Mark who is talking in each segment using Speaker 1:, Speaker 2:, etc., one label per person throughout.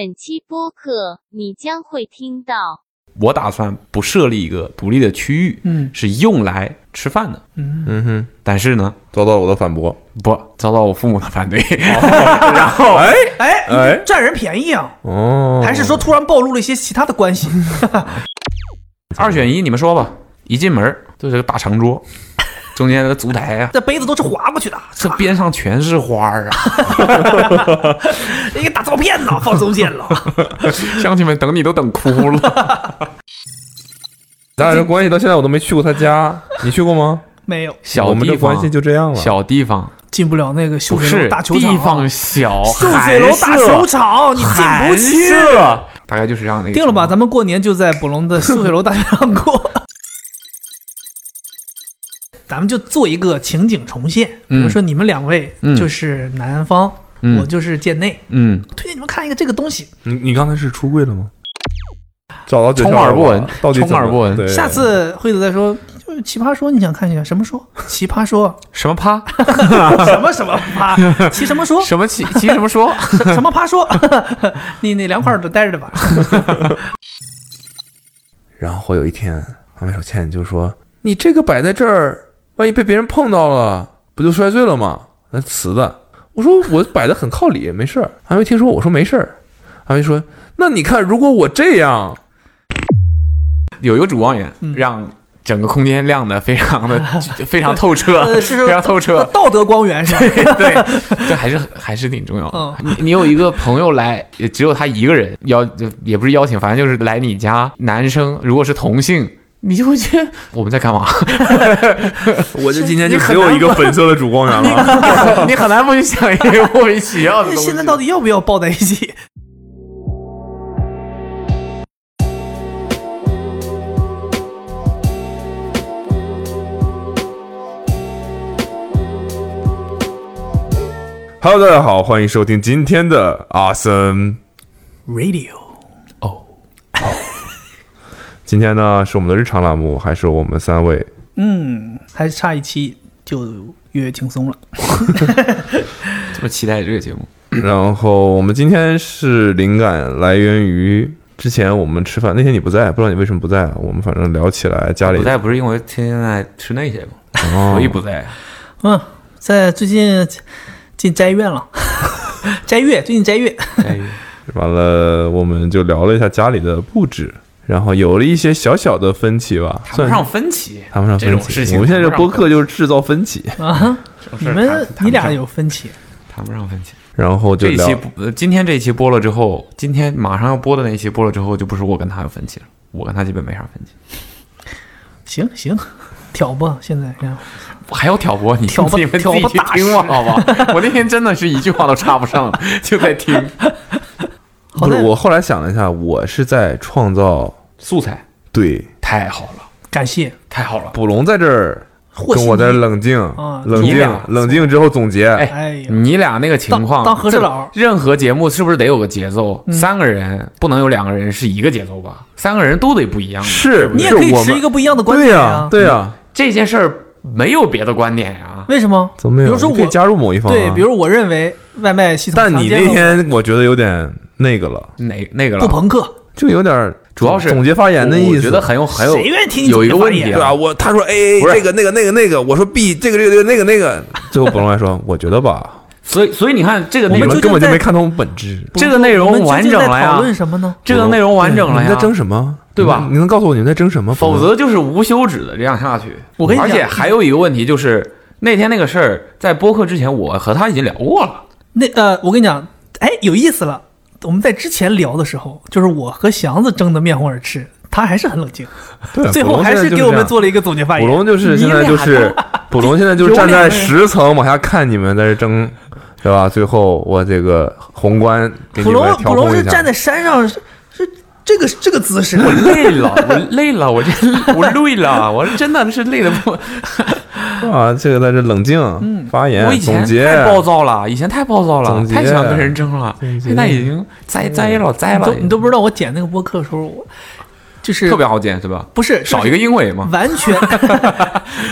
Speaker 1: 本期播客你将会听到。
Speaker 2: 我打算不设立一个独立的区域，
Speaker 3: 嗯
Speaker 2: 是用来吃饭的。
Speaker 4: 嗯哼，
Speaker 2: 但是呢，
Speaker 4: 遭到了我的反驳。
Speaker 2: 不遭到我父母的反对，
Speaker 3: 哦
Speaker 2: 然后
Speaker 4: 哎
Speaker 3: 哎
Speaker 4: 哎
Speaker 3: 占人便宜啊！
Speaker 4: 哦，
Speaker 3: 还是说突然暴露了一些其他的 关系？
Speaker 2: 二选一，你们说吧。一进门儿就是个大长 桌，中间的烛台啊，
Speaker 3: 这杯子都是划过去的，
Speaker 2: 这边上全是花 儿啊，
Speaker 3: 一个大照片呢，放中间了。
Speaker 2: 乡亲们等你都等哭了。
Speaker 4: 咱俩这关系到现在我都没去过他 家，你去过吗？
Speaker 3: 没有，
Speaker 2: 小
Speaker 4: 我们
Speaker 2: 地
Speaker 4: 这
Speaker 2: 方，
Speaker 4: 关系就这样了。
Speaker 2: 小地方，
Speaker 3: 进不了那个秀
Speaker 2: 不
Speaker 3: 水
Speaker 2: 是
Speaker 3: 楼大球场。
Speaker 2: 地方小，
Speaker 3: 秀水楼大球场，你进
Speaker 2: 寒
Speaker 3: 不去。
Speaker 2: 舍，大概就是这样的一个
Speaker 3: 定了吧？
Speaker 2: 情
Speaker 3: 咱们过年就在博龙的秀水楼大球场过。咱们就做一个情景重现，比如说你们两位
Speaker 2: 嗯
Speaker 3: 就是南方，
Speaker 2: 嗯
Speaker 3: 我就是贱内。
Speaker 2: 况。嗯，
Speaker 3: 推荐你们看一个这个东西，
Speaker 4: 你你刚才是出柜了吗？找到诀窍
Speaker 2: 充耳不闻
Speaker 4: 了吧到底怎么
Speaker 2: 充耳不闻
Speaker 4: 对
Speaker 3: 下次惠子再说，就是《奇葩说》，你想看一下什 么说？奇葩说
Speaker 2: 什么趴，
Speaker 3: 什么什么趴？奇什么说？
Speaker 2: 什么骑骑什么说，
Speaker 3: 什么趴说？ 你那两块儿都待着吧。
Speaker 4: 然后有一天，王小倩就说：“你这个摆在这儿，万一被别人碰到了，不就摔碎了吗？”那瓷的。我说我摆的很靠里，没事儿。阿威听说我说没事儿，阿威说：“那你看，如果我这样，
Speaker 2: 有一个主望远
Speaker 3: 嗯，
Speaker 2: 让整个空间亮的非常的 非常透彻，
Speaker 3: 呃， 是
Speaker 2: 非常透彻。
Speaker 3: 道德光源是吧？
Speaker 2: 对，这还是还是挺重要的
Speaker 3: 嗯。
Speaker 2: 你你有一个朋友来，也只有他一个人邀，就也不是邀请，反正就是来你家。男生如果是同性，你就会觉得我们在干嘛？
Speaker 4: 我就今天
Speaker 3: 就只有一
Speaker 4: 个粉色的主光源了。
Speaker 2: 你很难不去想一些莫名其妙的东西。
Speaker 3: 现在到底要不要抱在一起？
Speaker 4: ”Hello，大家好，欢迎收听今天的阿森。
Speaker 3: Radio
Speaker 4: 今天呢是我们的日常栏目，还是我们三 位
Speaker 3: 嗯，还差一期就月月轻松了。
Speaker 2: 这么期待这个节目？
Speaker 4: 然后我们今天是灵感来源于之前我们吃饭那天你不在，不知道你为什么不在啊。我们反正聊起来家里
Speaker 2: 不在不是因为天天在吃那些吗？
Speaker 4: 哦
Speaker 2: 所以不在。
Speaker 3: 嗯，在最近进斋院了， 斋月最近斋月，
Speaker 2: 哎
Speaker 4: 完了，我们就聊了一下家里的布置，然后有了一些小小的分歧吧，
Speaker 2: 谈
Speaker 4: 算
Speaker 2: 不
Speaker 4: 是
Speaker 2: 上分歧，
Speaker 4: 谈不上分
Speaker 2: 这
Speaker 4: 歧。
Speaker 2: 种事情
Speaker 4: 我们现在这
Speaker 2: 谈不上嗯
Speaker 4: 播客就是制造分歧，
Speaker 3: 啊，
Speaker 2: 这种
Speaker 3: 你
Speaker 2: 事儿
Speaker 3: 们
Speaker 2: 谈
Speaker 3: 你俩有分歧，
Speaker 2: 谈不上谈不上分歧。
Speaker 4: 然后就
Speaker 2: 这一
Speaker 4: 聊
Speaker 2: 期不呃今天这一期播了之后，今天马上要播的那一期播了之后，就不是我跟他有分歧了，我跟他基本没啥分歧。
Speaker 3: 行行，挑吧，现在这样
Speaker 2: 我还要挑拨你，
Speaker 3: 挑 拨
Speaker 2: 你们自
Speaker 3: 挑
Speaker 2: 己
Speaker 3: 拨
Speaker 2: 去
Speaker 3: 大
Speaker 2: 听吧，好吧？ 我那天真的是一句话都插不上，就在听
Speaker 3: 好
Speaker 4: 不是
Speaker 3: 在
Speaker 4: 我后来想了一下，我是在创造
Speaker 2: 素材，
Speaker 4: 对
Speaker 2: 太好了，
Speaker 3: 感谢
Speaker 2: 太好了！
Speaker 4: 捕龙在这儿
Speaker 3: 霍
Speaker 4: 跟
Speaker 3: 心
Speaker 4: 我在这儿
Speaker 3: 怡，
Speaker 4: 冷静
Speaker 3: 啊，
Speaker 4: 冷
Speaker 2: 你
Speaker 4: 静
Speaker 2: 俩，
Speaker 4: 冷静之后总结。
Speaker 2: 哎
Speaker 3: 哎呀，
Speaker 2: 你俩那个情况，
Speaker 3: 当当和事佬
Speaker 2: 这任何节目是不是得有个节奏？三个人不能有两个人是一个节奏吧？三个人都得不一样。
Speaker 4: 是，
Speaker 3: 你也
Speaker 4: 是
Speaker 3: 可以
Speaker 4: 我
Speaker 3: 持
Speaker 4: 们
Speaker 3: 一个不一样的观嗯
Speaker 4: 对
Speaker 3: 点啊
Speaker 4: 呀，对呀，
Speaker 2: 这件事儿没有别的观点呀、
Speaker 3: 为什么？
Speaker 4: 怎么没有？
Speaker 3: 比如说
Speaker 4: 你可以
Speaker 3: 我
Speaker 4: 加入某一方啊，
Speaker 3: 对，比如我认为外卖系统
Speaker 4: 但
Speaker 3: 常
Speaker 4: 你
Speaker 3: 见
Speaker 4: 那
Speaker 3: 的
Speaker 4: 天我觉得有点那个了，
Speaker 2: 哪那个了？
Speaker 3: 不朋克，
Speaker 4: 就有点
Speaker 2: 主要是
Speaker 4: 总结发言的意
Speaker 2: 我
Speaker 4: 思。
Speaker 2: 我觉得很有很有
Speaker 3: 谁愿意听你
Speaker 2: 有一个
Speaker 3: 总结
Speaker 2: 问
Speaker 3: 发言
Speaker 2: 题
Speaker 4: 对啊，我他说 A A
Speaker 2: 不是
Speaker 4: 这个那个那个那个，我说 B 这个这个这个那个那个，最后博龙还说，我觉得吧，
Speaker 2: 所以所以你看这个内
Speaker 4: 你
Speaker 3: 们
Speaker 2: 容
Speaker 4: 们
Speaker 3: 究，
Speaker 4: 根
Speaker 3: 竟
Speaker 4: 本就
Speaker 3: 在
Speaker 4: 没看懂本质。
Speaker 2: 这个内
Speaker 4: 啊
Speaker 3: 我
Speaker 2: 容
Speaker 3: 们
Speaker 2: 完
Speaker 3: 究
Speaker 2: 整
Speaker 3: 竟在
Speaker 2: 了呀
Speaker 3: 讨，论什么呢？
Speaker 2: 这个内容完整了
Speaker 4: 你们
Speaker 2: 呀
Speaker 4: 在，争什么？
Speaker 2: 对吧
Speaker 4: 你能你能告诉我你们在争什么？
Speaker 2: 否则就是无休止的这样下去。
Speaker 3: 我跟你
Speaker 2: 而且
Speaker 3: 讲
Speaker 2: 还有一个问题就是那天那个事儿，在播客之前我和他已经聊过了，
Speaker 3: 那呃，我跟你讲，哎，有意思了。我们在之前聊的时候，就是我和祥子争得面红耳赤，他还是很冷静，
Speaker 4: 博龙
Speaker 3: 最后还是给我们做了一个总结发
Speaker 2: 哎
Speaker 4: 捕
Speaker 3: 言。
Speaker 4: 龙就是现在就是 捕龙现在就是站在十层往下看你们在这争，对吧？最后我这个宏观给
Speaker 3: 普
Speaker 4: 你
Speaker 3: 龙
Speaker 4: 们
Speaker 3: 普
Speaker 4: 调
Speaker 3: 龙
Speaker 4: 控
Speaker 3: 是
Speaker 4: 一下
Speaker 3: 站。在山上，是是这个这个 姿势，
Speaker 2: 我累了，我累了，我这我累了，我真的是累的 不，
Speaker 4: 啊，这个在这冷静发言
Speaker 2: 嗯我以
Speaker 4: 总
Speaker 2: 前
Speaker 4: 结，
Speaker 2: 太暴躁了，以前太暴躁了
Speaker 4: 总，结
Speaker 2: 太喜欢跟人争了，
Speaker 4: 总结嗯
Speaker 2: 现在已经栽栽了栽
Speaker 3: 你
Speaker 2: 了
Speaker 3: 都，你都不知道我剪那个播客的时候，我就是
Speaker 2: 特别好剪是吧？
Speaker 3: 不是
Speaker 2: 少一个，英尾
Speaker 3: 就
Speaker 2: 嘛
Speaker 3: 是，完全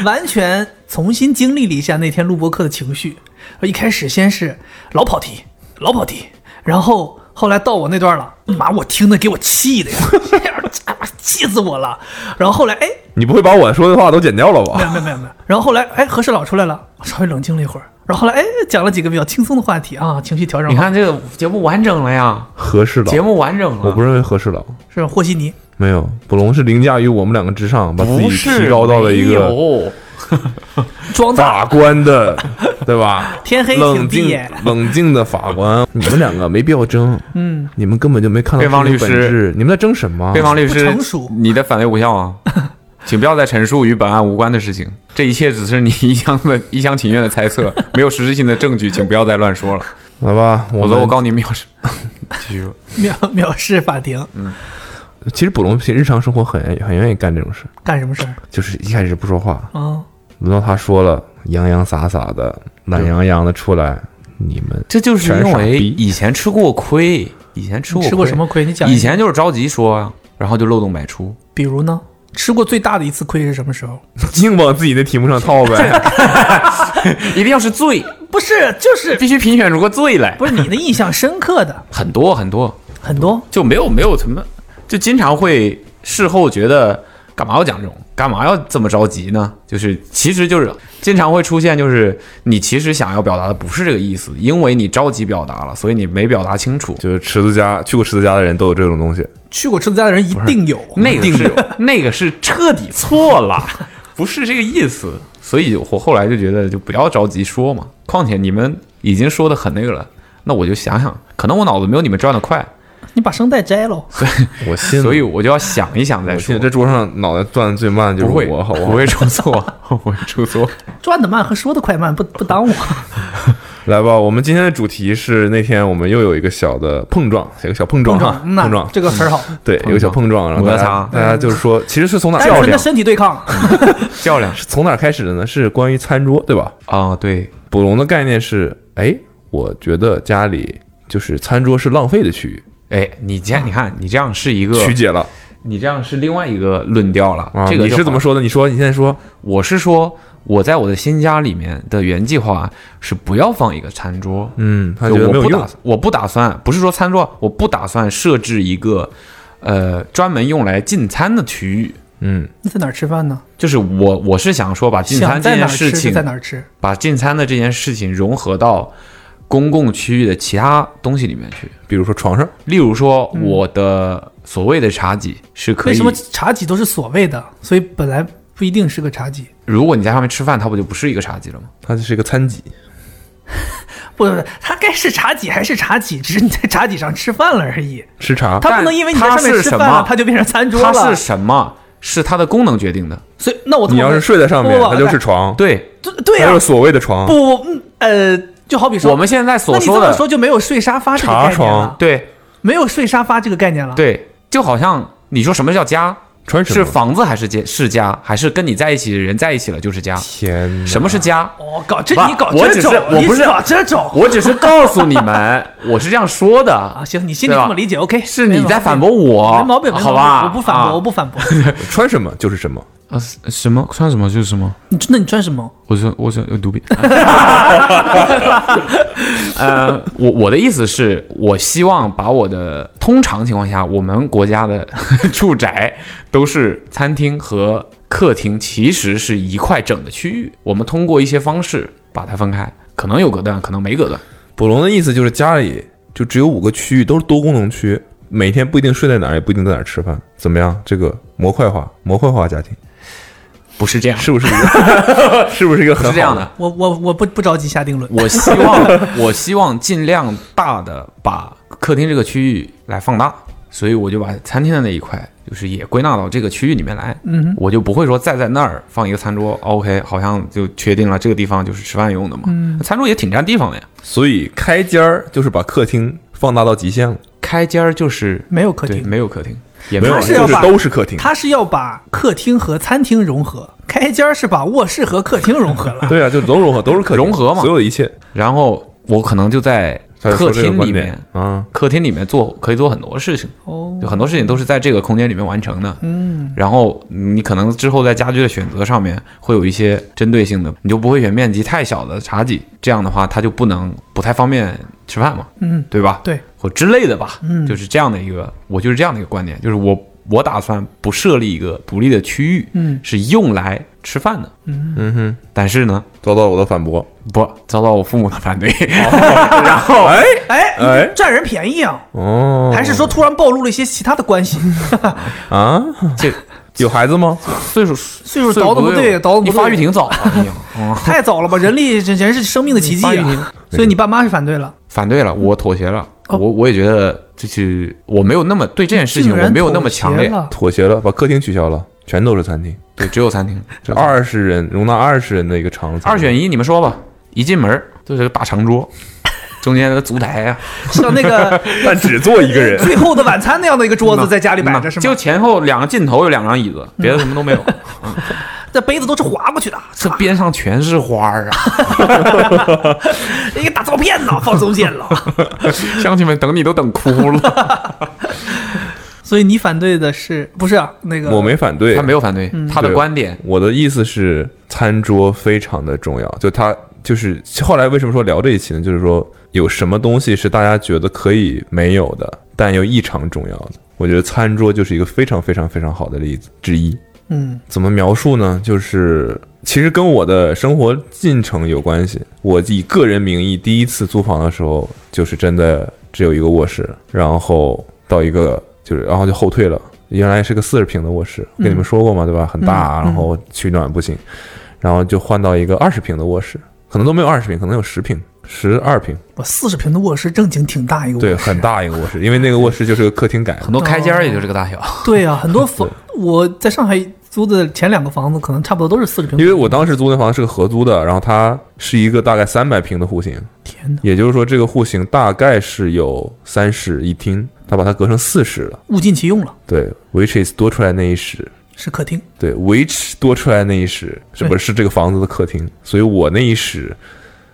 Speaker 3: 完全 重新经历了一下那天录播客的情绪。一开始先是老跑题，老跑题，然后后来到我那段了，妈，我听的给我气的呀， 这样哎妈气死我了。然后后来，哎，
Speaker 4: 你不会把我说的话都剪掉了
Speaker 2: 啊
Speaker 3: 没
Speaker 4: 吧？
Speaker 3: 有没有没有没有。然后后来，哎，和事佬出来了，我稍微冷静了一会儿。然后后来，哎，讲了几个比较轻松的话题啊，情绪调整
Speaker 2: 你
Speaker 3: 好。
Speaker 2: 看这个节目完整了呀，
Speaker 4: 合适
Speaker 2: 节
Speaker 4: 的，
Speaker 2: 目完整了。
Speaker 4: 我不认为合适的。
Speaker 3: 是吧霍西尼，
Speaker 4: 没有，捕龙是凌驾于我们两个之上，把自己
Speaker 2: 不是
Speaker 4: 提高到了一
Speaker 2: 没
Speaker 4: 个
Speaker 2: 有
Speaker 3: 装大
Speaker 4: 法 官的，对吧？
Speaker 3: 天黑请
Speaker 4: 冷
Speaker 3: 闭
Speaker 4: 静
Speaker 3: 眼。
Speaker 4: 冷静的法官，你们两个没必要争，
Speaker 3: 嗯，
Speaker 4: 你们根本就没看到
Speaker 2: 对方
Speaker 4: 事情的
Speaker 2: 律
Speaker 4: 本
Speaker 2: 师
Speaker 4: 质，你们在争什么？
Speaker 2: 对方律师
Speaker 3: 不成熟
Speaker 2: 你的反对无效 啊，请不要再陈述与本案无关的事情，这一切只是你 一厢的一厢情愿的猜测，没有实质性的证据，请不要再乱说了，
Speaker 4: 好吧，我
Speaker 2: 否则
Speaker 4: 们
Speaker 2: 我告你藐视。 继续说，
Speaker 3: 藐藐视法庭，
Speaker 2: 嗯
Speaker 4: 其实捕龙平日常生活很很愿意干这种事，
Speaker 3: 干什么事儿
Speaker 4: 就是一开始不说话，
Speaker 3: 啊？
Speaker 4: 轮到他说了，洋洋洒洒的、懒洋洋的出来，你们
Speaker 2: 这就是
Speaker 4: 全是
Speaker 2: 因
Speaker 4: 傻
Speaker 2: 为
Speaker 4: 逼
Speaker 2: 以前吃过亏，以前吃过
Speaker 3: 你
Speaker 2: 亏
Speaker 3: 吃过什么？亏？你讲一
Speaker 2: 以
Speaker 3: 下，
Speaker 2: 前就是着急说啊，然后就漏洞百出。
Speaker 3: 比如呢？吃过最大的一次亏是什么时候？
Speaker 4: 硬往自己的题目上套呗。
Speaker 2: 一定要是罪，
Speaker 3: 不是，就是
Speaker 2: 必须评选出个罪来。
Speaker 3: 不是你的印象深刻的
Speaker 2: 很多很多，
Speaker 3: 很多，
Speaker 2: 就没有没有什么，就经常会事后觉得干嘛要讲这种，干嘛要这么着急呢？就是其实就是经常会出现，就是你其实想要表达的不是这个意思，因为你着急表达了，所以你没表达清楚。
Speaker 4: 就是池子家去过池子家的人都有这种东西，
Speaker 3: 去过吃自家的人一定有。
Speaker 2: 那个是那个是彻底错了， 不是这个意思。所以我后来就觉得，就不要着急说嘛。况且你们已经说的很那个了，那我就想想，可能我脑子没有你们转的快，
Speaker 3: 你把声带摘喽，
Speaker 4: 我信了。
Speaker 2: 所以我就要想一想再
Speaker 4: 我
Speaker 2: 说
Speaker 4: 信了，。这桌上脑袋转的最慢就是
Speaker 2: 不会，
Speaker 4: 我，好不
Speaker 2: 不
Speaker 4: 好？
Speaker 2: 会出错， 不会出错。
Speaker 3: 转的慢和说的快慢不不耽误。
Speaker 4: 来吧，我们今天的主题是那天我们又有一个小的碰撞，一个小 碰撞
Speaker 3: 碰
Speaker 4: 哈，
Speaker 3: 撞，嗯呐
Speaker 4: 碰撞，
Speaker 3: 这个词儿好，
Speaker 4: 对，有个小碰撞，然后大
Speaker 2: 摩
Speaker 4: 家
Speaker 2: 擦
Speaker 4: 大家就是说，其实是从哪
Speaker 3: 单
Speaker 4: 较
Speaker 3: 纯的
Speaker 4: 量，
Speaker 3: 身体对抗，
Speaker 2: 较量
Speaker 4: 是从哪开始的呢？是关于餐桌，对吧？
Speaker 2: 啊，对，
Speaker 4: 捕龙的概念是，哎，我觉得家里就是餐桌是浪费的区域，
Speaker 2: 哎，你这样，你看，你这样是一个，
Speaker 4: 曲解了
Speaker 2: 你这样是另外一个论调了。
Speaker 4: 啊。
Speaker 2: 这个
Speaker 4: 你
Speaker 2: 就是
Speaker 4: 怎么
Speaker 2: 好？
Speaker 4: 说的？你说，你现在说，
Speaker 2: 我是说，我在我的新家里面的原计划是不要放一个餐桌，
Speaker 4: 嗯，他
Speaker 2: 就
Speaker 4: 觉得没
Speaker 2: 我
Speaker 4: 有
Speaker 2: 不
Speaker 4: 用
Speaker 2: 打，，我不打算，不是说餐桌，我不打算设置一个，呃，专门用来进餐的区域。
Speaker 4: 嗯，
Speaker 3: 你在哪儿吃饭呢？
Speaker 2: 就是我，我是想说把进
Speaker 3: 想
Speaker 2: 餐这
Speaker 3: 在哪
Speaker 2: 件
Speaker 3: 儿
Speaker 2: 事
Speaker 3: 吃就
Speaker 2: 情
Speaker 3: 在哪儿吃，
Speaker 2: 把进餐的这件事情融合到公共区域的其他东西里面去。
Speaker 4: 比如说床上，
Speaker 2: 例如说，我的所谓的茶几是可
Speaker 3: 嗯为
Speaker 2: 以
Speaker 3: 什，么茶几都是所谓的？所以本来不一定是个茶几。
Speaker 2: 如果你在上面吃饭，它不就不是一个茶几了吗？
Speaker 4: 它就是一个餐几，
Speaker 3: 不不不，它该是茶几还是茶几，只是你在茶几上吃饭了而已。
Speaker 4: 吃茶，
Speaker 3: 它不能
Speaker 2: 但
Speaker 3: 因为你在上面
Speaker 2: 它是
Speaker 3: 吃
Speaker 2: 什
Speaker 3: 饭了
Speaker 2: 么，
Speaker 3: 它就变成餐桌
Speaker 2: 它
Speaker 3: 了。
Speaker 2: 是什么？是它的功能决定的。
Speaker 3: 所以那我这
Speaker 4: 你
Speaker 3: 么
Speaker 4: 要是
Speaker 3: 问
Speaker 4: 睡在上面，
Speaker 3: 不不不
Speaker 4: 它就是床，
Speaker 2: 对，
Speaker 3: 对对
Speaker 4: 它
Speaker 3: 呀、
Speaker 4: 就是所谓的床，
Speaker 3: 不不不，嗯呃，就好比说
Speaker 2: 我们现在
Speaker 3: 那
Speaker 2: 所
Speaker 3: 你这么
Speaker 2: 的，
Speaker 3: 说就没有睡沙发这个概
Speaker 4: 茶
Speaker 3: 念
Speaker 4: 床
Speaker 3: 了，
Speaker 2: 对
Speaker 3: 没有睡沙发这个概念了。，
Speaker 2: 对，就好像你说什么叫家，
Speaker 4: 穿什
Speaker 2: 是
Speaker 4: 么？
Speaker 2: 房子还是家？是家，还是跟你在一起的人在一起了就是家？
Speaker 4: 天哪，
Speaker 2: 什么是家？
Speaker 3: 哦，搞这
Speaker 2: 不
Speaker 3: 你搞
Speaker 2: 我
Speaker 3: 这
Speaker 2: 只
Speaker 3: 种
Speaker 2: 是，我
Speaker 3: 你
Speaker 2: 不是
Speaker 3: 搞这种
Speaker 2: 我只是告诉你 们，我是这样说的
Speaker 3: 啊？行，你心里
Speaker 2: 对吧
Speaker 3: 这么理解，OK？
Speaker 2: 是你在反
Speaker 3: 驳。
Speaker 2: 驳我，
Speaker 3: 没毛病，没毛病
Speaker 2: 好吧？
Speaker 3: 我不反
Speaker 2: 啊
Speaker 3: 驳，我不反驳。
Speaker 4: 穿什么就是什么？
Speaker 2: 啊，什么穿什么就是什么。
Speaker 3: 你那你穿什么？
Speaker 2: 我说我说有毒品。呃，我我的意思是，我希望把我的通常情况下，我们国家的 住宅都是餐厅和客厅其实是一块整的区域，我们通过一些方式把它分开，可能有隔断，可能没隔断。
Speaker 4: 捕龙的意思就是家里就只有五个区域，都是多功能区，每天不一定睡在哪儿，也不一定在哪儿吃饭，怎么样？这个模块化，模块化家庭
Speaker 2: 不是这样，
Speaker 4: 是不是 一个？是不是一个
Speaker 2: 不
Speaker 4: 很
Speaker 2: 是
Speaker 4: 好
Speaker 2: 这样的。
Speaker 3: 我我我不不着急下定论。
Speaker 2: 我希望 我希望尽量大的把客厅这个区域来放大，所以我就把餐厅的那一块就是也归纳到这个区域里面来。嗯，我就不会说再在那儿放一个餐桌，OK，好哦像就确定了这个地方就是吃饭用的嘛。嗯，餐桌也挺占地方的呀。
Speaker 4: 所以开间儿就是把客厅放大到极限了，
Speaker 2: 开间儿就是
Speaker 3: 没有客
Speaker 2: 对，
Speaker 3: 厅，
Speaker 2: 没有客厅，也
Speaker 4: 没有，
Speaker 3: 它是
Speaker 4: 就
Speaker 3: 要
Speaker 4: 是
Speaker 3: 把
Speaker 4: 都是客厅。
Speaker 3: 他是要把客厅和餐厅融合，开间儿是把卧室和客厅融合了。
Speaker 4: 对啊，就都融合，都是客厅
Speaker 2: 融合嘛
Speaker 4: 所有的一切。
Speaker 2: 然后我可能就在
Speaker 4: 他就说这个
Speaker 2: 客厅
Speaker 4: 观
Speaker 2: 里
Speaker 4: 点
Speaker 2: 面
Speaker 4: 啊，
Speaker 2: 客厅里面做可以做很多事情，
Speaker 3: 哦
Speaker 2: 就，很多事情都是在这个空间里面完成的。
Speaker 3: 嗯，
Speaker 2: 然后你可能之后在家居的选择上面会有一些针对性的，你就不会选面积太小的茶几，这样的话它就不能不太方便吃饭嘛，
Speaker 3: 嗯，
Speaker 2: 对吧？
Speaker 3: 对，
Speaker 2: 或之类的吧，
Speaker 3: 嗯
Speaker 2: 就是这样的一个，我就是这样的一个观点，就是我我打算不设立一个独立的区域，
Speaker 3: 嗯
Speaker 2: 是用来吃饭的，
Speaker 4: 嗯哼，
Speaker 2: 但是呢，
Speaker 4: 遭到了我的反驳。
Speaker 2: 不遭到我父母的反对，
Speaker 3: 哦
Speaker 4: 然后，
Speaker 2: 哦
Speaker 4: 哎
Speaker 3: 哎
Speaker 4: 哎，
Speaker 3: 占人便宜啊，
Speaker 4: 哦，
Speaker 3: 还是说突然暴露了一些其他的关系？
Speaker 4: 啊，
Speaker 2: 这
Speaker 4: 有孩子吗？
Speaker 2: 岁数
Speaker 3: 岁
Speaker 2: 岁
Speaker 3: 数倒得不对倒得不
Speaker 2: 你发
Speaker 3: 对
Speaker 2: 育挺早啊，你 嗯
Speaker 3: 太早了吧，人力人人是生命的奇迹
Speaker 2: 发育挺
Speaker 3: 啊！所以你爸妈是反对了，
Speaker 2: 反对了，我妥协了。
Speaker 3: 嗯哦
Speaker 2: 我我也觉得，就是我没有那么对这件事情，
Speaker 3: 竟然
Speaker 2: 我没有那么
Speaker 3: 妥协
Speaker 2: 强烈。
Speaker 3: 了
Speaker 4: 妥协了，把客厅取消了，全都是餐厅，
Speaker 2: 对，只有餐 厅。
Speaker 4: 这二十人容纳二十人的一个场子，
Speaker 2: 二选一，你们说吧。一进门儿就是个大长 桌，中间的烛台啊，
Speaker 3: 像 那个。
Speaker 4: 但只坐一个人
Speaker 3: 最后的晚餐那样的一个桌子在家里摆着
Speaker 2: 嗯
Speaker 3: 是
Speaker 2: 就
Speaker 3: 吗？嗯
Speaker 2: 前后两个尽头有两张椅子，别的什么都 没有。
Speaker 3: 这杯子都是划过去的，
Speaker 2: 这边上全是花儿 啊！
Speaker 3: 一个大照片呢放中间 了。
Speaker 2: 乡亲们等你都等哭 了。
Speaker 3: 所以你反对的是不是啊那个？
Speaker 4: 我没反对，
Speaker 2: 他没有反对，
Speaker 3: 嗯
Speaker 2: 他的
Speaker 4: 对
Speaker 2: 观点
Speaker 4: 我的意思是，餐桌非常的重要。就它就是后来为什么说聊这一期呢？就是说有什么东西是大家觉得可以没有的，但又异常重要的。我觉得餐桌就是一个非常非常非常好的例子之一。
Speaker 3: 嗯
Speaker 4: 怎么描述呢？就是其实跟我的生活进程有关系。我以个人名义第一次租房的时候，就是真的只有一个卧室，然后到一个就是，然后就后退了。原来是个四十平的卧室，跟你们说过嘛，对吧？很大，
Speaker 3: 嗯
Speaker 4: 啊
Speaker 3: 嗯嗯
Speaker 4: 然后取暖不行，然后就换到一个二十平的卧室，可能都没有二十平，可能有十平、十二平，
Speaker 3: 我四十平的卧室正经挺大一个卧室，
Speaker 4: 对，
Speaker 2: 啊
Speaker 4: 很。大一个卧室，因为那个卧室就是个客厅改的
Speaker 2: 很。多开间儿也就这个大小。
Speaker 3: 对 啊，很多房我在上海租的前两个房子可能差不多都是四十平。
Speaker 4: 因为我当时租那房是个合租的，然后它是一个大概三百平的户型，
Speaker 3: 天哪，
Speaker 4: 也就是说，这个户型大概是有三室一厅，他把它隔成四室了。
Speaker 3: 物尽其用了，
Speaker 4: 对，which is 多出来那一室，
Speaker 3: 是客厅。
Speaker 4: 对，which 多出来那一室，是不
Speaker 3: 对
Speaker 4: 是是这个房子的客厅？所以我那一室，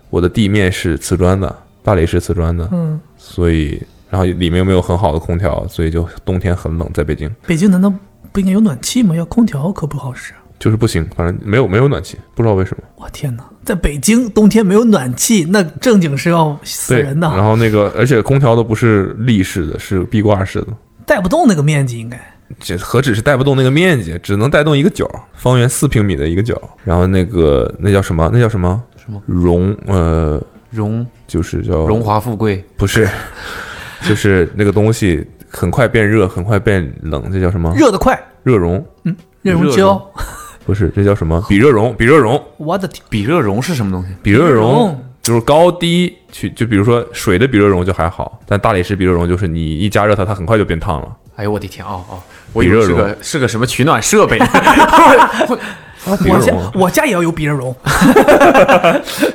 Speaker 4: 我的地面是瓷砖的，大理石瓷砖的，
Speaker 3: 嗯，
Speaker 4: 所以然后里面又没有很好的空调，所以就冬天很冷，在北京
Speaker 3: 北京难道不应该有暖气吗？要空调可不好使。啊
Speaker 4: 就是不行，反正没有没有暖气，不知道为什么。
Speaker 3: 我天哪，在北京冬天没有暖气，那正经是要死
Speaker 4: 对，
Speaker 3: 人的，
Speaker 4: 然后那个而且空调都不是立式的，是壁挂式的。
Speaker 3: 带不动那个面积应该。
Speaker 4: 这何止是带不动那个面积，只能带动一个角，方圆四平米的一个角。然后那个那叫什么？那叫什么？
Speaker 2: 什么
Speaker 4: 荣？呃，
Speaker 2: 荣
Speaker 4: 就是
Speaker 3: 哦
Speaker 4: 叫
Speaker 2: 荣？华富贵，
Speaker 4: 不是，就是那个东西很快变热，很快变冷，这叫什么？
Speaker 3: 热得快，
Speaker 4: 热熔？
Speaker 3: 热熔
Speaker 2: 热
Speaker 3: 胶，
Speaker 4: 不是，这叫什么？比热熔？比热熔？
Speaker 3: 我的天，
Speaker 2: 比热容是什么东西？
Speaker 4: 比热
Speaker 3: 比热
Speaker 4: 熔
Speaker 3: 熔？
Speaker 4: 就是高低去，就比如说水的比热熔就还好，但大理石比热熔就是你一加热它，它很快就变烫了。
Speaker 2: 哎呦我的天哦哦，我以为是
Speaker 4: 比热
Speaker 2: 个是个什么取暖设 备
Speaker 4: 比
Speaker 3: 我
Speaker 4: 啊热熔
Speaker 3: 家我家也要有比热 熔，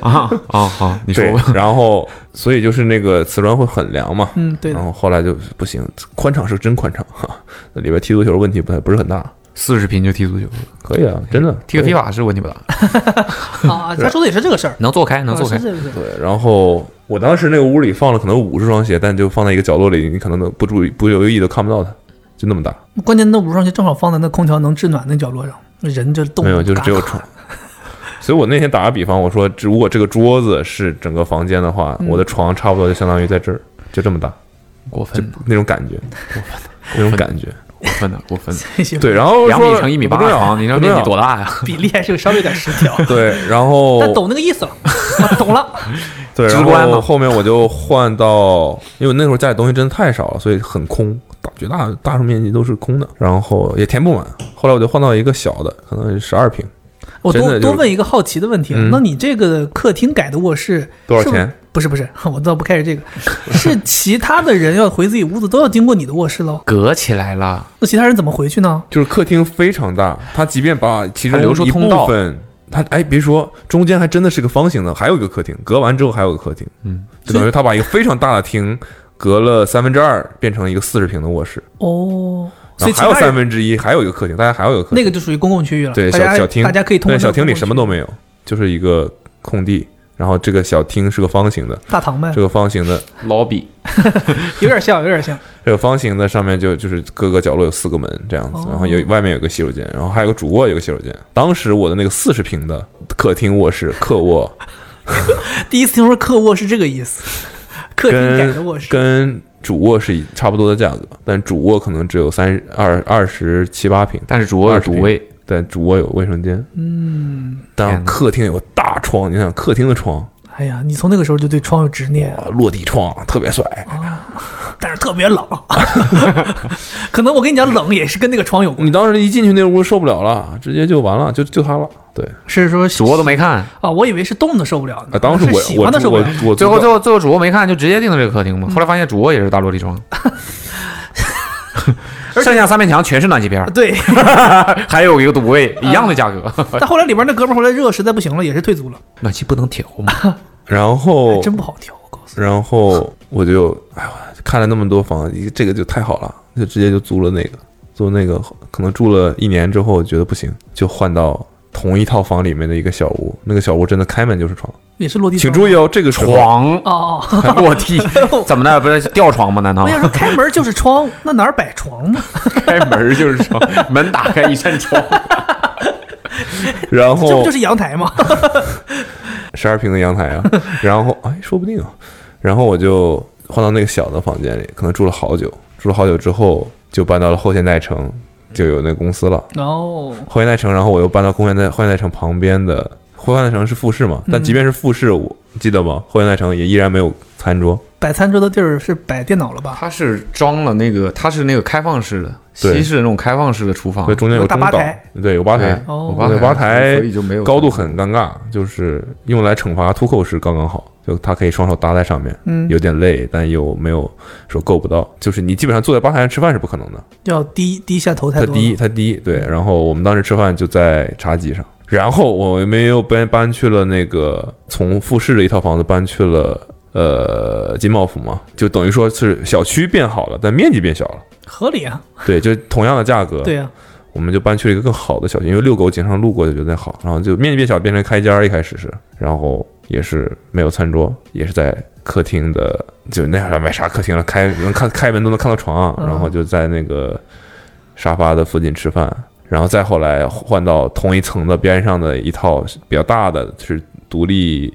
Speaker 2: 啊啊
Speaker 3: 哦
Speaker 2: 好，你
Speaker 4: 对
Speaker 2: 说吧。，
Speaker 4: 然后所以就是那个瓷砖会很凉嘛，
Speaker 3: 嗯，对
Speaker 4: 然
Speaker 3: 的，
Speaker 4: 后后来就不行，宽敞是真宽敞哈，那里边踢足球问题不太不是很大，
Speaker 2: 四十平就踢足球，
Speaker 4: 可以啊，真的
Speaker 2: 嗯踢个
Speaker 4: 可以
Speaker 2: 踢法是问题不大，
Speaker 3: 啊，他说的也是这个事儿，
Speaker 2: 能坐开，能坐
Speaker 3: 啊
Speaker 2: 开
Speaker 3: 是。这个事儿。
Speaker 4: 对，然后我当时那个屋里放了可能五十双鞋，但就放在一个角落里，你可能都不注意不留意都看不到它，就那么大，
Speaker 3: 关键那五双鞋正好放在那空调能制暖那角落上，人这冻
Speaker 4: 没有，就是只有
Speaker 3: 嘎
Speaker 4: 床。所以我那天打个比方，我说如果这个桌子是整个房间的话，
Speaker 2: 嗯
Speaker 4: 我的床差不多就相当于在这儿，就这么大，
Speaker 2: 过分了，
Speaker 4: 那种感 觉，那种感觉。
Speaker 2: 过分了，过分 了。
Speaker 3: 这些
Speaker 4: 对，然后
Speaker 2: 两米
Speaker 4: 说
Speaker 2: 乘一米八
Speaker 4: 不重
Speaker 2: 的
Speaker 4: 要
Speaker 2: 床，你知道
Speaker 4: 不重
Speaker 2: 面
Speaker 4: 要
Speaker 2: 积多大呀？
Speaker 3: 比例还是稍微有点失调，
Speaker 4: 对，然 后
Speaker 3: 但懂那个意思了，我懂了。
Speaker 4: 对，
Speaker 2: 直
Speaker 4: 然
Speaker 2: 观
Speaker 4: 后
Speaker 2: 嘛
Speaker 4: 后面我就换到，因为我那时候家里东西真的太少了，所以很空，大绝大大数面积都是空的，然后也填不满。后来我就换到一个小的，可能十二平，
Speaker 3: 我
Speaker 4: 真
Speaker 3: 多
Speaker 4: 的就是
Speaker 3: 多问一个好奇的问题啊
Speaker 4: 嗯，
Speaker 3: 那你这个客厅改的卧室
Speaker 4: 多少
Speaker 3: 是不
Speaker 4: 钱？
Speaker 3: 不是不是，我倒不开始这个，是其他的人要回自己屋子都要经过你的卧室喽？
Speaker 2: 隔起来了，
Speaker 3: 那其他人怎么回去呢？
Speaker 4: 就是客厅非常大，它即便把其中
Speaker 2: 还留出
Speaker 4: 一
Speaker 2: 通道
Speaker 4: 部分，它哎别说，中间还真的是个方形的，还有一个客厅，隔完之后还有个客厅，
Speaker 2: 嗯，
Speaker 4: 就等于它把一个非常大的厅隔了三分之二，变成一个四十平的卧室，
Speaker 3: 哦，所
Speaker 4: 然
Speaker 3: 以
Speaker 4: 后
Speaker 3: 其
Speaker 4: 啊还有
Speaker 3: 他
Speaker 4: 三
Speaker 3: 人
Speaker 4: 分之一，还有一个客厅，大家还有一个客厅
Speaker 3: 那。个就属于公共区域了，
Speaker 4: 对，
Speaker 3: 啊大
Speaker 4: 小
Speaker 3: 家
Speaker 4: 小厅，
Speaker 3: 大家可以通过
Speaker 4: 对小厅里什么都
Speaker 3: 有。
Speaker 4: 没有，就是一个空地，然后这个小厅是个方形的，
Speaker 3: 大堂呗
Speaker 4: 这，个方形的，
Speaker 2: lobby
Speaker 3: 有点像，有点像。
Speaker 4: 这个方形的上面就就是各个角落有四个门这样子
Speaker 3: 哦，
Speaker 4: 然后有外面有个洗手间，然后还有个主卧有个洗手间。当时我的那个四十平的客厅、卧室、客卧
Speaker 3: 第一次听说客卧是这个意思，客厅改的
Speaker 4: 跟
Speaker 3: 卧室。
Speaker 4: 跟主卧是一差不多的价格，但主卧可能只有三二二十七八平，
Speaker 2: 但是主卧有
Speaker 4: 20
Speaker 2: 独卫，
Speaker 4: 但主卧有卫生间，嗯，
Speaker 2: 天
Speaker 4: 但
Speaker 2: 哪
Speaker 4: 客厅有个大窗，你想客厅的窗
Speaker 3: 哎呀，你从那个时候就对窗有执念，
Speaker 4: 啊，落地窗特别帅，
Speaker 3: 但是特别冷。 可能我跟你讲，冷也是跟那个窗有关。
Speaker 4: 你当时一进去那屋受不了了，直接就完了，就就它了。对
Speaker 3: 是说
Speaker 2: 主卧都没看，
Speaker 3: 啊？我以为是冻的受不了
Speaker 4: 啊，当时
Speaker 3: 是
Speaker 4: 我
Speaker 3: 喜
Speaker 4: 我
Speaker 3: 欢的受不
Speaker 4: 住我
Speaker 3: 了。
Speaker 4: 我
Speaker 2: 最后
Speaker 4: 住
Speaker 2: 最后最后主卧没看，就直接定的这个客厅嘛。后来发现主卧也是大落地 窗，剩下三面墙全是暖气片儿，
Speaker 3: 对，
Speaker 2: 还有一个独卫， 一样的价格。
Speaker 3: 但后来里边那哥们儿后来热实在不行了，也是退租了，
Speaker 2: 暖气不能调吗？
Speaker 4: 然后
Speaker 3: 哎真不好调。我告诉
Speaker 4: 然后我就哎呀，看了那么多房，一这个就太好了，就直接就租了那个，租那个可能住了一年之后觉得不行，就换到同一套房里面的一个小屋，那个小屋真的开门就是床，
Speaker 3: 你，啊也是落地
Speaker 4: 请
Speaker 3: 窗。
Speaker 4: 注意哦，这个时候
Speaker 2: 床
Speaker 3: 哦哦，
Speaker 2: 落 地怎么的？不是吊床吗？难道
Speaker 3: 我想说开门就是窗，那哪儿摆床呢？
Speaker 2: 开门就是床，门打开一扇窗？
Speaker 4: 然
Speaker 3: 这不
Speaker 4: 后
Speaker 3: 就是阳台
Speaker 4: 哦
Speaker 3: 吗？
Speaker 4: 十二平的阳台啊，然后哎，说不定啊，然后我就换到那个小的房间里，可能住了好久，住了好久之后就搬到了后现代城，就有那个公司了。
Speaker 3: 哦，
Speaker 4: 后现代城，然后我又搬到公园代后现代城旁边的后现代城是复式嘛，但即便是复式，我记得吗？后现代城也依然没有餐桌，
Speaker 3: 摆餐桌的地儿是摆电脑了吧？
Speaker 2: 它是装了那个，它是那个开放式的，
Speaker 4: 对
Speaker 2: 西式的那种开放式的厨房
Speaker 4: 所以，中间
Speaker 3: 有
Speaker 4: 有
Speaker 3: 大
Speaker 4: 中
Speaker 3: 吧
Speaker 4: 岛
Speaker 3: 台，
Speaker 4: 对，有吧
Speaker 2: 对
Speaker 4: 台，
Speaker 3: 哦
Speaker 2: 有
Speaker 4: 有吧台
Speaker 2: 所以就没有
Speaker 4: 高度很尴尬，就是用来惩罚秃口是刚刚好，就他可以双手搭在上面，
Speaker 3: 嗯
Speaker 4: 有点累，但又没有说够不到，就是你基本上坐在吧台上吃饭是不可能的，
Speaker 3: 要低低下头太
Speaker 4: 他
Speaker 3: 多了。嗯
Speaker 4: 低，他低，对。然后我们当时吃饭就在茶几上，然后我们又搬搬去了那个从复式的一套房子搬去了呃金茂府嘛，就等于说是小区变好了，但面积变小了。
Speaker 3: 合理啊，
Speaker 4: 对，就同样的 价格，
Speaker 3: 对啊呀、
Speaker 4: 我们就搬去了一个更好的小区，因为遛狗经常路过就觉得好，然后就面积变小，变成开间儿，一开始是，然后也是没有餐桌，也是在客厅的，就那会儿没啥客厅了，开能看开门都能看到床，
Speaker 3: 嗯
Speaker 4: 然后就在那个沙发的附近吃饭，然后再后来换到同一层的边上的一套比较大的，是独立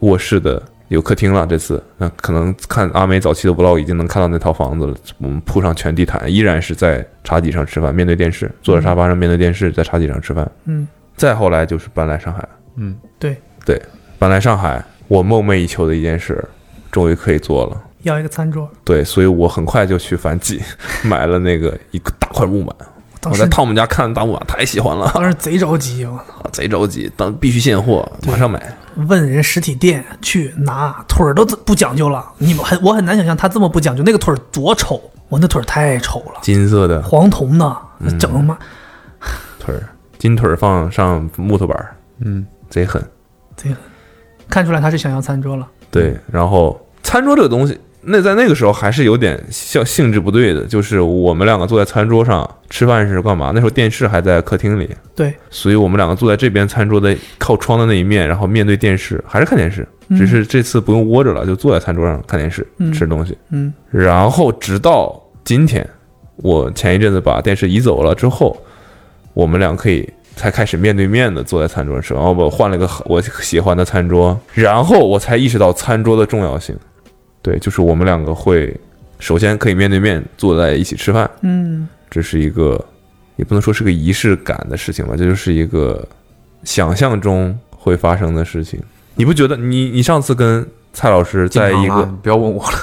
Speaker 4: 卧室的。有客厅了，这次那可能看阿美早期的 vlog 已经能看到那套房子了。我们铺上全地毯，依然是在茶几上吃饭，面对电视，坐在沙发上面对电视，在茶几上吃饭。
Speaker 3: 嗯，
Speaker 4: 再后来就是搬来上海，
Speaker 2: 嗯，
Speaker 3: 对，
Speaker 4: 对，搬来上海，我梦寐以求的一件事，终于可以做了。
Speaker 3: 要一个餐桌。
Speaker 4: 对，所以我很快就去反击，买了那个一个大块木板。
Speaker 3: 当
Speaker 4: 我
Speaker 3: 时
Speaker 4: 在汤姆家看大木板，太喜欢了，
Speaker 3: 当时贼着急，我操
Speaker 4: 贼着急，当必须现货，马上买。
Speaker 3: 问人实体店去拿，腿儿都不讲究了。你们很我很难想象他这么不讲究，那个腿儿多丑，我那腿儿太丑了，
Speaker 4: 金色的
Speaker 3: 黄铜的，
Speaker 4: 嗯
Speaker 3: 整他妈、
Speaker 4: 腿儿，金腿儿放上木头板儿，
Speaker 2: 嗯，
Speaker 4: 贼狠。
Speaker 3: 贼狠。看出来他是想要餐桌了，
Speaker 4: 对，然后餐桌这个东西，那在那个时候还是有点像性质不对的，就是我们两个坐在餐桌上吃饭是干嘛？那时候电视还在客厅里，
Speaker 3: 对，
Speaker 4: 所以我们两个坐在这边餐桌的靠窗的那一面，然后面对电视，还是看电视，
Speaker 3: 嗯
Speaker 4: 只是这次不用窝着了，就坐在餐桌上看电视、
Speaker 3: 嗯
Speaker 4: 吃东西。
Speaker 3: 嗯，
Speaker 4: 然后直到今天，我前一阵子把电视移走了之后，我们俩可以才开始面对面的坐在餐桌上吃，然后我换了个我喜欢的餐桌，然后我才意识到餐桌的重要性。对，就是我们两个会首先可以面对面坐在一起吃饭，
Speaker 3: 嗯，
Speaker 4: 这是一个也不能说是个仪式感的事情吧，这就是一个想象中会发生的事情。你不觉得你你上次跟蔡老师在一
Speaker 2: 进行
Speaker 4: 个
Speaker 2: 了啊不要问我 了，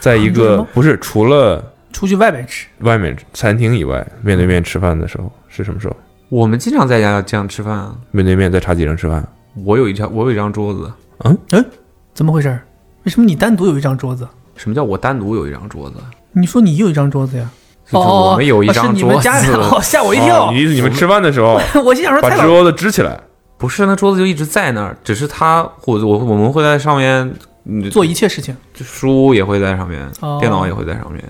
Speaker 4: 在一
Speaker 3: 什
Speaker 4: 个
Speaker 3: 么
Speaker 4: 不是除了
Speaker 3: 出去外边吃，
Speaker 4: 外面餐厅以外，面对面吃饭的时候是什么时候？
Speaker 2: 我们经常在家这样吃饭啊。
Speaker 4: 面对面在茶几上吃饭，
Speaker 2: 我有一张，我有一张桌子。
Speaker 3: 哎怎么回事儿？为什么你单独有一张桌子？
Speaker 2: 什么叫我单独有一张桌子？
Speaker 3: 你说你有一张桌子呀？
Speaker 2: 就是我们有一
Speaker 3: 哦
Speaker 2: 张
Speaker 3: 是你
Speaker 2: 桌
Speaker 3: 们家
Speaker 2: 子， 啊
Speaker 3: 哦，吓我一
Speaker 4: 哦
Speaker 3: 跳！
Speaker 4: 你意思你们吃饭的时候
Speaker 3: 我心想说
Speaker 4: 把
Speaker 3: 蔡老师
Speaker 4: 桌子支起来，
Speaker 2: 不是那桌子就一直在那儿，只是它我我我们会在上面，嗯，
Speaker 3: 做一切事情，
Speaker 2: 就书也会在上面，
Speaker 3: 哦
Speaker 2: 电脑也会在上面。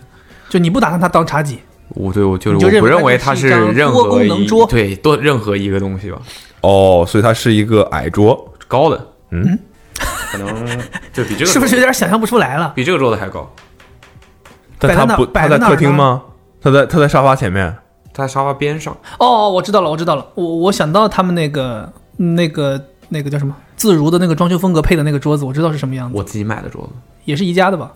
Speaker 3: 就你不打算他当茶几，
Speaker 2: 我对我就
Speaker 3: 你就是
Speaker 2: 我不
Speaker 3: 认为
Speaker 2: 认为
Speaker 3: 它
Speaker 2: 它
Speaker 3: 是
Speaker 2: 是
Speaker 3: 一张
Speaker 2: 任
Speaker 3: 多功
Speaker 2: 何
Speaker 3: 能
Speaker 2: 一
Speaker 3: 桌
Speaker 2: 对多任何一个东西吧，
Speaker 4: 哦，所以它是一个矮桌，
Speaker 2: 高的，
Speaker 4: 嗯，
Speaker 2: 可能就比这个
Speaker 3: 是不是
Speaker 2: 桌子
Speaker 3: 有点想象不出来了？
Speaker 2: 比这个桌子还高？
Speaker 4: 但
Speaker 3: 摆在
Speaker 4: 他
Speaker 3: 那
Speaker 4: 不，
Speaker 3: 摆
Speaker 4: 他
Speaker 3: 在
Speaker 4: 在
Speaker 3: 那儿
Speaker 4: 客厅
Speaker 3: 呢
Speaker 4: 吗？他在他在沙发前面。
Speaker 2: 它在沙发边上，
Speaker 3: 哦哦，我知道了，我知道了，我我想到他们那个那个那个叫什么自如的那个装修风格配的那个桌子，我知道是什么样子，
Speaker 2: 我自己买的桌子。
Speaker 3: 也是宜家的吧？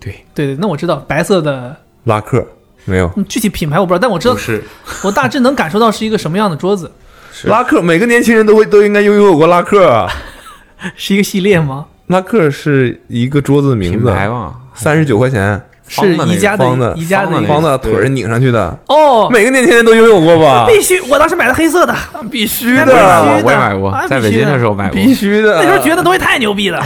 Speaker 2: 对，
Speaker 3: 对对，那我知道白色的，
Speaker 4: 拉客没有，
Speaker 3: 嗯具体品牌我不知道，但我知道
Speaker 2: 不，是
Speaker 3: 我大致能感受到是一个什么样的桌子，
Speaker 2: 是
Speaker 4: 拉客每个年轻人都会都应该拥有过拉客啊。
Speaker 3: 是一个系列吗？
Speaker 4: 拉客是一个桌子的名
Speaker 2: 品
Speaker 4: 字，
Speaker 2: 牌啊吧？
Speaker 4: 三十九块钱，
Speaker 3: 是宜家
Speaker 4: 方的
Speaker 3: 的宜家
Speaker 2: 方
Speaker 3: 的
Speaker 2: 对
Speaker 3: 一个
Speaker 4: 方的腿儿拧上去的，
Speaker 3: 哦，
Speaker 4: 每个年轻人都拥有过 吧？
Speaker 3: 必须，我当时买的黑色的，
Speaker 4: 必
Speaker 3: 必须
Speaker 4: 须
Speaker 2: 买过，
Speaker 3: 的
Speaker 2: 啊我也买过
Speaker 3: 啊，
Speaker 2: 在北京的时候买过。
Speaker 4: 必须的。
Speaker 3: 那时候
Speaker 2: 呃
Speaker 3: 觉得东西太牛逼 了，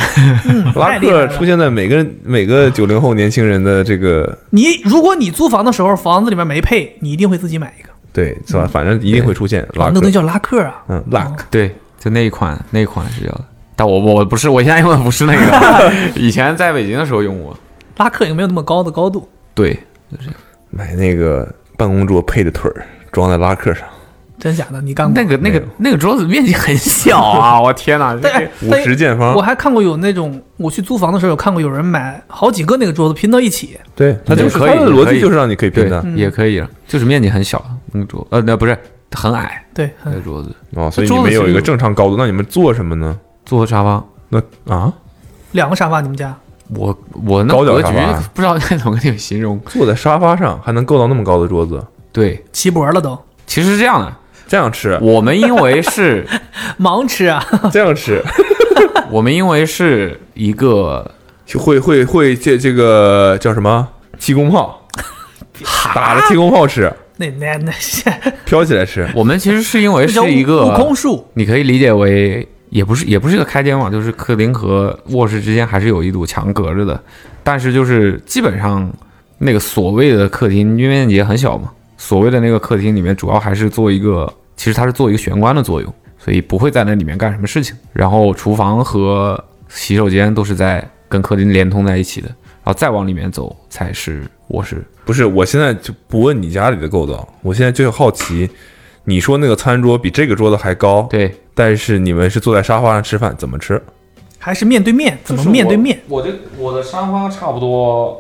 Speaker 3: 嗯，
Speaker 4: 拉
Speaker 3: 太厉害
Speaker 4: 客
Speaker 3: 了
Speaker 4: 出现在每个每个九零后年轻人的这个
Speaker 3: 你如果你租房的时候房子里面没配，你一定会自己买一个。
Speaker 4: 对是吧？嗯反正一定会出现
Speaker 3: 哇那
Speaker 4: 拉客
Speaker 3: 东西，叫拉客啊，
Speaker 4: 嗯，拉客
Speaker 2: 对，就那一款，那一款是叫的。但我我不是，我现在用的不是那 个，以前在北京的时候用过。
Speaker 3: 拉客也没有那么高的高度。
Speaker 2: 对，
Speaker 4: 买那个办公桌配的腿儿装在拉客上，
Speaker 3: 真假的？你干过？
Speaker 2: 那个那
Speaker 4: 没有
Speaker 2: 个那个桌子面积很 小啊！我天哪，这
Speaker 3: 但哎
Speaker 4: 五
Speaker 3: 但
Speaker 4: 十见
Speaker 3: 我
Speaker 2: 啊
Speaker 4: 方，
Speaker 3: 还看过有那种，我去租房的时候有看过有人买好几个那个桌子拼到一起，
Speaker 4: 对，它就是
Speaker 2: 可以
Speaker 4: 它的逻
Speaker 2: 可
Speaker 4: 辑
Speaker 2: 以
Speaker 4: 就是让你可以拼
Speaker 2: 对
Speaker 4: 的
Speaker 2: 也可以了，啊就是面积很小，那个桌呃那不是很矮，
Speaker 3: 对，
Speaker 2: 那
Speaker 3: 嗯
Speaker 2: 个桌子
Speaker 4: 哦，所以
Speaker 2: 桌
Speaker 4: 你
Speaker 2: 子
Speaker 4: 们有
Speaker 2: 是
Speaker 4: 一个
Speaker 2: 有
Speaker 4: 正常高度，那你们做什么呢？
Speaker 2: 坐个沙发。
Speaker 4: 那啊，
Speaker 3: 两个沙发，你们家
Speaker 2: 我我那
Speaker 4: 高脚
Speaker 2: 格
Speaker 4: 沙
Speaker 2: 局
Speaker 4: 发
Speaker 2: 不知道该怎么跟你们形容。
Speaker 4: 坐在沙发上还能够到那么高的桌子，
Speaker 2: 对，
Speaker 3: 齐脖了都，
Speaker 2: 其实是这样的，
Speaker 4: 这样吃，
Speaker 2: 我们因为 是，
Speaker 3: 盲吃啊！
Speaker 4: 这样吃，
Speaker 2: 我们因为是一个
Speaker 4: 会会会这这个叫什么气功 炮，打着气功炮 吃，
Speaker 3: 那那 那
Speaker 4: 飘起来吃，
Speaker 2: 我们其实是因为
Speaker 3: 这叫
Speaker 2: 是一
Speaker 3: 悟
Speaker 2: 个
Speaker 3: 空术，
Speaker 2: 你可以理解为也不是也不是一个开间嘛，就是客厅和卧室之间还是有一堵墙隔着的，但是就是基本上那个所谓的客厅，因为面积也很小嘛，所谓的那个客厅里面主要还是做一个，其实它是做一个玄关的作用，所以不会在那里面干什么事情。然后厨房和洗手间都是在跟客厅连通在一起的，然后再往里面走才是卧室。
Speaker 4: 不是，我现在就不问你家里的构造，我现在就好奇，你说那个餐桌比这个桌子还高，
Speaker 2: 对，
Speaker 4: 但是你们是坐在沙发上吃饭，怎么吃？
Speaker 3: 还是面对面？怎么面对面？？
Speaker 2: 我这我的沙发差不多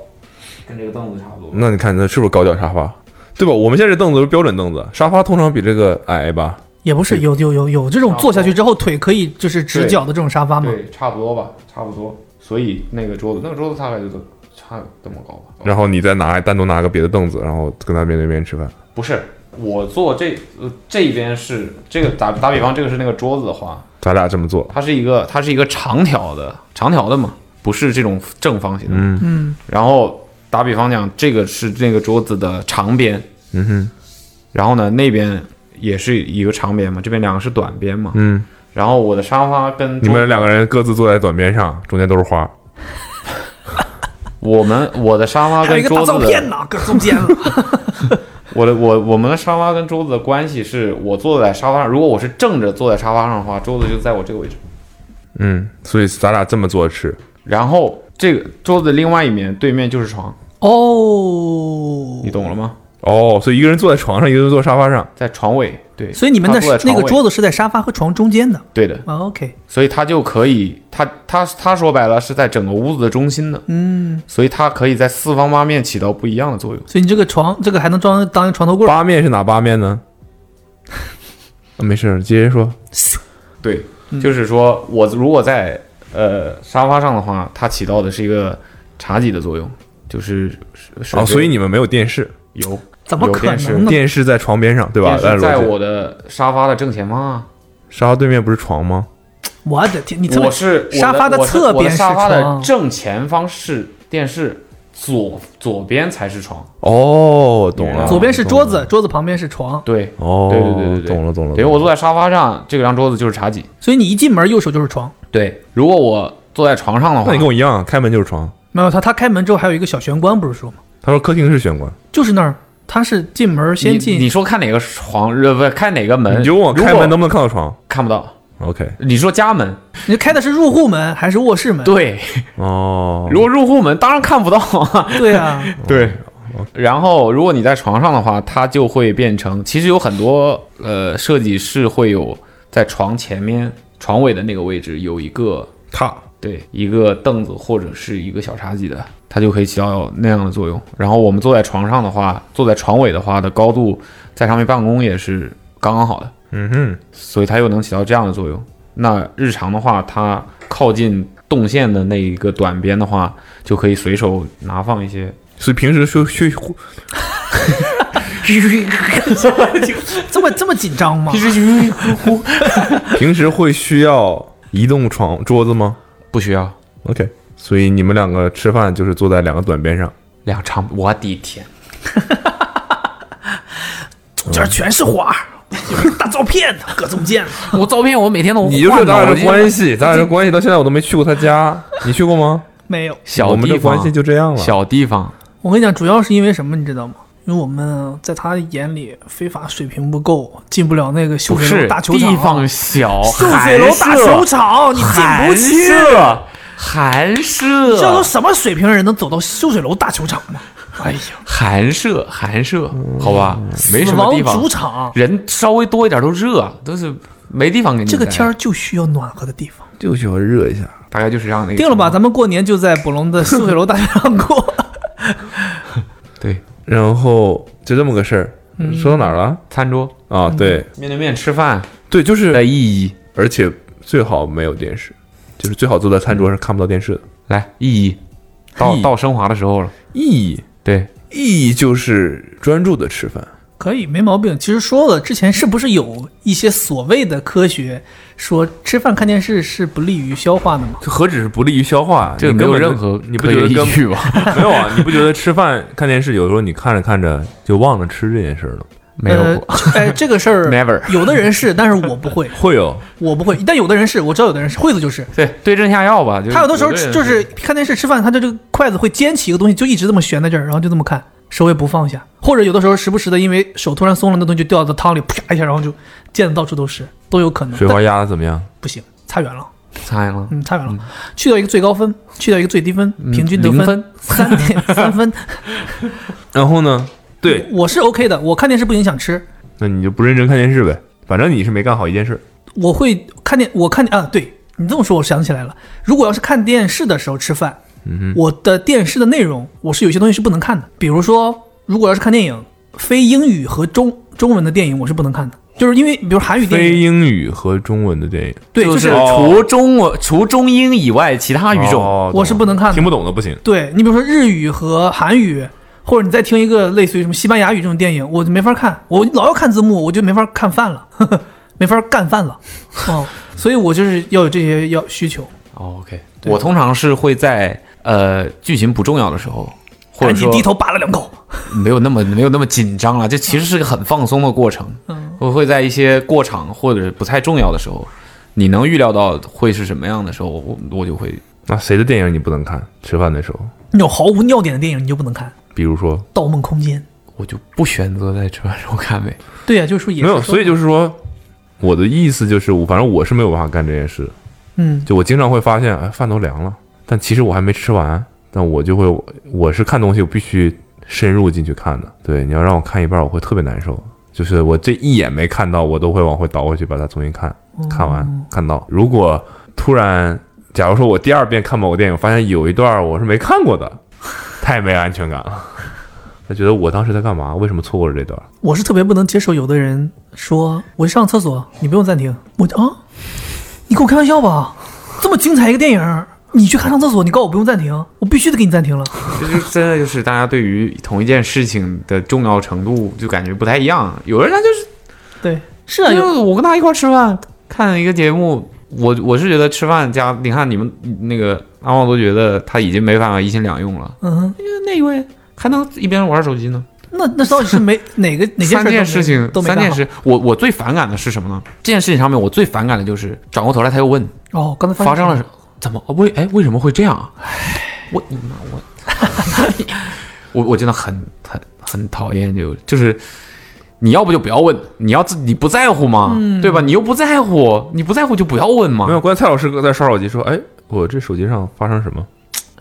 Speaker 2: 跟这个凳子差不多。
Speaker 4: 那你看那是不是高脚沙发？对吧？我们现在这凳子是标准凳子，沙发通常比这个矮吧？
Speaker 3: 也不是有有有有这种坐下去之后腿可以就是直角的这种沙发吗？
Speaker 2: 对，差不多吧，差不多。所以那个桌子，那个桌子大概就这差这么高吧。
Speaker 4: 然后你再拿单独拿个别的凳子，然后跟他面对面吃饭。
Speaker 2: 不是，我坐这、呃、这一边是这个打打比方，这个是那个桌子的话，
Speaker 4: 咱俩这么做，
Speaker 2: 它是一个它是一个长条的长条的嘛，不是这种正方形的。
Speaker 4: 嗯
Speaker 3: 嗯，
Speaker 2: 然后打比方讲，这个是那个桌子的长边，
Speaker 4: 嗯哼，
Speaker 2: 然后呢那边也是一个长边嘛，这边两个是短边嘛。
Speaker 4: 嗯，
Speaker 2: 然后我的沙发跟
Speaker 4: 你
Speaker 2: 桌
Speaker 4: 们两个人各自坐在短边上，中间都是花。
Speaker 2: 我们我的沙发
Speaker 3: 还有一
Speaker 2: 跟
Speaker 3: 个大
Speaker 2: 桌子
Speaker 3: 照
Speaker 2: 的
Speaker 3: 片呢，搁中间 了。
Speaker 2: 我的我我们的沙发跟桌子的关系是我坐在沙发上，如果我是正着坐在沙发上的话，桌子就在我这个位置。
Speaker 4: 嗯，所以咱俩这么坐吃，
Speaker 2: 然后这个桌子另外一面对面就是床，
Speaker 3: 哦
Speaker 2: 你，懂了吗？
Speaker 4: 哦，所以一个人坐在床上，一个人坐沙发上。
Speaker 2: 在床尾，对，
Speaker 3: 所以你们的
Speaker 2: 他坐在
Speaker 3: 那
Speaker 2: 床
Speaker 3: 个
Speaker 2: 尾
Speaker 3: 桌子是在沙发和床中间的。
Speaker 2: 对的，
Speaker 3: 啊 OK，
Speaker 2: 所以他就可以，他他他说白了是在整个屋子的中心的，
Speaker 3: 嗯，
Speaker 2: 所以它可以在四方八面起到不一样的作用。
Speaker 3: 所以你这个床，这个还能装当一床头柜儿。
Speaker 4: 八面是哪八面呢？啊没事，接着说。
Speaker 2: 对，
Speaker 3: 嗯
Speaker 2: 就是说我如果在呃沙发上的话，它起到的是一个茶几的作用，就是是
Speaker 4: 哦，所以你们没有电视，
Speaker 2: 有
Speaker 3: 怎么
Speaker 2: 有
Speaker 3: 可
Speaker 2: 电视
Speaker 3: 能呢？
Speaker 4: 电视在床边上，对吧？
Speaker 2: 电
Speaker 4: 按
Speaker 2: 视
Speaker 4: 逻
Speaker 2: 在
Speaker 4: 辑
Speaker 2: 我的沙发的正前方啊。
Speaker 4: 沙发对面不是床吗？
Speaker 3: 我的天，你这么
Speaker 2: 我是
Speaker 3: 沙发
Speaker 2: 的
Speaker 3: 的
Speaker 2: 我是
Speaker 3: 侧
Speaker 2: 我的
Speaker 3: 边是
Speaker 2: 沙发的
Speaker 3: 床
Speaker 2: 正前方是电视，左左边才是床。
Speaker 4: 哦，懂了。
Speaker 3: 左边是桌
Speaker 2: 啊
Speaker 4: 懂了。
Speaker 3: 子，桌子旁边是床，
Speaker 2: 对，
Speaker 4: 哦，
Speaker 2: 对对对对对
Speaker 4: 懂了懂了。
Speaker 2: 等于我坐在沙发上，这张桌子就是茶几。
Speaker 3: 所以你一进门右手就是床。
Speaker 2: 对，如果我坐在床上的
Speaker 4: 那
Speaker 2: 话
Speaker 4: 你，跟我一样，开门就是床。
Speaker 3: 没有他，他开门之后还有一个小玄关，不是说吗？
Speaker 4: 他说客厅是玄关，
Speaker 3: 就是那儿，他是进门先
Speaker 2: 你
Speaker 3: 进
Speaker 2: 你说看哪个床，呃，不是看哪个门？
Speaker 4: 你就问我
Speaker 2: 如果
Speaker 4: 开门能不能看到床
Speaker 2: 看不到。
Speaker 4: ？OK，
Speaker 2: 你说家门，
Speaker 3: 你开的是入户门还是卧室门？
Speaker 2: 对，
Speaker 4: 哦，
Speaker 2: 如果入户门当然看不到啊。
Speaker 3: 对啊，
Speaker 2: 对。
Speaker 4: 哦
Speaker 2: 然后，如果你在床上的话，它就会变成。其实有很多呃设计是会有在床前面、床尾的那个位置有一个
Speaker 4: 踏
Speaker 2: 对，一个凳子或者是一个小茶几的，它就可以起到那样的作用。然后我们坐在床上的话，坐在床尾的话的高度，在上面办公也是刚刚好的，
Speaker 4: 嗯哼，
Speaker 2: 所以它又能起到这样的作用。那日常的话，它靠近动线的那一个短边的话，就可以随手拿放一些。
Speaker 4: 所以平时休休
Speaker 3: 这么这么紧张吗？
Speaker 2: 嗯
Speaker 4: 平时会需要移动床桌子吗
Speaker 2: 不需要
Speaker 4: ？OK，所以你们两个吃饭就是坐在两个短边上，
Speaker 2: 两长，我的天！
Speaker 3: 中间全是花儿，有一个大照片搁中间，
Speaker 2: 我照片我每天都
Speaker 4: 你就是
Speaker 2: 换
Speaker 4: 咱
Speaker 2: 的我
Speaker 4: 俩这
Speaker 2: 就
Speaker 4: 关系，咱俩这关系到现在我都没去过他家，你去过吗？
Speaker 3: 没有。
Speaker 2: 小
Speaker 4: 我们
Speaker 2: 地
Speaker 4: 的
Speaker 2: 方
Speaker 4: 关系就这样了。
Speaker 2: 小地方，
Speaker 3: 我跟你讲，主要是因为什么，你知道吗？因为我们在他眼里非法水平不够，进不了那个秀
Speaker 2: 不
Speaker 3: 水
Speaker 2: 是
Speaker 3: 楼大球场。
Speaker 2: 地方小，
Speaker 3: 秀水楼大球场，你进
Speaker 2: 寒
Speaker 3: 不去。
Speaker 2: 舍，寒
Speaker 3: 这都
Speaker 2: 舍，
Speaker 3: 什么水平人能走到秀水楼大球场吗？哎呀，
Speaker 2: 寒舍，寒舍，好吧，没
Speaker 3: 嗯死
Speaker 2: 什么
Speaker 3: 亡
Speaker 2: 地方
Speaker 3: 主，场，
Speaker 2: 人稍微多一点都热，都是没地方给你待。
Speaker 3: 这个天儿就需要暖和的地方。
Speaker 4: 就喜欢热一下。
Speaker 2: 大概就是这样的一个
Speaker 3: 定了吧，
Speaker 2: 情
Speaker 3: 咱们过年就在卜龙的秀水楼大球场过。
Speaker 2: 况？对，
Speaker 4: 然后就这么个事儿，说到哪儿了？
Speaker 2: 餐桌
Speaker 4: 啊，对
Speaker 2: 面对面吃饭
Speaker 4: 对，就
Speaker 2: 的
Speaker 4: 是，
Speaker 2: 意义，
Speaker 4: 而且最好没有电视，就是最好坐在餐桌上看不到电视的
Speaker 2: 来意义，到
Speaker 4: 意义
Speaker 2: 到升华的时候了，
Speaker 4: 意义。
Speaker 2: 对，
Speaker 4: 意义就是专注的吃饭，
Speaker 3: 可以，没毛病。其实说了，之前是不是有一些所谓的科学说吃饭看电视是不利于消化的吗？
Speaker 4: 这何止是不利于消化，
Speaker 2: 这个
Speaker 4: 你
Speaker 2: 没有
Speaker 4: 根本就
Speaker 2: 任何
Speaker 4: 你不
Speaker 2: 科学
Speaker 4: 觉得
Speaker 2: 依
Speaker 4: 根
Speaker 2: 据 吧？
Speaker 4: 没有啊？你不觉得吃饭看电视有时候你看着看着就忘了吃这件事儿了？
Speaker 2: 没有过，
Speaker 3: 呃， 哎，这个事 儿
Speaker 2: Never
Speaker 3: 有的人是，但是我不会，
Speaker 4: 会有，
Speaker 3: 我不会。但有的人是，我知道有的人是，惠子就是。
Speaker 2: 对，对症下药吧。就
Speaker 3: 他有的时候
Speaker 2: 有人
Speaker 3: 就是看电视吃饭，他的这个筷子会尖起一个东西，就一直这么悬在这儿，然后就这么看，手也不放下。或者有的时候时不时的，因为手突然松了，那东西就掉到汤里，啪一下，然后就溅得到处都是，都有可能。
Speaker 4: 水
Speaker 3: 但
Speaker 4: 花压的怎么样？
Speaker 3: 不行，差远了。
Speaker 2: 猜了，
Speaker 3: 嗯，差远了，去掉一个最高分，去掉一个最低分，平均得
Speaker 2: 零
Speaker 3: 分三点三分。
Speaker 4: 然后呢？对，
Speaker 3: 我是 OK 的，我看电视不影响吃，
Speaker 4: 那你就不认真看电视呗，反正你是没干好一件事儿。
Speaker 3: 我会看电，我看啊，对你这么说，我想起来了，如果要是看电视的时候吃饭，我的电视的内容我是有些东西是不能看的，比如说，如果要是看电影，非英语和中中文的电影我是不能看的，就是因为比如韩语电
Speaker 4: 非
Speaker 3: 影，
Speaker 4: 英语和中文的电影，
Speaker 3: 对，哦
Speaker 2: 就是除中文、除中英以外，其他语种、
Speaker 4: 哦
Speaker 3: 我是不能看的
Speaker 4: 听不懂的不行。
Speaker 3: 对你比如说日语和韩语，或者你再听一个类似于什么西班牙语这种电影，我就没法看，我老要看字幕，我就没法看饭了， 呵呵没法干饭了，哦， 所以我就是要有这些要需求，
Speaker 2: 哦 OK，我通常是会在呃剧情不重要的时候，或
Speaker 3: 赶
Speaker 2: 者
Speaker 3: 紧
Speaker 2: 说
Speaker 3: 哎低头拔了两口，
Speaker 2: 没有那么没有那么紧张了，这其实是个很放松的过程。
Speaker 3: 嗯，
Speaker 2: 我会在一些过场或者不太重要的时候，你能预料到会是什么样的时候，我我就会
Speaker 4: 那谁的电影你不能看？吃饭的时候，
Speaker 3: 那种毫无尿点的电影你就不能看，《
Speaker 4: 比如说
Speaker 3: 盗梦空间》。
Speaker 2: 我就不选择在吃饭时候看呗。
Speaker 3: 对呀、就是说也
Speaker 4: 没有，
Speaker 3: 是
Speaker 4: 所以就是说，我的意思就是，我反正我是没有办法干这件事。
Speaker 3: 嗯，
Speaker 4: 就我经常会发现，哎，饭都凉了，但其实我还没吃完，但我就会，我是看东西，我必须深入进去看的。对，你要让我看一半，我会特别难受。就是我这一眼没看到，我都会往回倒回去把它重新看，看完看到。如果突然，假如说我第二遍看某个电影，发现有一段我是没看过的，太没安全感了。他觉得我当时在干嘛？为什么错过了这段？
Speaker 3: 我是特别不能接受有的人说我上厕所，你不用暂停，我啊，你跟我开玩笑吧？这么精彩一个电影，你去看上厕所，你告诉我不用暂停，我必须得给你暂停了。
Speaker 2: 这就是真的就是大家对于同一件事情的重要程度就感觉不太一样，有的人他就是。
Speaker 3: 对，是 啊，
Speaker 2: 因
Speaker 3: 有
Speaker 2: 为我跟他一块儿吃饭，看一个节目，我我是觉得吃饭加，你看你们那个阿旺都觉得他已经没办法一心两用了，
Speaker 3: 嗯，
Speaker 2: 因为那一位还能一边玩手机呢。
Speaker 3: 那那到底 是没哪个哪件事儿
Speaker 2: 三
Speaker 3: 都
Speaker 2: 件
Speaker 3: 没
Speaker 2: 事情，
Speaker 3: 都没
Speaker 2: 三
Speaker 3: 干
Speaker 2: 件
Speaker 3: 好
Speaker 2: 事，我我最反感的是什么呢？这件事情上面我最反感的就是转过头来他又问
Speaker 3: 哦，刚才
Speaker 2: 发生
Speaker 3: 了
Speaker 2: 了什怎么哦为哎为什么会这样啊？我你妈我我我真的很很很讨厌就就是。你要不就不要问，你要自你不在乎嘛，对吧？你又不在乎，你不在乎就不要问嘛。
Speaker 4: 没有，刚才蔡老师在刷手机，说：“哎，我这手机上发生什么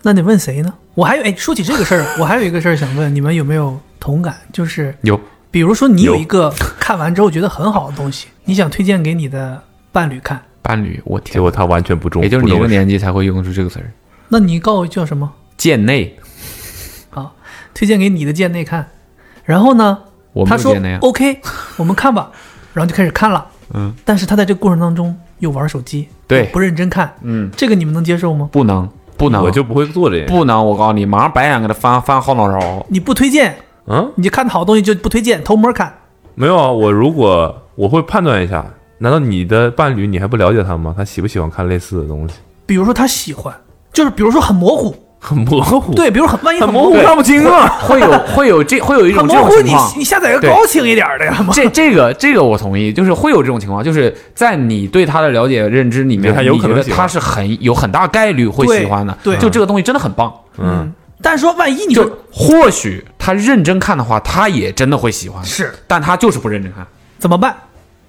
Speaker 3: 那得问谁呢？我还有哎，说起这个事儿，我还有一个事儿想问你们有没有同感？就是
Speaker 2: 有
Speaker 3: 比如说你有
Speaker 4: 有
Speaker 3: 一个看完之后觉得很好的东西，你想推荐给你的伴侣看，
Speaker 2: 伴侣，我
Speaker 4: 结
Speaker 2: 天
Speaker 4: 果，他完全不中，
Speaker 2: 也就是
Speaker 4: 不
Speaker 2: 你这个
Speaker 4: 重视
Speaker 2: 年纪才会用出这个词儿，
Speaker 3: 那你告诉我叫什么？啊
Speaker 2: 贱内，
Speaker 3: 推荐给你的贱内看。然后呢，
Speaker 2: 我没
Speaker 3: 他
Speaker 2: 有
Speaker 3: 说
Speaker 2: 贱内啊，
Speaker 3: OK，我们看吧，然后就开始看了。
Speaker 2: 嗯，
Speaker 3: 但是他在这个过程当中又玩手机，
Speaker 2: 对
Speaker 3: 不认真看，
Speaker 2: 嗯，
Speaker 3: 这个你们能接受吗？
Speaker 2: 不能不能，
Speaker 4: 我就不会做这件事。
Speaker 2: 不能，我告诉你，马上白眼给他翻翻后脑勺，
Speaker 3: 你不推荐，
Speaker 4: 嗯，
Speaker 3: 你就看好东西就不推荐，偷摸看。
Speaker 4: 没有啊，我如果我会判断一下，难道你的伴侣你还不了解他吗？他喜不喜欢看类似的东西？
Speaker 3: 比如说他喜欢，就是比如说很模糊，
Speaker 4: 很模糊，，
Speaker 3: 对，比如很万一
Speaker 4: 很
Speaker 3: 模
Speaker 4: 模糊看不清啊。
Speaker 2: 会有会有这会有一
Speaker 3: 很
Speaker 2: 种这
Speaker 3: 模
Speaker 2: 种
Speaker 3: 糊
Speaker 2: 情
Speaker 3: 你
Speaker 2: 况，
Speaker 3: 你下载个
Speaker 2: 对
Speaker 3: 高清一点儿的呀，
Speaker 2: 这这个这个我同意，就是会有这种情况，就是在你对他的了解认知里面，
Speaker 4: 对他有
Speaker 2: 你觉
Speaker 4: 可能
Speaker 2: 得
Speaker 4: 喜欢
Speaker 2: 他是很有很大概率会
Speaker 3: 对
Speaker 2: 喜欢的。
Speaker 3: 对
Speaker 2: 就这个东西真的很棒。
Speaker 4: 嗯，
Speaker 3: 但是说万一你
Speaker 2: 就
Speaker 3: 说
Speaker 2: 或许他认真看的话，他也真的会喜欢，
Speaker 3: 是
Speaker 2: 但他就是不认真看，
Speaker 3: 怎么办？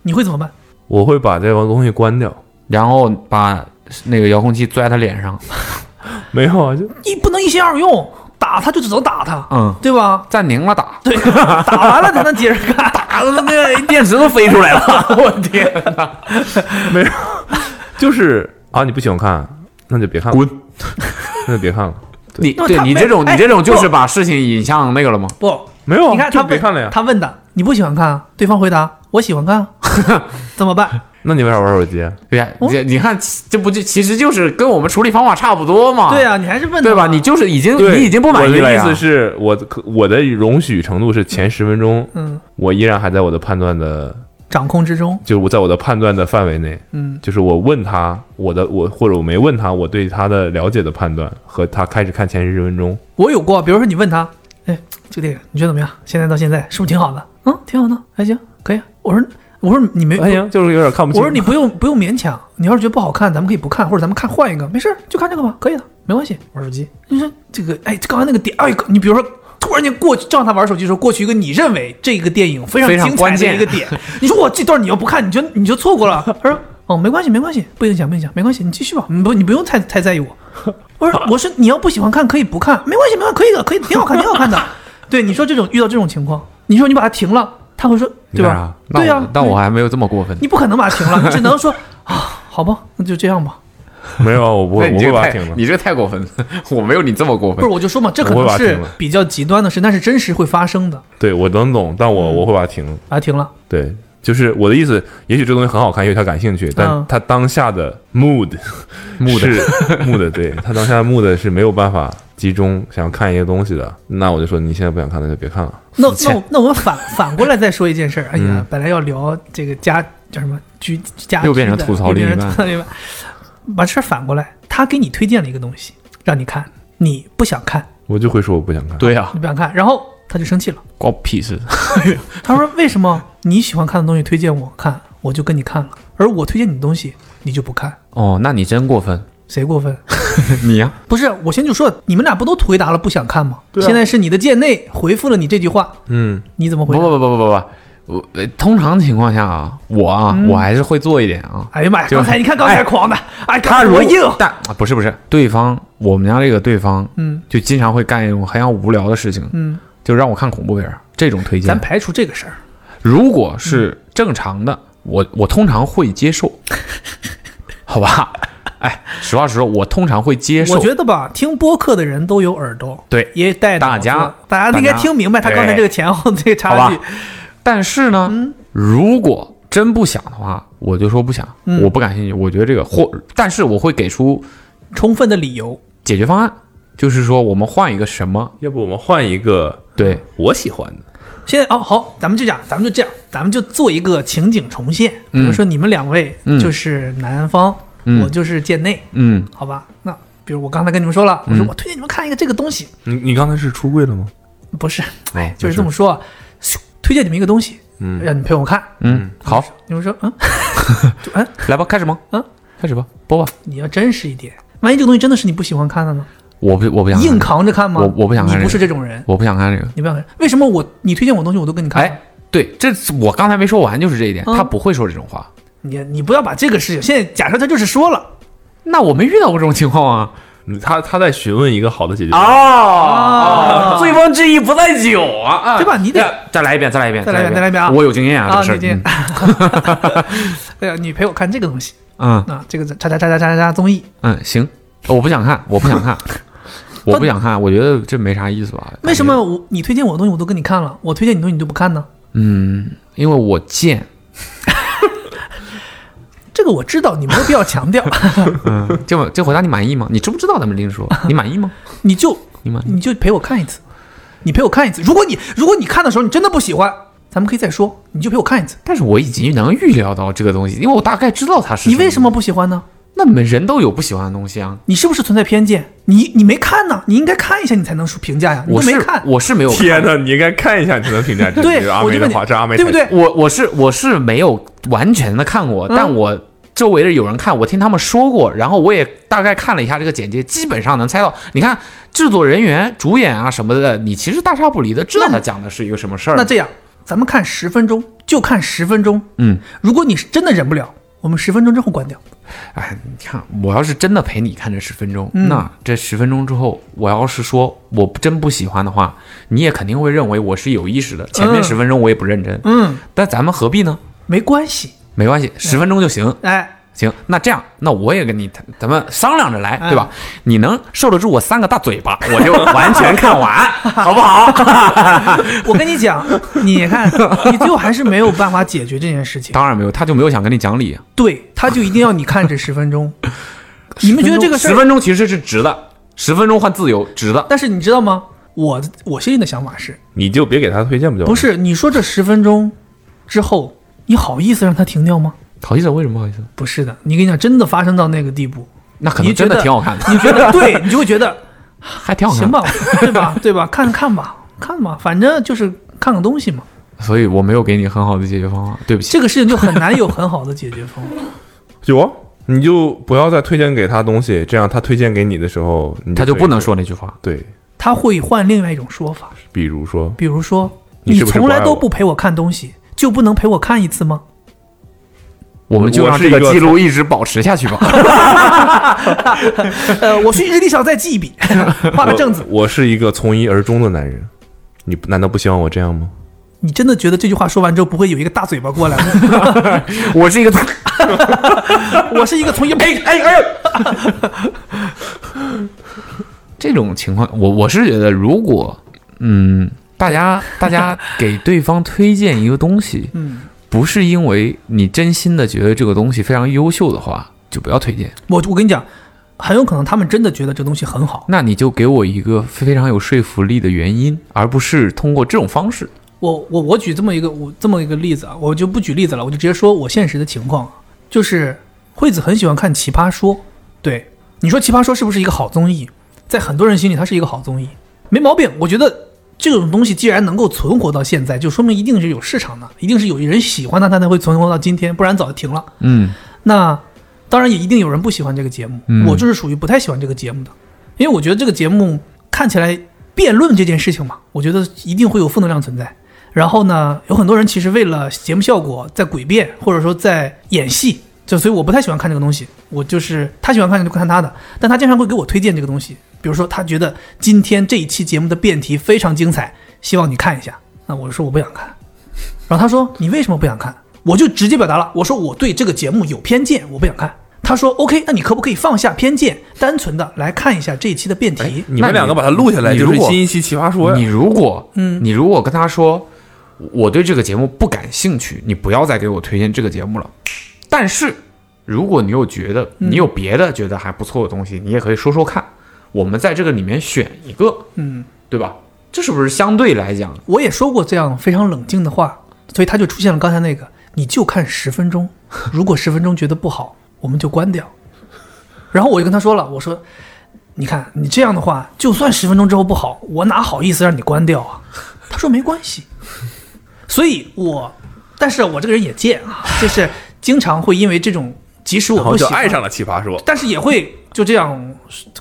Speaker 3: 你会怎么办？
Speaker 4: 我会把这帮东西关掉。
Speaker 2: 然后把那个遥控器拽他脸上。
Speaker 4: 没有啊，就
Speaker 3: 一不能一心二用，打他就只能打他，
Speaker 2: 嗯，
Speaker 3: 对吧？
Speaker 2: 暂停了打，
Speaker 3: 对，打完了才能接着看。
Speaker 2: 打的那个电池都飞出来 了，我天哪！
Speaker 4: 就是啊，你不喜欢看，那就别看了，
Speaker 2: 滚！
Speaker 4: 那就别看了。
Speaker 2: 你
Speaker 3: 那
Speaker 2: 对
Speaker 3: 他
Speaker 2: 你这种
Speaker 3: 哎
Speaker 2: 你这种就是
Speaker 3: 不
Speaker 2: 把事情引向那个了吗？
Speaker 3: 不，
Speaker 4: 没有啊，
Speaker 3: 你看
Speaker 4: 就
Speaker 3: 他
Speaker 4: 别
Speaker 3: 问
Speaker 4: 看了呀。
Speaker 3: 他问的你不喜欢看啊？对方回答我喜欢看 啊，怎么办？
Speaker 4: 那你为啥玩手机？啊
Speaker 2: 对呀，
Speaker 3: 哦
Speaker 2: 你你看这不就其实就是跟我们处理方法差不多嘛？
Speaker 3: 对啊，你还是问他
Speaker 2: 对吧？
Speaker 3: 嘛
Speaker 2: 你就是已经
Speaker 4: 对
Speaker 2: 你已经不满意
Speaker 4: 我
Speaker 2: 了
Speaker 4: 的意
Speaker 2: 呀。
Speaker 4: 思是我的我的容许程度是前十分钟，
Speaker 3: 嗯，
Speaker 4: 我依然还在我的判断的，
Speaker 3: 掌控之中，
Speaker 4: 就是我在我的判断的范围内。
Speaker 3: 嗯，
Speaker 4: 就是我问他我的我或者我没问他我对他的了解的判断和他开始看前十分钟，
Speaker 3: 我有过，比如说你问他，哎，这个电影你觉得怎么样？现在到现在是不是挺好的？嗯，挺好的，还行，可以啊。我说，我说你没，
Speaker 4: 还行， 就是有点看不
Speaker 3: 哎我
Speaker 4: 清。
Speaker 3: 说你不用不用勉强，你要是觉得不好看，咱们可以不看，或者咱们看换一个，没事儿就看这个吧，可以的，没关系。玩手机，你说这个，哎，刚才那个点，哎，你比如说。突然间过去，让他玩手机的时候，过去一个你认为这个电影非常
Speaker 2: 非常
Speaker 3: 精彩
Speaker 2: 关
Speaker 3: 的
Speaker 2: 键
Speaker 3: 一 个点，你说我这段你要不看，你就你就错过了。他说哦，没关系，没关系，不影响，不影响，没关系，你继续吧，你不你不用太太在意我。我说我说你要不喜欢看可以不看，没关系，没关系，可以的，可以的，挺好看，挺好看 的。对，你说这种遇到这种情况，你说你把它停了，他会说对
Speaker 2: 干
Speaker 3: 吧
Speaker 2: 啥？那
Speaker 3: 对呀、啊
Speaker 2: 我但我还没有这么过分。
Speaker 3: 你不可能把它停了，你只能说啊，好吧，那就这样吧。
Speaker 4: 没有啊，我不
Speaker 2: 那
Speaker 4: 会，我
Speaker 2: 你这
Speaker 4: 会
Speaker 2: 个
Speaker 4: 把它
Speaker 2: 太
Speaker 4: 停了。
Speaker 2: 你这个太过分了， 我没有你这么过
Speaker 3: 不
Speaker 2: 分
Speaker 3: 是，。我就说嘛，这可
Speaker 4: 我会
Speaker 3: 能
Speaker 4: 把它
Speaker 3: 是
Speaker 4: 停了
Speaker 3: 比较极端的事，但是真实会发生的。
Speaker 4: 对我能懂，但我我会把它停了。
Speaker 3: 把它停了，
Speaker 4: 对，就是我的意思，也许这东西很好看，也许他感兴趣，但
Speaker 3: 嗯
Speaker 4: 他当下的 mood
Speaker 2: mood
Speaker 4: 是 mood，对他当下的 mood 是没有办法集中想要看一个东西的。那我就说，你现在不想看，那就别看了。
Speaker 3: 那那我那我们反 反过来再说一件事儿。哎呀，本来要聊这个家叫什么居家
Speaker 2: 又变成
Speaker 3: 居的
Speaker 2: 吐槽
Speaker 3: 又变
Speaker 2: 另一
Speaker 3: 成
Speaker 2: 半
Speaker 3: 吐槽另一半把事儿反过来，他给你推荐了一个东西让你看，你不想看，
Speaker 4: 我就会说我不想看。
Speaker 2: 对啊呀，
Speaker 3: 你不想看，然后他就生气了。
Speaker 2: 关我屁事。
Speaker 3: 他说：“为什么你喜欢看的东西推荐我看，我就跟你看了，而我推荐你的东西你就不看，
Speaker 2: 哦，那你真过分，
Speaker 3: 谁过分？
Speaker 2: 你呀，
Speaker 3: 不是，我先就说，你们俩不都回答了不想看吗？现在是你的贱内回复了你这句话，
Speaker 4: 嗯，
Speaker 3: 你怎么
Speaker 2: 不
Speaker 3: 回答？
Speaker 2: 不不不不不。我呃通常情况下啊，我啊，我还是会做一点啊。
Speaker 3: 哎呀妈呀！
Speaker 2: 就
Speaker 3: 刚才你看刚才
Speaker 2: 哎
Speaker 3: 狂的，哎，
Speaker 2: 他
Speaker 3: 多
Speaker 2: 如
Speaker 3: 硬，
Speaker 2: 但啊不是不是，对方我们家这个对方，
Speaker 3: 嗯
Speaker 2: 就经常会干一种很像无聊的事情，
Speaker 3: 嗯，
Speaker 2: 就让我看恐怖片儿这种推
Speaker 3: 咱
Speaker 2: 荐。
Speaker 3: 排除这个事儿，
Speaker 2: 如果是
Speaker 3: 嗯
Speaker 2: 正常的，我我通常会接 受，好吧？哎，实话实说，我通常会接受。
Speaker 3: 我觉得吧，听播客的人都有耳朵，
Speaker 2: 对
Speaker 3: 也带脑子
Speaker 2: 大家
Speaker 3: 大家应该哎听明白他刚才这个前后这个
Speaker 2: 好
Speaker 3: 差距
Speaker 2: 吧，但是呢，
Speaker 3: 嗯
Speaker 2: 如果真不想的话，我就说不想，
Speaker 3: 嗯
Speaker 2: 我不感兴趣。我觉得这个或，但是我会给出
Speaker 3: 充分的理由，
Speaker 2: 解决方案，就是说我们换一个什么？
Speaker 4: 要不我们换一个
Speaker 2: 对，
Speaker 4: 我喜欢的。
Speaker 3: 现在哦，好，咱们就这样，咱们就这样，咱们就做一个情景重现。比如说你们两位
Speaker 2: 嗯
Speaker 3: 就是南方，
Speaker 2: 嗯
Speaker 3: 我就是贱内，
Speaker 2: 嗯，
Speaker 3: 好吧？那比如我刚才跟你们说了，我说
Speaker 2: 嗯
Speaker 3: 我推荐你们看一个这个东西，
Speaker 4: 你你刚才是出柜了吗？
Speaker 3: 不是，哎，
Speaker 4: 不
Speaker 3: 就是是这么说啊，咻推荐你们一个东西，
Speaker 4: 嗯
Speaker 3: 让你陪我看。
Speaker 2: 嗯，好，
Speaker 3: 你们说，嗯，就嗯，
Speaker 2: 来吧，开始吗？
Speaker 3: 嗯，
Speaker 2: 开始吧，播吧。
Speaker 3: 你要真实一点，万一这个东西真的是你不喜欢看的呢？
Speaker 2: 我不，我不想看
Speaker 3: 硬，扛着看吗？
Speaker 2: 我我不想看
Speaker 3: 你
Speaker 2: 这
Speaker 3: 不
Speaker 2: 个
Speaker 3: 是这种人，
Speaker 2: 我不想看这个。
Speaker 3: 你不想看。为什么我你推荐我东西我都跟你看？
Speaker 2: 哎，，对，这我刚才没说完，就是这一点，
Speaker 3: 嗯
Speaker 2: 他不会说这种话。
Speaker 3: 你你不要把这个事情，现在假设他就是说了
Speaker 2: 那我没遇到过这种情况啊！
Speaker 4: 他他在询问一个好的解决。
Speaker 2: 哦啊醉翁之意不在酒啊，啊
Speaker 3: 对吧你得
Speaker 2: 再再来一遍，再来一遍，
Speaker 3: 再来一遍再来一遍啊
Speaker 2: 我有经验啊，
Speaker 3: 啊，
Speaker 2: 这个
Speaker 3: 你
Speaker 2: 事
Speaker 3: 这
Speaker 2: 儿。嗯，
Speaker 3: 对啊，你陪我看这个东西，
Speaker 2: 嗯
Speaker 3: 啊，这个叉叉叉叉叉叉叉综艺，
Speaker 2: 嗯，行，我不想看，我不想 看，我不想看，我觉得这没啥意思吧？
Speaker 3: 为什么我你推荐我的东西我都跟你看了，我推荐你东西你就不看呢？
Speaker 2: 因为我贱，
Speaker 3: 这个我知道，你没有必要强调，
Speaker 2: 嗯， 这这回答你满意吗？你知不知道咱们另说？你满 意吗？
Speaker 3: 你就
Speaker 2: 你满意？
Speaker 3: 你就陪我看一次，你陪我看一次。如果你如果你看的时候你真的不喜欢，咱们可以再说，你就陪我看一次。
Speaker 2: 但是我已经能预料到这个东西，因为我大概知道它是。
Speaker 3: 你为什？么不喜欢呢？
Speaker 2: 那每人都有不喜欢的东西啊。
Speaker 3: 你是不是存在偏见？你你没看呢，你应该看一下，你才能说评价呀。你
Speaker 2: 我
Speaker 3: 都没
Speaker 2: 是
Speaker 3: 看，
Speaker 2: 我是没有看
Speaker 4: 天哪，你应该看一下你才能评价这
Speaker 3: 对
Speaker 4: 这个阿
Speaker 3: 我就
Speaker 4: 梅的
Speaker 3: 问你
Speaker 4: 话，这阿梅
Speaker 3: 对不
Speaker 4: 才
Speaker 3: 对？
Speaker 2: 我我是我是没有完全的看过，但
Speaker 3: 嗯
Speaker 2: 我周围的有人看，我听他们说过，然后我也大概看了一下这个简介，基本上能猜到。你看制作人员、主演啊什么的，你其实大差不离的知道
Speaker 3: 那
Speaker 2: 他讲的是一个什么事儿。
Speaker 3: 那这样，咱们看十分钟，就看十分钟。
Speaker 2: 嗯，
Speaker 3: 如果你是真的忍不了，我们十分钟之后关掉。
Speaker 2: 哎，你看，我要是真的陪你看这十分钟，
Speaker 3: 嗯
Speaker 2: 那这十分钟之后，我要是说我真不喜欢的话，你也肯定会认为我是有意识的。前面
Speaker 3: 嗯
Speaker 2: 十分钟我也不认真，
Speaker 3: 嗯，
Speaker 2: 但咱们何必呢？
Speaker 3: 没关系。
Speaker 2: 没关系，十分钟就行。
Speaker 3: 哎，
Speaker 2: 行，那这样，那我也跟你谈咱们商量着来，对吧？
Speaker 3: 哎
Speaker 2: 你能受得住我三个大嘴巴，我就完全看完，好 不好？
Speaker 3: 我跟你讲， 你看，你最后还是没有办法解决这件事情。
Speaker 2: 当然没有，他就没有想跟你讲理。啊
Speaker 3: 对，他就一定要你看这十 分钟。你们觉得这个事
Speaker 2: 十
Speaker 3: 儿？
Speaker 2: 分钟其实是值的，十分钟换自由值的。
Speaker 3: 但是你知道吗？我我心里的想法是，
Speaker 4: 你就别给他推荐不就？
Speaker 3: 不，是你说这十分钟之后，你好意思让它停掉吗？
Speaker 2: 好意思，为什么不好意思？
Speaker 3: 不是的，你跟你讲，真的发生到那个地步，
Speaker 2: 那可
Speaker 3: 你
Speaker 2: 能
Speaker 3: 觉
Speaker 2: 真
Speaker 3: 得
Speaker 2: 的挺好看的，
Speaker 3: 你觉得对，你就会觉得
Speaker 2: 还挺好看
Speaker 3: 行
Speaker 2: 的。
Speaker 3: 吧，对吧？对吧？看看吧，看吧，反正就是看个东西嘛。
Speaker 2: 所以我没有给你很好的解决方法，对不起。
Speaker 3: 这个事情就很难有很好的解决 方法。
Speaker 4: 有啊，你就不要再推荐给他东西，这样他推荐给你的时候，你
Speaker 2: 他就
Speaker 4: 可以
Speaker 2: 不能说那句话。
Speaker 4: 对，
Speaker 3: 他会换另外一种说法，
Speaker 4: 比如说
Speaker 3: 比如说，
Speaker 4: 你
Speaker 3: 你
Speaker 4: 是不是
Speaker 3: 从
Speaker 4: 不
Speaker 3: 来
Speaker 4: 爱
Speaker 3: 都
Speaker 4: 我
Speaker 3: 不陪我看东西，就不能陪我看一次吗？
Speaker 2: 我们就
Speaker 4: 我
Speaker 2: 让
Speaker 4: 是
Speaker 2: 这
Speaker 4: 一个
Speaker 2: 记录一直保持下去吧。
Speaker 3: 呃，我去日历上再记一 笔，画个正字。
Speaker 4: 我是一个从一而终的男人，你难道不希望我这样吗？
Speaker 3: 你真的觉得这句话说完之后不会有一个大嘴巴过来吗？
Speaker 2: 我是一个，
Speaker 3: 我是一个从一呸哎哎呦，
Speaker 2: 这种情况，我我是觉得，如果嗯，大家大家给对方推荐一个东西，
Speaker 3: 嗯，
Speaker 2: 不是因为你真心的觉得这个东西非常优秀的话，就不要推荐。
Speaker 3: 我我跟你讲，很有可能他们真的觉得这东西很好。
Speaker 2: 那你就给我一个非常有说服力的原因，而不是通过这种方式。
Speaker 3: 我我我举这么一个我这么一个例子啊，我就不举例子了，我就直接说我现实的情况啊，就是惠子很喜欢看《奇葩说》，对你说《奇葩说》是不是一个好综艺？在很多人心里，它是一个好综艺，没毛病。我觉得这种东西既然能够存活到现在，就说明一定是有市场的，一定是有人喜欢它，它才会存活到今天，不然早就停了。
Speaker 2: 嗯，
Speaker 3: 那当然也一定有人不喜欢这个节目，
Speaker 2: 嗯
Speaker 3: 我就是属于不太喜欢这个节目的，因为我觉得这个节目看起来辩论这件事情嘛，我觉得一定会有负能量存在。然后呢，有很多人其实为了节目效果在诡辩，或者说在演戏，就所以我不太喜欢看这个东西。我就是他喜欢看就看他的，但他经常会给我推荐这个东西，比如说他觉得今天这一期节目的辩题非常精彩，希望你看一下。那我说我不想看，然后他说：“你为什么不想看？”我就直接表达了，我说我对这个节目有偏见，我不想看。他说：“OK，那你可不可以放下偏见，单纯的来看一下这一期的辩题？”
Speaker 4: 你
Speaker 2: 那
Speaker 4: 们
Speaker 2: 你
Speaker 4: 两个把它录下来，
Speaker 2: 你
Speaker 4: 就是
Speaker 2: 如果
Speaker 4: 新一期《奇葩说》
Speaker 2: 你
Speaker 4: 呀。
Speaker 2: 如果，
Speaker 3: 嗯
Speaker 2: 你如果跟他说，我对这个节目不感兴趣，你不要再给我推荐这个节目了。但是，如果你有觉得
Speaker 3: 嗯
Speaker 2: 你有别的觉得还不错的东西，你也可以说说看，我们在这个里面选一个，
Speaker 3: 嗯，
Speaker 2: 对吧？这是不是相对来讲，
Speaker 3: 我也说过这样非常冷静的话，所以他就出现了刚才那个，你就看十分钟， 如果十分钟觉得不好，我们就关掉。然后我就跟他说了，我说，你看你这样的话，就算十分钟之后不好，我哪好意思让你关掉啊？他说没关系，所以我，但是我这个人也贱啊，就是经常会因为这种，即使我
Speaker 4: 然后
Speaker 3: 不喜
Speaker 4: 就
Speaker 3: 欢，
Speaker 4: 爱上了《奇葩 说》，
Speaker 3: 但是也会就这样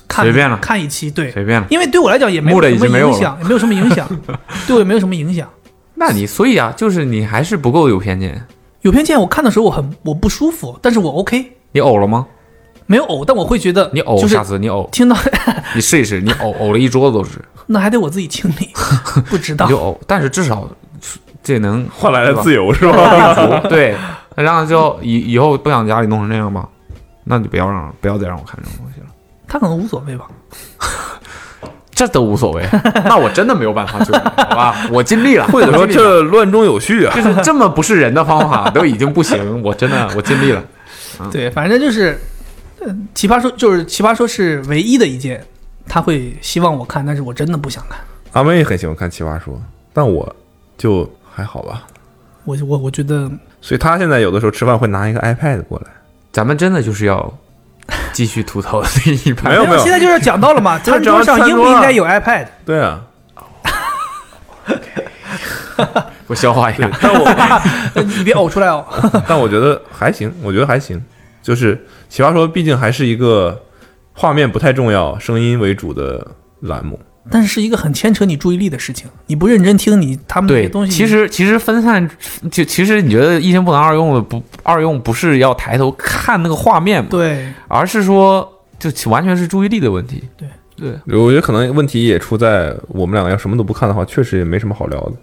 Speaker 3: 看
Speaker 2: 随便了
Speaker 3: 看一期，对，
Speaker 2: 随便了
Speaker 3: 因为对我来讲也
Speaker 2: 嗯
Speaker 3: 没
Speaker 2: 木
Speaker 3: 有
Speaker 2: 的
Speaker 3: 什
Speaker 2: 已经
Speaker 3: 么
Speaker 2: 没有
Speaker 3: 影
Speaker 2: 了
Speaker 3: 响，也没有什么影 响，对我也没有什么影响。
Speaker 2: 那你所以啊，就是你还是不够有偏见。
Speaker 3: 有偏见，我看的时候我很我不舒服，但是我 OK，
Speaker 2: 你呕了吗？
Speaker 3: 没有呕，但我会觉得
Speaker 2: 你呕，
Speaker 3: 就是
Speaker 2: 下次你呕，
Speaker 3: 听到
Speaker 2: 你试一试，你呕呕了一桌子都是，
Speaker 3: 那还得我自己清 理，不知
Speaker 2: 你
Speaker 3: 道
Speaker 2: 就呕。但是至少这能
Speaker 4: 换来
Speaker 2: 对吧
Speaker 4: 了自由，是吧？
Speaker 2: 对，然后就以以后不想家里弄成这样吧。那就不要让不要再让我看这种东西了，
Speaker 3: 他可能无所谓吧。
Speaker 2: 这都无所谓。 那我真的没有办法救你，好吧？我尽 力了，
Speaker 5: 或者说
Speaker 2: 我尽力了
Speaker 5: 这乱中有序啊，
Speaker 2: 就是这么不是人的方法都已经不行，我真的我尽力了。嗯
Speaker 3: 对，反正就是，呃奇葩说就是奇葩说是唯一的一件，他会希望我看，但是我真的不想看。
Speaker 4: 阿妹很喜欢看奇葩说，但我就还好吧。
Speaker 3: 我我我觉得
Speaker 4: 所以她现在有的时候吃饭会拿一个 iPad 过来，
Speaker 2: 咱们真的就是要继续吐槽那一盘，
Speaker 4: 没有
Speaker 3: 现在就是讲到 了嘛，餐
Speaker 4: 只要
Speaker 3: 桌上
Speaker 4: 餐
Speaker 3: 应
Speaker 4: 桌
Speaker 3: 不应该
Speaker 4: 啊
Speaker 3: 有 iPad？
Speaker 4: 对啊，
Speaker 2: 我消化一下。
Speaker 4: 但我
Speaker 3: 呃你别呕出来 哦。
Speaker 4: 但我觉得还行，我觉得还行，就是奇葩说毕竟还是一个画面不太重要、声音为主的栏目。
Speaker 3: 但是是一个很牵扯你注意力的事情，你不认真听你他们这些
Speaker 2: 对，
Speaker 3: 东西，
Speaker 2: 其实其实分散，就其实你觉得一心不能二用的不二用不是要抬头看那个画面嘛，
Speaker 3: 对
Speaker 2: 而是说就完全是注意力的问题。
Speaker 3: 对
Speaker 2: 对，
Speaker 4: 我觉得可能问题也出在我们两个要什么都不看的话，确实也没什么好聊的。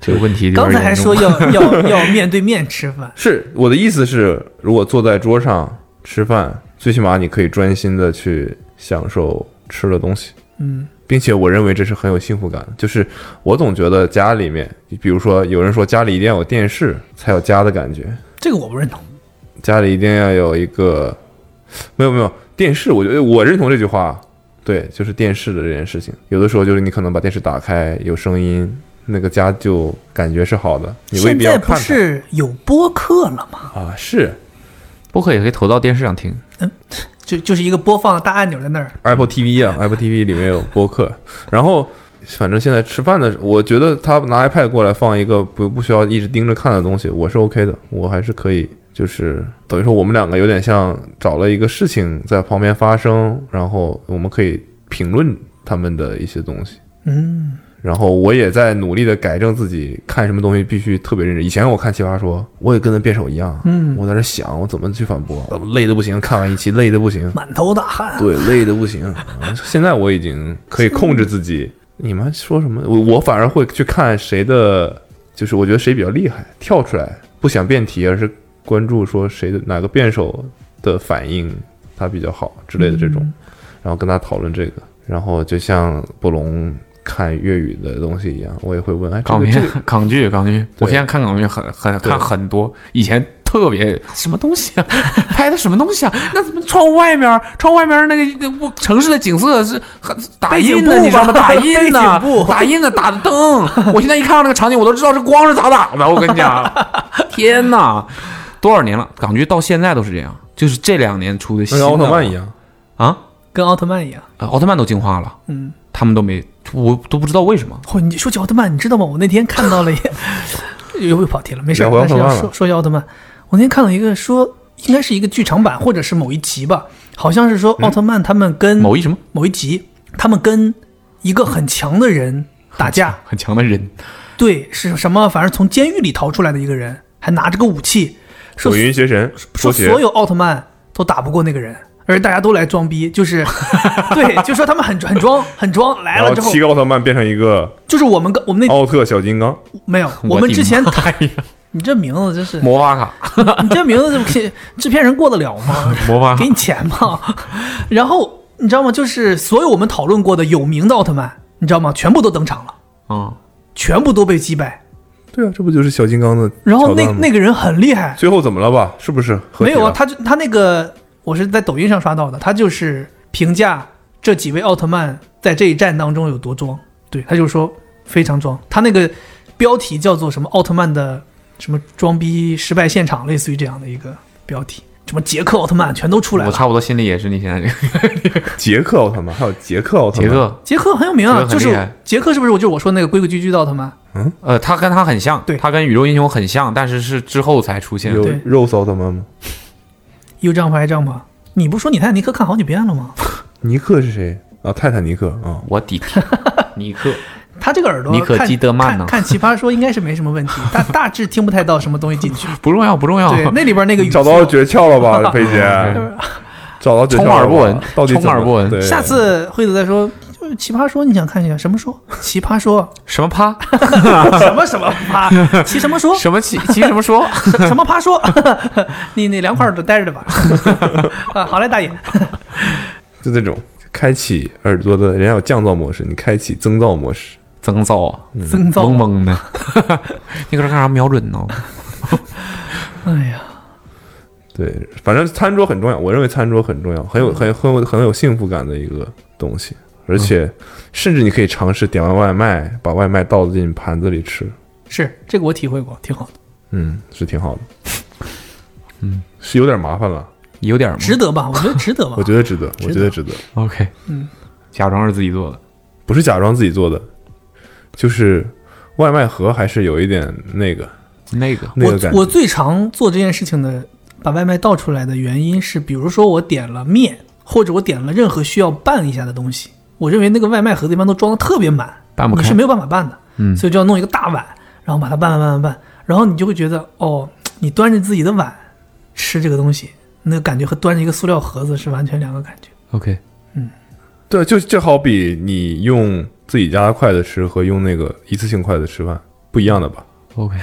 Speaker 2: 这个问题有点
Speaker 3: 刚才还
Speaker 2: 严重
Speaker 3: 说要要 要面对面吃饭，
Speaker 4: 是我的意思是，如果坐在桌上吃饭，最起码你可以专心的去享受吃的东西，
Speaker 3: 嗯，
Speaker 4: 并且我认为这是很有幸福感的。就是我总觉得家里面，比如说有人说家里一定要有电视才有家的感觉，
Speaker 3: 这个我不认同。
Speaker 4: 家里一定要有一个，没有没有电视，我觉得我认同这句话，对，就是电视的这件事情。有的时候就是你可能把电视打开，有声音，那个家就感觉是好的，你未
Speaker 3: 现
Speaker 4: 必要
Speaker 3: 在不
Speaker 4: 看它
Speaker 3: 是有播客了吗？
Speaker 4: 啊，是
Speaker 2: 播客也可以投到电视上听，
Speaker 3: 就就是一个播放的大按钮在那儿，
Speaker 4: Apple TV 啊，Apple TV 里面有播客，然后反正现在吃饭的，我觉得他拿 iPad 过来放一个不不需要一直盯着看的东西，我是 OK 的，我还是可以，就是等于说我们两个有点像找了一个事情在旁边发生，然后我们可以评论他们的一些东西。
Speaker 3: 嗯，
Speaker 4: 然后我也在努力的改正自己，看什么东西必须特别认真。以前我看奇葩说，我也跟那辩手一样，啊
Speaker 3: 嗯
Speaker 4: 我在那想我怎么去反驳，累的不行，看完一期累的不行，
Speaker 3: 满头大 汗。
Speaker 4: 对，累的不行。啊现在我已经可以控制自己。你们说什么？我我反而会去看谁的，就是我觉得谁比较厉害，跳出来不想辩题，而是关注说谁的哪个辩手的反应他比较好之类的这种，然后跟他讨论这个。然后就像布隆看粤语的东西一样，我也会问，哎，这
Speaker 2: 港
Speaker 4: 个
Speaker 2: 片
Speaker 4: 这个、、
Speaker 2: 港剧、港剧，
Speaker 4: 对
Speaker 2: 我现在看港剧很很
Speaker 4: 对
Speaker 2: 看很多，以前特别 什么东西啊，拍的什么东西啊？那怎么窗户外面儿，窗户外面儿那个那我城市的景色是很打
Speaker 3: 背景
Speaker 2: 印的，
Speaker 3: 布
Speaker 2: 你知道吗？
Speaker 3: 吧
Speaker 2: 打印的
Speaker 3: 背景布，
Speaker 2: 打印的，打的灯。我现在一看到那个场景，我都知道这光是咋打的。我跟你讲，天哪，多少年了，港剧到现在都是这样，就是这两年出的新
Speaker 4: 那
Speaker 2: 的
Speaker 4: 跟奥特曼一样，
Speaker 2: 啊，
Speaker 3: 跟奥特曼一样。
Speaker 2: 呃奥特曼都进化了，
Speaker 3: 嗯，
Speaker 2: 他们都没，我都不知道为什么。
Speaker 3: 哦，你说起奥特曼，你知道吗？我那天看到了一， 又又跑题了，没事儿。
Speaker 4: 聊回
Speaker 3: 但是
Speaker 4: 奥特
Speaker 3: 要
Speaker 4: 曼
Speaker 3: 说
Speaker 4: 吧
Speaker 3: 说一下奥特曼，我那天看到一个说，应该是一个剧场版或者是某一集吧，好像是说
Speaker 4: 嗯
Speaker 3: 奥特曼他们跟
Speaker 2: 某一什么
Speaker 3: 某一集，他们跟一个很强的人打架，
Speaker 2: 很强的人，
Speaker 3: 对，是什么？反正从监狱里逃出来的一个人，还拿着个武器，说
Speaker 4: 火云邪神，
Speaker 3: 说
Speaker 4: 说学
Speaker 3: 所有奥特曼都打不过那个人，而大家都来装逼，就是 对，就说他们很很装很装，来
Speaker 4: 然后
Speaker 3: 了之后
Speaker 4: 七个奥哦特曼变成一个
Speaker 3: 就是我们跟我们那
Speaker 4: 奥特小金刚，
Speaker 3: 没有，
Speaker 2: 我
Speaker 3: 我们
Speaker 2: 的
Speaker 3: 之前
Speaker 2: 妈呀
Speaker 3: 你这名字真是，
Speaker 2: 魔法卡，
Speaker 3: 你这名字怎么可以制片人过得了 吗？
Speaker 2: 魔法
Speaker 3: 给你钱吗？ 然后你知道吗？就是所有我们讨论过的有名的奥特曼，你知道吗？全部都登场了，
Speaker 2: 啊，
Speaker 3: 全部都被击败。
Speaker 4: 对啊，这不就是小金刚的
Speaker 3: 然后那
Speaker 4: 桥段吗
Speaker 3: 那个人很厉害，
Speaker 4: 最后怎么了吧？是不是合
Speaker 3: 没
Speaker 4: 体
Speaker 3: 有啊，
Speaker 4: 了
Speaker 3: 他就他那个我是在抖音上刷到的，他就是评价这几位奥特曼在这一战当中有多装，对，他就说非常装，他那个标题叫做什么奥特曼的什么装逼失败现场，类似于这样的一个标题，什么杰克奥特曼全都出来
Speaker 2: 我
Speaker 3: 了。
Speaker 2: 差不多心里也是你现在这个
Speaker 4: 杰克奥特曼，还有杰克奥特
Speaker 2: 杰
Speaker 4: 曼，
Speaker 2: 克，
Speaker 3: 杰克很有名啊，
Speaker 2: 杰克很
Speaker 3: 就是
Speaker 2: 厉害
Speaker 3: 杰克是不是我就是我说那个规规矩矩的奥特曼？
Speaker 2: 呃，他跟他很像，
Speaker 3: 对
Speaker 2: 他跟宇宙英雄很像，但是是之后才出现
Speaker 4: 有
Speaker 2: 的。
Speaker 3: 对
Speaker 4: Rose 奥特曼吗？
Speaker 3: 又丈夫爱丈夫，你不说你泰坦尼克看好几遍了吗？
Speaker 4: 尼克是谁啊？泰坦尼克啊，
Speaker 2: 我的 天，尼克，
Speaker 3: 他这个耳朵
Speaker 2: 尼可
Speaker 3: 看
Speaker 2: 基德曼呢
Speaker 3: 看看奇葩说应该是没什么问题，但大致听不太到什么东西进去。
Speaker 2: 不重要，不重要。
Speaker 3: 对，那里边那个语哦
Speaker 4: 找
Speaker 3: 速
Speaker 4: 到诀窍了吧， 裴姐？找到诀窍了吧
Speaker 2: 充耳不闻
Speaker 4: 到底怎么
Speaker 2: 充耳不闻
Speaker 4: 对
Speaker 3: 下次惠子再说，就是《奇葩说》，你想看一下什么说？《奇葩 说
Speaker 2: 什么趴？》
Speaker 3: 什么什么趴？奇什么说？
Speaker 2: 什么 骑骑什么说？
Speaker 3: 什什么趴说？ 你你凉快儿的待着吧。 啊，好嘞，大爷。
Speaker 4: 就这种开启耳朵的，人家有降噪模式，你开启增噪模式，
Speaker 2: 增噪啊，
Speaker 4: 嗯
Speaker 3: 增造
Speaker 2: 懵 懵的。你搁这干啥？瞄准呢？
Speaker 3: 哎呀，
Speaker 4: 对，反正餐桌很重要，我认为餐桌很重要，很
Speaker 3: 嗯
Speaker 4: 有很很有很有幸福感的一个东西，而且
Speaker 3: 嗯
Speaker 4: 甚至你可以尝试点完外卖，把外卖倒进盘子里吃，
Speaker 3: 是这个我体会过，挺好的，
Speaker 4: 嗯，是 挺好的，嗯，是有点麻烦了，
Speaker 2: 有点吗
Speaker 3: 值得吧？我觉得值得吧。
Speaker 4: 我觉得值得，
Speaker 3: 值
Speaker 4: 我
Speaker 3: 得
Speaker 4: 觉得值得，
Speaker 2: OK，
Speaker 3: 嗯，
Speaker 2: 假装是自己做的，
Speaker 4: 不是假装自己做的，就是外卖盒还是有一点那个
Speaker 2: 那个
Speaker 4: 那个感
Speaker 3: 我我
Speaker 4: 觉，
Speaker 3: 最常做这件事情的，把外卖倒出来的原因是，比如说我点了面，或者我点了任何需要拌一下的东西，我认为那个外卖盒子一般都装的特别满，
Speaker 2: 拌不
Speaker 3: 你
Speaker 2: 开
Speaker 3: 是。没有办法拌的，
Speaker 2: 嗯
Speaker 3: 所以就要弄一个大碗，然后把它拌拌拌拌拌，然后你就会觉得，哦，你端着自己的碗吃这个东西，那个感觉和端着一个塑料盒子是完全两个感觉。
Speaker 2: OK，
Speaker 4: 对，就就好比你用自己家的筷子吃和用那个一次性筷子吃饭不一样的吧。
Speaker 2: OK，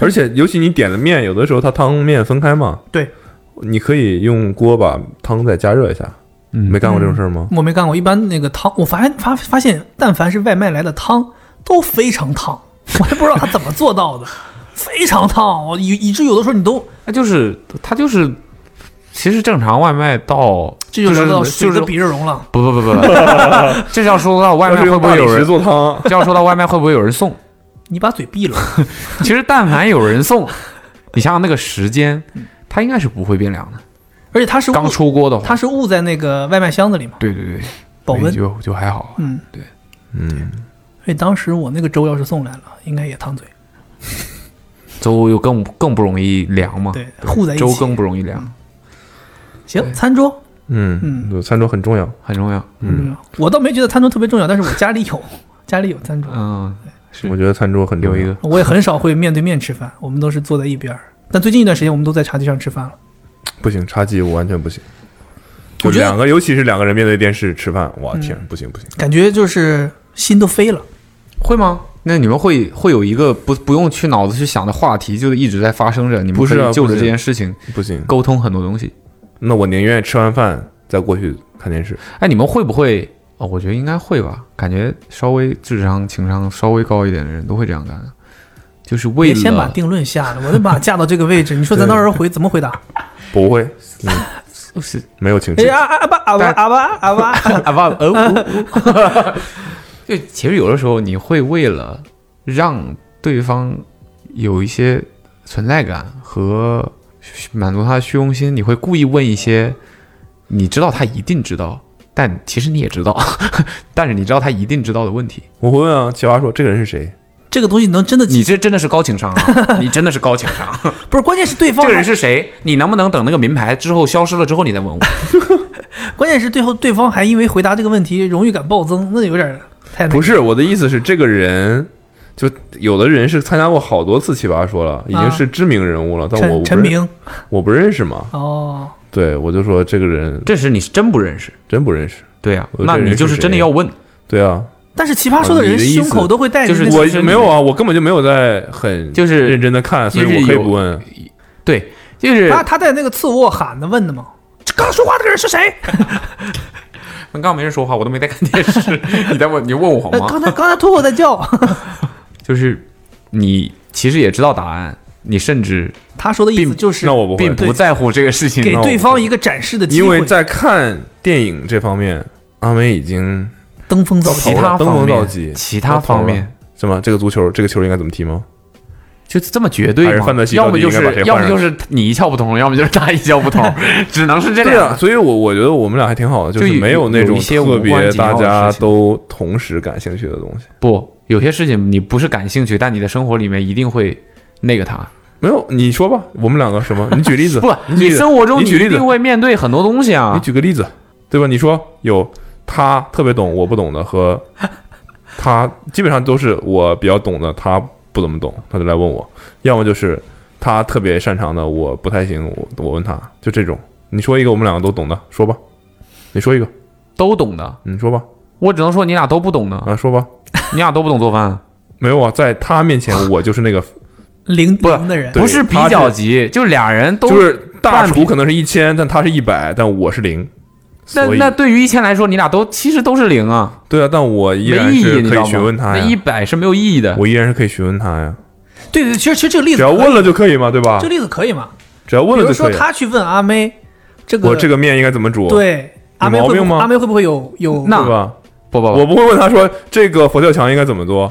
Speaker 4: 而且尤其你点的面，有的时候它汤面分开嘛，
Speaker 3: 对，
Speaker 4: 你可以用锅把汤再加热一下。
Speaker 2: 嗯
Speaker 4: 没干过这种事儿吗？
Speaker 3: 我没干过，一般那个汤，我发现发发现，但凡是外卖来的汤都非常烫， 我也不知道他怎么做到的，非常烫，我以以至于有的时候你都
Speaker 2: 那就是它就是，其实正常外卖到
Speaker 3: 这就
Speaker 2: 就是
Speaker 3: 聊到水
Speaker 2: 就是
Speaker 3: 的比热溶了。
Speaker 2: 不不不不，不这要说嗯到外
Speaker 4: 要
Speaker 2: 卖
Speaker 4: 是
Speaker 2: 会
Speaker 4: 用
Speaker 2: 不会
Speaker 4: 大理
Speaker 2: 有
Speaker 4: 石
Speaker 2: 人？
Speaker 4: 做汤，
Speaker 2: 这要说到外卖会不会有人送？
Speaker 3: 你把嘴 闭了，
Speaker 2: 其实但凡有人送，你想想那个时间，它应该是不会变凉的。
Speaker 3: 而且它是
Speaker 2: 刚
Speaker 3: 捂，
Speaker 2: 出锅的话，
Speaker 3: 它是捂在那个外卖箱子里嘛，
Speaker 2: 对对对，
Speaker 3: 保
Speaker 2: 所以
Speaker 3: 温。
Speaker 2: 就就还好。
Speaker 3: 嗯，
Speaker 2: 对，
Speaker 4: 嗯，
Speaker 3: 所以当时我那个粥要是送来了，应该也烫嘴。
Speaker 2: 啊粥又更更不容易凉嘛，
Speaker 3: 对，糊在一起。嗯
Speaker 2: 粥更不容易凉，
Speaker 3: 行，餐桌
Speaker 4: 嗯，对餐桌很重要。
Speaker 2: 很重要。
Speaker 3: 很重要。我倒没觉得餐桌特别重要，但是我家里有， 家里有餐桌。
Speaker 2: 嗯，对
Speaker 4: 我觉得餐桌
Speaker 3: 嗯
Speaker 4: 很重
Speaker 2: 留
Speaker 4: 要
Speaker 2: 一个，
Speaker 3: 我也很少会面对面吃饭，我们都是坐在一边儿。但最近一段时间，我们都在茶几上吃饭了。
Speaker 4: 不行，茶几我完全不行。就
Speaker 3: 我觉得嗯
Speaker 4: 两个，尤其是两个人面对电视吃饭，哇天，不行不行，
Speaker 3: 感觉就是心都飞了。
Speaker 2: 会吗？那你们会会有一个不不用去脑子去想的话题，就一直在发生着，你们
Speaker 4: 不是
Speaker 2: 可以
Speaker 4: 啊
Speaker 2: 就
Speaker 4: 不
Speaker 2: 着
Speaker 4: 是
Speaker 2: 这件事情
Speaker 4: 不行。
Speaker 2: 沟通很多东西。
Speaker 4: 那我宁愿吃完饭再过去看电视。
Speaker 2: 哎，你们会不会？哦，我觉得应该会吧，感觉稍微智商、情商稍微高一点的人都会这样干的，就是为
Speaker 3: 别先把
Speaker 2: 了
Speaker 3: 定论下了，我就把架到这个位置，你说咱到时候回怎么回答？
Speaker 4: 不 会，嗯
Speaker 2: 是
Speaker 4: 没有情绪
Speaker 3: 哎。呀啊啊吧啊吧啊吧 啊吧，
Speaker 2: 啊忘了，呃，呜呜 就其实有的时候你会为了让对方有一些存在感和满足他的虚荣心，你会故意问一些你知道他一定知道，但其实你也知道， 但是你知道他一定知道的问题。
Speaker 4: 我会问啊，奇葩说这个人是谁？
Speaker 3: 这个东西能真的
Speaker 2: 你这真的是高情商啊！ 你真的是高情商。
Speaker 3: 不是？关键是对
Speaker 2: 这
Speaker 3: 方
Speaker 2: 个人是谁？你能不能等那个名牌之后消失了之后你再问我？
Speaker 3: 关键是最后对方还因为回答这个问题荣誉感暴增，那有点儿太那
Speaker 4: 不是我的意思是，这个人就有的人是参加过好多次奇葩说了，已
Speaker 3: 啊
Speaker 4: 经是知名人物了，但我
Speaker 3: 陈
Speaker 4: 不
Speaker 3: 陈
Speaker 4: 认
Speaker 3: 明
Speaker 4: 我不认识嘛。
Speaker 3: 哦，
Speaker 4: 对，我就说这个人
Speaker 2: 这是你是真不认识。
Speaker 4: 真不认识。
Speaker 2: 对呀、
Speaker 4: 我
Speaker 2: 那
Speaker 4: 这人
Speaker 2: 你就是
Speaker 4: 是谁
Speaker 2: 真的要问。
Speaker 4: 对啊，
Speaker 3: 但是奇葩说的
Speaker 4: 哦
Speaker 3: 人
Speaker 4: 你的意
Speaker 3: 胸
Speaker 4: 思
Speaker 3: 口都会带
Speaker 2: 就
Speaker 3: 着
Speaker 2: 是
Speaker 3: 那
Speaker 2: 我
Speaker 3: 个
Speaker 4: 我没有啊，我根本就没有在很
Speaker 2: 就是
Speaker 4: 认真的看，所以
Speaker 2: 就是
Speaker 4: 我可以
Speaker 2: 有
Speaker 4: 不问。
Speaker 2: 对，就是
Speaker 3: 他他在那个次卧喊的问的嘛。这刚说话这个人是谁？
Speaker 2: 刚刚没人说话，我都没在看电视。 你在问你问我
Speaker 3: 呃
Speaker 2: 吗？
Speaker 3: 刚才刚才脱口在叫，
Speaker 2: 就是你其实也知道答案，你甚至
Speaker 3: 他说的意思
Speaker 2: 并
Speaker 3: 就是
Speaker 4: 那我不会
Speaker 2: 并不在乎这个事情。哦
Speaker 3: 给
Speaker 4: 那我
Speaker 3: 对方一个展示的机
Speaker 4: 因
Speaker 3: 会
Speaker 4: 为，在看电影这方面，阿美已经
Speaker 3: 登峰造
Speaker 2: 其
Speaker 3: 极。
Speaker 2: 他
Speaker 4: 登
Speaker 2: 方
Speaker 4: 峰造
Speaker 2: 面
Speaker 4: 极，
Speaker 2: 其他方面
Speaker 4: 什么？这个足球，这个球应该怎么踢吗？
Speaker 2: 就这么绝对
Speaker 4: 还是
Speaker 2: 吗
Speaker 4: 范德？西
Speaker 2: 要
Speaker 4: 到
Speaker 2: 么
Speaker 4: 底
Speaker 2: 就
Speaker 4: 应该把
Speaker 2: 是
Speaker 4: 谁
Speaker 2: 要么
Speaker 4: 换
Speaker 2: 就
Speaker 4: 上
Speaker 2: 是你一窍不通，要么就是他一窍不 通，只能是这
Speaker 4: 对
Speaker 2: 两
Speaker 4: 啊，
Speaker 2: 个。
Speaker 4: 所以我我觉得我们俩还挺好的，就
Speaker 2: 就是有
Speaker 4: 没那
Speaker 2: 有
Speaker 4: 种
Speaker 2: 一些
Speaker 4: 特
Speaker 2: 无关
Speaker 4: 别
Speaker 2: 紧
Speaker 4: 大
Speaker 2: 要的
Speaker 4: 家
Speaker 2: 事情
Speaker 4: 都同时感兴趣的东西。
Speaker 2: 不，有些事情你不是感兴趣，但你的生活里面一定会那个他。
Speaker 4: 没有，你说吧，我们两个什么？你举例子，
Speaker 2: 不，
Speaker 4: 你举
Speaker 2: 你
Speaker 4: 例子
Speaker 2: 生活中
Speaker 4: 你
Speaker 2: 你
Speaker 4: 举例
Speaker 2: 一
Speaker 4: 子
Speaker 2: 定，会面对很多东西
Speaker 4: 你
Speaker 2: 啊。
Speaker 4: 举个例子，对吧？你说有他特别懂我不懂 的和他基本上都是我比较懂的，他不怎么懂，他就来问我；要么就是他特别擅长的，我不太行，我我问他，就这种。你说一个我们两个都懂的，说吧，你说一个，
Speaker 2: 都懂的，
Speaker 4: 你说吧，
Speaker 2: 我只能说你俩都不懂呢，
Speaker 4: 啊，说吧，
Speaker 2: 你俩都不懂做饭，
Speaker 4: 没有啊，在他面前我就是那个，
Speaker 3: 零
Speaker 2: 不
Speaker 3: 零的人，
Speaker 4: 对
Speaker 2: 不是比
Speaker 4: 他是
Speaker 2: 较级，就俩人 都
Speaker 4: 就是大
Speaker 2: 半
Speaker 4: 厨可能是一千，但他是一百，但我是零。
Speaker 2: 那
Speaker 4: 所以
Speaker 2: 那对于一千来说，你俩都其实都是零啊，
Speaker 4: 对啊，但我依
Speaker 2: 没
Speaker 4: 然
Speaker 2: 意义，
Speaker 4: 是
Speaker 2: 你
Speaker 4: 可
Speaker 2: 知道
Speaker 4: 以
Speaker 2: 吗？
Speaker 4: 询问他
Speaker 2: 那
Speaker 4: 呀
Speaker 2: 一，百是没有意义的。
Speaker 4: 我依然是可以询问他呀，
Speaker 3: 对对，其实其实这个例
Speaker 4: 只
Speaker 3: 子
Speaker 4: 要
Speaker 3: 可以，
Speaker 4: 问了就可以嘛，对吧
Speaker 3: 这个？例子可以嘛？
Speaker 4: 只要问
Speaker 3: 比
Speaker 4: 了
Speaker 3: 如
Speaker 4: 就
Speaker 3: 说
Speaker 4: 可以了。
Speaker 3: 他去问阿妹，这个
Speaker 4: 我这个面应该怎么煮？
Speaker 3: 对阿妹
Speaker 4: 有毛
Speaker 3: 会
Speaker 4: 病
Speaker 3: 不会
Speaker 4: 吗
Speaker 3: 阿妹会不会有有
Speaker 2: 那
Speaker 4: 对吧？
Speaker 2: 不不
Speaker 4: 我
Speaker 2: 不，
Speaker 4: 不会问他说这个佛跳墙应该怎 么做。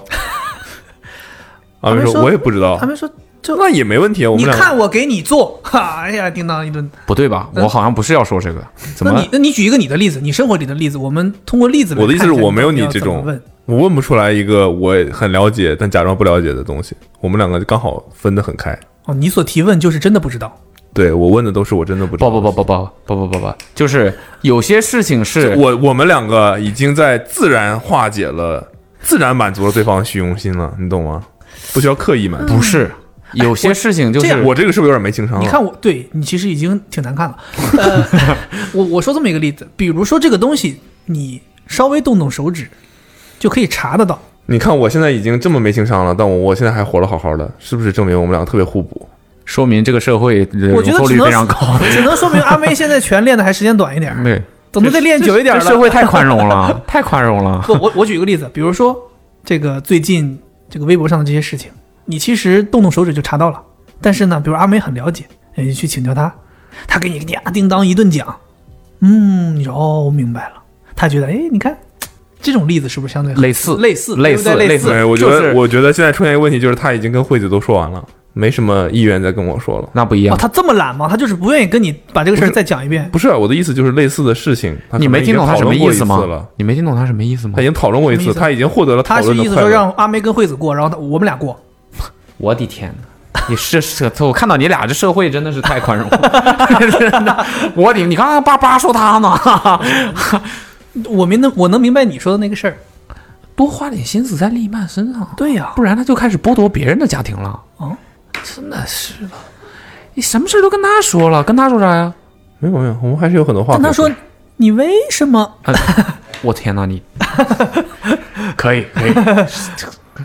Speaker 4: 阿
Speaker 3: 他
Speaker 4: 明
Speaker 3: 们
Speaker 4: 说
Speaker 3: 说
Speaker 4: 我也不知道
Speaker 3: 阿，妹说就
Speaker 4: 那也没问题啊。我
Speaker 3: 你
Speaker 4: 们俩
Speaker 3: 看我给你做，哈，哎呀，叮当一顿。
Speaker 2: 不对吧？我好像不是要说这个，怎
Speaker 3: 那
Speaker 2: 么
Speaker 3: 你那你举一个你的例子，你生活里的例子，我们通过例子来
Speaker 4: 我的意思
Speaker 3: 看一下
Speaker 4: 是我没有
Speaker 3: 到底
Speaker 4: 你
Speaker 3: 要
Speaker 4: 这
Speaker 3: 怎么
Speaker 4: 种
Speaker 3: 问，
Speaker 4: 我问不出来一个我很了解但假装不了解的东西。我们两个刚好分得很开。
Speaker 3: 哦，你所提问就是真的不知道。
Speaker 4: 对我问的都是我真的不知道
Speaker 2: 不
Speaker 4: 的
Speaker 2: 不
Speaker 4: 东西。
Speaker 2: 不不不不不不不，就是有些事情是
Speaker 4: 我我们两个已经在自然化解了，自然满足了对方的虚荣心了，你懂吗？不需要刻意满足。
Speaker 2: 不是，有些事情就
Speaker 3: 嗯这
Speaker 2: 是
Speaker 3: 样
Speaker 4: 我这个是不是有点没情商了？
Speaker 3: 你看我对你其实已经挺难看了。呃， 我我说这么一个例子，比如说这个东西，你稍微动动手指就可以查得到。
Speaker 4: 你看我现在已经这么没情商了，但我我现在还活得好好的，是不是证明我们两个特别互补？
Speaker 2: 说明这个社会
Speaker 3: 我
Speaker 2: 容
Speaker 3: 觉得
Speaker 2: 错
Speaker 3: 只
Speaker 2: 率
Speaker 3: 能
Speaker 2: 非常高。
Speaker 3: 只能说明阿妹现在拳练的还时间短一点儿，
Speaker 2: 对，
Speaker 3: 等她再练久一点
Speaker 2: 这
Speaker 3: 儿
Speaker 2: 社
Speaker 3: 了。
Speaker 2: 会太宽容了，太宽容了。
Speaker 3: 不，我我举一个例子，比如说这个最近这个微博上的这些事情，你其实动动手指就查到了，但是呢，比如阿梅很了解，哎你去请教她，她给你给你啊叮当一顿讲，嗯，你说哦，我明白了，她觉得哎，你看这种例子是不是相对好
Speaker 2: 类似
Speaker 3: 类似
Speaker 2: 类
Speaker 3: 对
Speaker 2: 似
Speaker 3: 不对类
Speaker 2: 类
Speaker 4: 对，
Speaker 2: 似
Speaker 4: 哎我觉
Speaker 2: 就是
Speaker 4: 得我觉得现在出现一个问题，就是他已经跟惠子都说完了，没什么意愿再跟我说了。
Speaker 2: 那不一
Speaker 3: 哦，
Speaker 2: 样，
Speaker 3: 她这么懒吗？她就是不愿意跟你把这个事儿
Speaker 4: 不是
Speaker 3: 再讲一遍。
Speaker 4: 不是啊我的意思，就是类似的事情，他可
Speaker 2: 你
Speaker 4: 能
Speaker 2: 没听懂他
Speaker 4: 已
Speaker 2: 什
Speaker 4: 经讨
Speaker 2: 么
Speaker 4: 论过
Speaker 2: 意
Speaker 4: 一
Speaker 2: 思
Speaker 4: 次
Speaker 2: 吗
Speaker 4: 了？？
Speaker 2: 你没听懂他什么意思吗
Speaker 4: 他已？经讨论过一
Speaker 3: 什么
Speaker 4: 次，
Speaker 3: 意思
Speaker 4: 他已经获得了讨
Speaker 3: 她是
Speaker 4: 论
Speaker 3: 意
Speaker 4: 的
Speaker 3: 思
Speaker 4: 快
Speaker 3: 说
Speaker 4: 乐。
Speaker 3: 让阿梅跟惠子过，然后她我们俩过，
Speaker 2: 我的天哪！你是社，我看到你俩这社会真的是太宽容了， 真的。我顶，你刚刚叭叭说他呢，
Speaker 3: 我明能我能明白你说的那个事儿。
Speaker 2: 多花点心思在利曼身上，
Speaker 3: 对呀、
Speaker 2: 不然他就开始剥夺别人的家庭了。
Speaker 3: 哦，
Speaker 2: 真的是的，你什么事儿都跟他说了，跟他说啥呀？
Speaker 4: 没有没有，我们还是有很多话可
Speaker 3: 但她
Speaker 4: 以。
Speaker 3: 说你为什么
Speaker 2: 我天哪，你可以可以，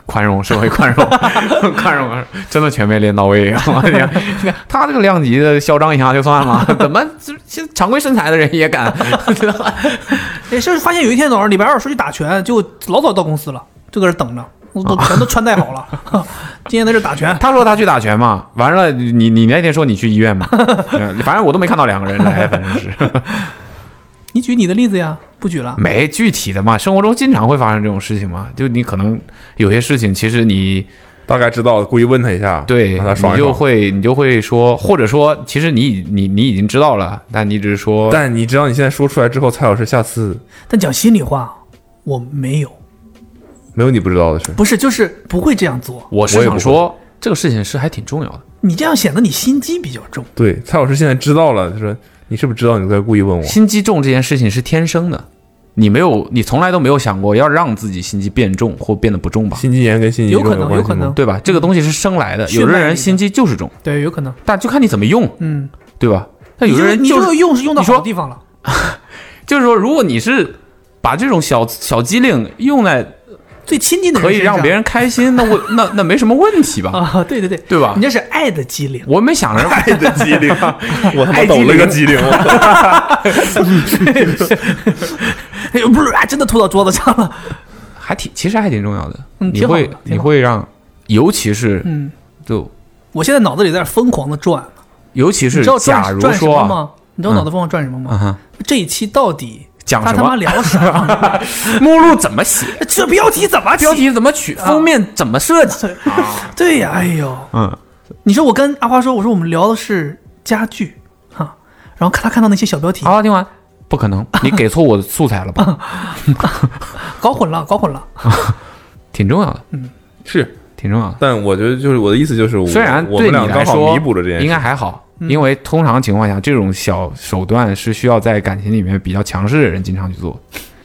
Speaker 2: 宽容社会宽容宽容，真的全面练到位。我天他这个量级的嚣张一下就算了，怎么这这常规身材的人也敢？
Speaker 3: 也是发现有一天早上礼拜二出去打拳，就老早到公司了，就搁这等着，我都
Speaker 2: 啊
Speaker 3: 全都穿戴 好了，今天在这打拳。
Speaker 2: 他说他去打拳嘛，完了你你那天说你去医院嘛，嗯反正我都没看到两个人来，反正是
Speaker 3: 你举你的例子呀，不举了。
Speaker 2: 没具体的嘛，生活中经常会发生这种事情嘛，就你可能有些事情其实你
Speaker 4: 大概知道，故意问他一下，
Speaker 2: 对，
Speaker 4: 让他爽
Speaker 2: 你
Speaker 4: 一
Speaker 2: 就
Speaker 4: 爽。
Speaker 2: 会你就会说，或者说其实你已你你已经知道了，但你只是说
Speaker 4: 但你知道你现在说出来之后，蔡老师下次
Speaker 3: 但讲心里话，我没有，
Speaker 4: 没有你不知道的事。
Speaker 3: 不是就是不会这样做。
Speaker 2: 我
Speaker 4: 我
Speaker 2: 是
Speaker 4: 也不
Speaker 2: 想
Speaker 4: 会
Speaker 2: 说，这个事情是还挺重要的。
Speaker 3: 你这样显得你心机比较重。
Speaker 4: 对，蔡老师现在知道了，他说你是不是知道你在故意问我？
Speaker 2: 心机重这件事情是天生的，你没有，你从来都没有想过要让自己心机变重或变得不重吧？
Speaker 4: 心肌炎跟心肌
Speaker 3: 有
Speaker 4: 梗
Speaker 3: 可能
Speaker 4: 关
Speaker 3: 有
Speaker 4: 系吗
Speaker 3: 可能
Speaker 2: 对吧？这个东西是生来的，
Speaker 3: 血脉
Speaker 2: 有的
Speaker 3: 里
Speaker 2: 人
Speaker 3: 的
Speaker 2: 心机就是重，
Speaker 3: 对，有可能。
Speaker 2: 但就看你怎么用，
Speaker 3: 嗯，
Speaker 2: 对吧？那有
Speaker 3: 你
Speaker 2: 的
Speaker 3: 这个
Speaker 2: 人
Speaker 3: 你
Speaker 2: 就
Speaker 3: 这个
Speaker 2: 是
Speaker 3: 用是用到
Speaker 2: 你
Speaker 3: 好
Speaker 2: 说
Speaker 3: 的地方了。
Speaker 2: 就是说，如果你是把这种小小机灵用在
Speaker 3: 最亲近的人
Speaker 2: 可以让别人开心，那我那那没什么问题吧？
Speaker 3: 啊，对对对，
Speaker 2: 对吧
Speaker 3: 你这是爱的机灵，
Speaker 2: 我没想着
Speaker 4: 爱的机灵，我他妈
Speaker 2: 爱机
Speaker 4: 抖了
Speaker 2: 灵
Speaker 4: 个机灵，
Speaker 3: 哎呦，不是，真的吐到桌子上了。
Speaker 2: 还挺，其实还挺重要的。
Speaker 3: 嗯
Speaker 2: 你
Speaker 3: 挺好的
Speaker 2: 会
Speaker 3: 挺
Speaker 2: 你
Speaker 3: 好
Speaker 2: 会让，尤其是
Speaker 3: 嗯，
Speaker 2: 就
Speaker 3: 我现在脑子里在那疯狂的转，
Speaker 2: 尤其
Speaker 3: 你
Speaker 2: 是
Speaker 3: 知道
Speaker 2: 假
Speaker 3: 转
Speaker 2: 如
Speaker 3: 转什
Speaker 2: 说
Speaker 3: 么
Speaker 2: 啊
Speaker 3: 吗？你知道我脑子疯狂转什么吗？
Speaker 2: 啊哈，
Speaker 3: 这一期到底
Speaker 2: 讲
Speaker 3: 他
Speaker 2: 什
Speaker 3: 他妈
Speaker 2: 么？
Speaker 3: 聊啥？
Speaker 2: 目录怎么 写？
Speaker 3: 这标题怎么起
Speaker 2: 标？题怎么取？
Speaker 3: 啊
Speaker 2: 封面怎么设计？
Speaker 3: 对呀、哎呦，
Speaker 2: 嗯，
Speaker 3: 你说我跟阿花说，我说我们聊的是家具哈，然后看他看到那些小标题，
Speaker 2: 好啊好听完，不 可能，你给错我的素材了
Speaker 3: 嗯
Speaker 2: 吧？
Speaker 3: 搞混了，搞混了。
Speaker 2: 挺重要的，
Speaker 3: 嗯
Speaker 4: 是。
Speaker 2: 挺重要的。
Speaker 4: 但我觉得就是我的意思就是我，
Speaker 2: 虽然
Speaker 4: 我
Speaker 2: 对
Speaker 4: 们
Speaker 2: 你
Speaker 4: 俩
Speaker 2: 来
Speaker 4: 刚好
Speaker 2: 说
Speaker 4: 弥补了这件事，
Speaker 2: 应该还好，
Speaker 3: 嗯
Speaker 2: 因为通常情况下，这种小手段是需要在感情里面比较强势的人经常去 做。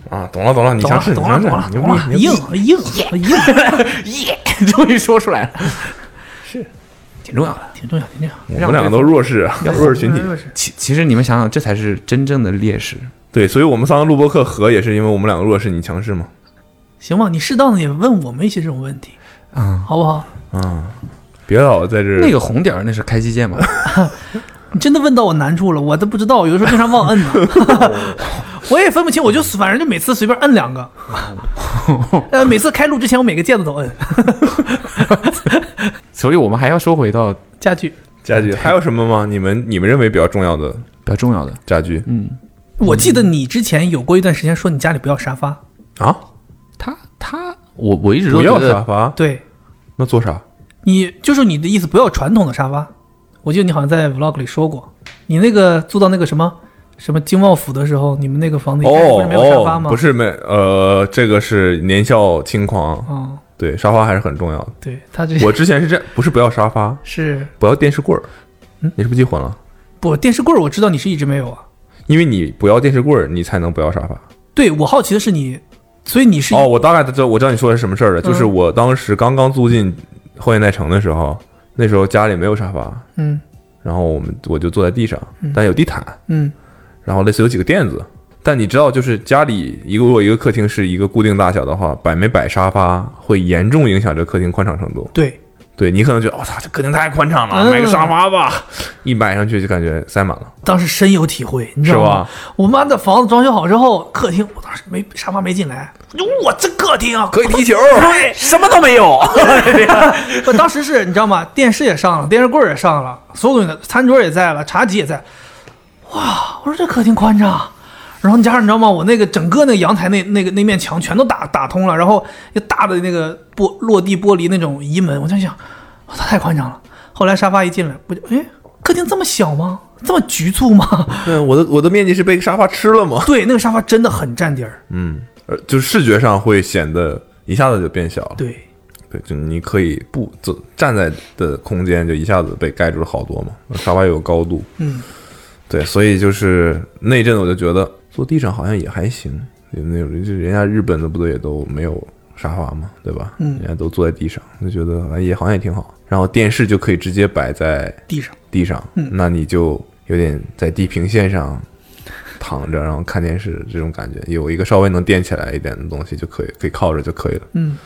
Speaker 4: 啊，懂了懂了，你
Speaker 3: 懂
Speaker 4: 强
Speaker 3: 了，
Speaker 4: 势，你
Speaker 3: 懂
Speaker 4: 强
Speaker 3: 了，
Speaker 4: 势，
Speaker 3: 懂了，
Speaker 4: 牛
Speaker 3: 懂
Speaker 4: 逼
Speaker 3: 了，
Speaker 4: 牛逼
Speaker 3: 硬硬硬，
Speaker 2: 耶，终于说出来了，是挺重要的。
Speaker 3: 挺重要，挺重要。
Speaker 4: 我们两个都弱势啊，弱势群体。
Speaker 2: 其其实你们想想，这才是真正的劣势。
Speaker 4: 对，所以我们三个录播课合也是因为我们两个弱势，你强势嘛。
Speaker 3: 行吧，你适当的也问我们一些这种问题，
Speaker 2: 啊、
Speaker 3: 好不好？
Speaker 4: 别老在这儿
Speaker 2: 那个红点儿那是开机键 嘛？
Speaker 3: 你真的问到我难处了，我都不知道，有的时候经常忘摁 呢，我也分不清，我就反正就每次随便摁两 个，呃，每次开录之前我每个键子都摁。
Speaker 2: 所以我们还要说回到比
Speaker 3: 家具，
Speaker 4: 家具，还有什么吗？你们你们认为比较重要的
Speaker 2: 较重要的，
Speaker 4: 家具
Speaker 2: 嗯，
Speaker 3: 我记得你之前有过一段时间说你家里不要沙发，
Speaker 4: 啊？
Speaker 2: 他他我我一直
Speaker 4: 不
Speaker 2: 都觉
Speaker 4: 要沙
Speaker 2: 得
Speaker 4: 发，
Speaker 3: 对
Speaker 4: 那做啥？
Speaker 3: 你就是你的意思，不要传统的沙发。我记得你好像在 vlog 里说过，你那个租到那个什么什么经贸府的时候，你们那个房子一开始不是没有沙发
Speaker 4: 哦
Speaker 3: 吗？
Speaker 4: 不，是没呃，这个是年少轻狂，
Speaker 3: 嗯，
Speaker 4: 对，沙发还是很重要 的。
Speaker 3: 对他这
Speaker 4: 我之前是这样，不是不要沙发，
Speaker 3: 是
Speaker 4: 不要电视柜儿，
Speaker 3: 嗯
Speaker 4: 你是不是记混了？
Speaker 3: 不电视柜儿，我知道你是一直没有啊。
Speaker 4: 因为你不要电视柜儿，你才能不要沙发。
Speaker 3: 对我好奇的是你，所以你是
Speaker 4: 哦，我大概知道，我知道你说的是什么事儿了。就是我当时刚刚租进后现代城的时候，那时候家里没有沙发，
Speaker 3: 嗯
Speaker 4: 然后我们我就坐在地上，但有地毯，
Speaker 3: 嗯
Speaker 4: 然后类似有几个垫子。但你知道，就是家里一个如果一个客厅是一个固定大小的话，摆没摆沙发会严重影响这客厅宽敞程度。
Speaker 3: 对
Speaker 4: 对你可能觉得，我、操，这客厅太宽敞了，
Speaker 3: 嗯
Speaker 4: 买个沙发吧。 一摆上去就感觉塞满了，
Speaker 3: 当时深有体会，你知
Speaker 4: 是
Speaker 3: 道
Speaker 4: 吧
Speaker 3: 吗？？我妈的房子装修好之后，客厅我当时没沙发没进来，哟，我这客厅 啊，
Speaker 4: 可以踢球，
Speaker 3: 对，
Speaker 2: 什么都没有。
Speaker 3: 我当时是你知道吗？电视也上了，电视柜儿也上了，所有东西的餐桌也在了，茶几也在。哇，我说这客厅宽敞。然后你加上你知道吗？我那个整个那个阳台那那个那面墙全都打打通了，然后一个大的那个玻落地玻璃那种移门，我在想，我操，太宽敞了。后来沙发一进来，我就哎，客厅这么小吗？这么局促吗？
Speaker 4: 嗯，我的我的面积是被沙发吃了吗？
Speaker 3: 对，那个沙发真的很占地儿。
Speaker 4: 嗯，呃，就是视觉上会显得一下子就变小了。
Speaker 3: 对，
Speaker 4: 对，就你可以不走站在的空间就一下子被盖住了好多嘛，沙发又有高度，
Speaker 3: 嗯，
Speaker 4: 对，所以就是那一阵子我就觉得坐地上好像也还行，有那种就人家日本的部队也都没有沙发嘛，对吧？
Speaker 3: 嗯
Speaker 4: 人家都坐在地上，就觉得哎也好像也挺好。然后电视就可以直接摆在
Speaker 3: 地上
Speaker 4: 地上，
Speaker 3: 嗯
Speaker 4: 那你就有点在地平线上躺着，然后看电视这种感觉，有一个稍微能垫起来一点的东西就可以，可以靠着就可以了。
Speaker 3: 嗯，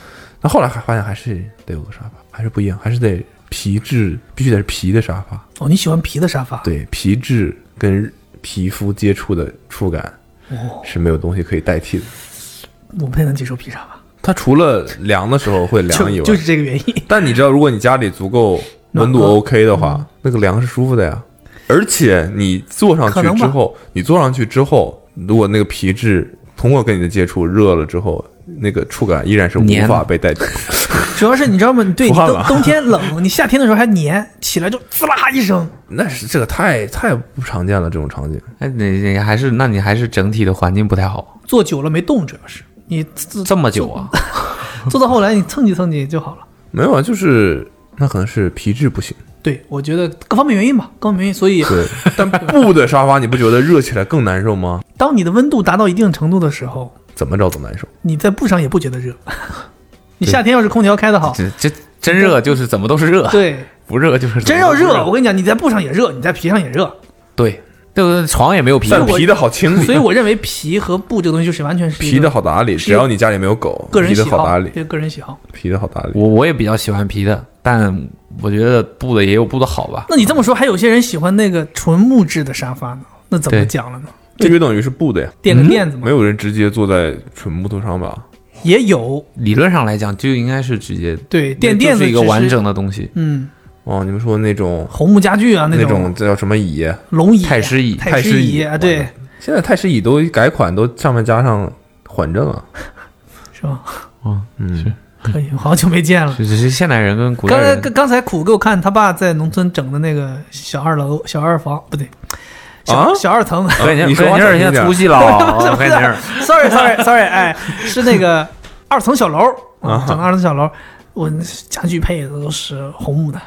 Speaker 4: 那后来还发现还是得有个沙发，还是不一样，还是得皮质，必须得是皮的沙发，
Speaker 3: 哦，你喜欢皮的沙发？
Speaker 4: 对，皮质跟皮肤接触的触感
Speaker 3: 哦，
Speaker 4: 是没有东西可以代替的。
Speaker 3: 我不太能接受皮沙发，
Speaker 4: 它除了凉的时候会凉以
Speaker 3: 就
Speaker 4: 外，
Speaker 3: 就是这个原因。
Speaker 4: 但你知道，如果你家里足够温度
Speaker 3: 暖和嗯
Speaker 4: OK 的话，那个凉是舒服的呀。而且你坐上
Speaker 3: 可能
Speaker 4: 去
Speaker 3: 吧
Speaker 4: 之后，你坐上去之后，如果那个皮质通过跟你的接触热了之后，那个触感依然是无
Speaker 2: 黏
Speaker 4: 法被代替。
Speaker 3: 主要是你知道吗？你对，
Speaker 4: 出
Speaker 3: 你
Speaker 4: 汗
Speaker 3: 冬
Speaker 4: 了
Speaker 3: 冬天冷，你夏天的时候还黏，起来就滋啦一声。
Speaker 4: 那是这个太太不常见了，这种场景。
Speaker 2: 哎，你你还是那你还是整体的环境不太好，
Speaker 3: 坐久了没动，主要是你坐
Speaker 2: 这么久啊？
Speaker 3: 坐到后来，你蹭几蹭几就好了。
Speaker 4: 没有啊，就是那可能是皮质不行。
Speaker 3: 对，我觉得各方面原因吧，各方面原因。所以，
Speaker 4: 对，但布的沙发你不觉得热起来更难受吗？
Speaker 3: 当你的温度达到一定程度的时候，
Speaker 4: 怎么着都难受。
Speaker 3: 你在布上也不觉得热。 你夏天要是空调开的好，
Speaker 2: 这这真热就是怎么都是热，
Speaker 3: 对，
Speaker 2: 不热就是怎
Speaker 3: 真
Speaker 2: 么
Speaker 3: 要
Speaker 2: 都是
Speaker 3: 热，我跟你讲，你在布上也热，你在皮上也热。
Speaker 2: 对对不对？床也没有皮，
Speaker 4: 但皮的好清理， 啊
Speaker 3: 所以我认为皮和布这个东西就是完全是一个
Speaker 4: 皮的好打理，
Speaker 3: 是
Speaker 4: 只要你家里没有狗，
Speaker 3: 个人
Speaker 4: 皮
Speaker 3: 喜
Speaker 4: 的好打
Speaker 3: 好，
Speaker 4: 理，
Speaker 3: 对个人喜好。
Speaker 4: 皮的好打理。
Speaker 2: 我我也比较喜欢皮的，但我觉得布的也有布的好吧。
Speaker 3: 那你这么说，还有些人喜欢那个纯木质的沙发呢？那怎么
Speaker 2: 对
Speaker 3: 讲了呢？
Speaker 4: 这约等于是布的呀，
Speaker 3: 垫个垫子嘛
Speaker 4: 没，有人直接坐在纯木头上吧？
Speaker 3: 也有
Speaker 2: 理论上来讲，就应该是直接
Speaker 3: 对垫垫
Speaker 2: 就
Speaker 3: 子
Speaker 2: 是一个
Speaker 3: 只
Speaker 2: 完，整的东西，
Speaker 3: 嗯，
Speaker 4: 哦，你们说那种
Speaker 3: 红木家具啊
Speaker 4: 那
Speaker 3: 种
Speaker 4: 种这叫什么椅？
Speaker 3: 龙椅、
Speaker 2: 太师椅
Speaker 3: 太师椅啊，
Speaker 4: 太师椅
Speaker 3: 对，
Speaker 4: 现在太师椅都改款，都上面加上缓震了。
Speaker 3: 是吧？
Speaker 2: 啊，
Speaker 4: 嗯，
Speaker 3: 可以，好久没见了。
Speaker 2: 只是现代人跟古代
Speaker 3: 刚才
Speaker 2: 人
Speaker 3: 刚刚才苦给我看他爸在农村整的那个小二楼、小二房，不对，小、
Speaker 4: 啊
Speaker 3: 小二层。
Speaker 2: 何燕妮
Speaker 4: 你说
Speaker 2: 何
Speaker 4: 话
Speaker 2: 燕妮儿现
Speaker 4: 小心
Speaker 2: 在
Speaker 4: 点
Speaker 2: 出息 了
Speaker 3: 是
Speaker 2: 啊，
Speaker 3: 不
Speaker 2: 何
Speaker 3: 是
Speaker 2: 燕妮儿
Speaker 3: sorry sorry sorry，哎，是那个二层小楼，嗯
Speaker 4: 啊
Speaker 3: 整个二层小楼，我家具配的都是红木的，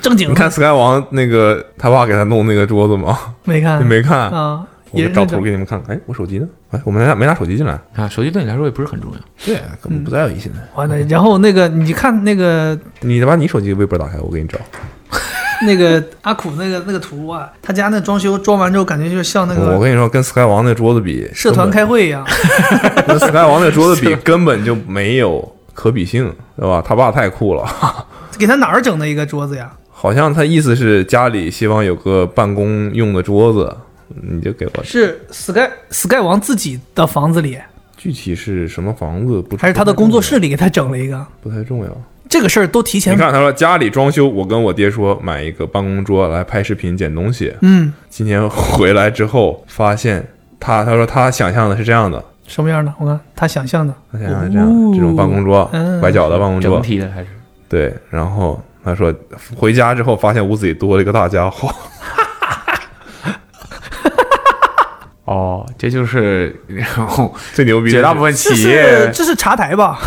Speaker 3: 正经
Speaker 4: 你看 Sky 王那个他爸给他弄那个桌子吗？
Speaker 3: 没看
Speaker 4: 你没看？
Speaker 3: 啊？
Speaker 4: 我
Speaker 3: 也是
Speaker 4: 找
Speaker 3: 那
Speaker 4: 图
Speaker 3: 种
Speaker 4: 给你们看看。哎，我手机呢？哎，我没拿没拿手机进来。
Speaker 2: 啊，手机对你来说也不是很重要。
Speaker 4: 对，根
Speaker 3: 嗯
Speaker 4: 本不在意现在。
Speaker 3: 完了，然后那个你看那个
Speaker 4: 你把你手机微博打开，我给你找。
Speaker 3: 那个阿苦那个那个图啊，他家那装修装完之后，感觉就像那
Speaker 4: 我
Speaker 3: 个
Speaker 4: 跟你说，跟 Sky 王那桌子比，
Speaker 3: 社团开会一样。
Speaker 4: 根本跟 Sky 王 那桌子比，根本就没有可比性，对吧？他爸太酷了，
Speaker 3: 给他哪儿整的一个桌子呀？
Speaker 4: 好像他意思是家里希望有个办公用的桌子，你就给我
Speaker 3: 是 Sky Sky 王自己的房子里，
Speaker 4: 具体是什么房子不？
Speaker 3: 还是他的工作室里给他整了一个？
Speaker 4: 不太重要。
Speaker 3: 这个事儿都提
Speaker 4: 你
Speaker 3: 前，
Speaker 4: 看，他说家里装修，我跟我爹说买一个办公桌来拍视频、剪东西。
Speaker 3: 嗯，
Speaker 4: 今天回来之后发现他，他说他想象的是这样的，
Speaker 3: 什么样的？我看他想象的，
Speaker 4: 他想象是这样的、这种办公桌
Speaker 3: 嗯，
Speaker 4: 拐角的办公桌
Speaker 2: 整，体的还是
Speaker 4: 对。然后他说回家之后发现屋子里多了一个大家伙，
Speaker 2: 哦，这就是然后
Speaker 4: 最牛逼的是，
Speaker 2: 绝大部分
Speaker 3: 这
Speaker 2: 企
Speaker 3: 是
Speaker 2: 业
Speaker 3: 这是茶台吧？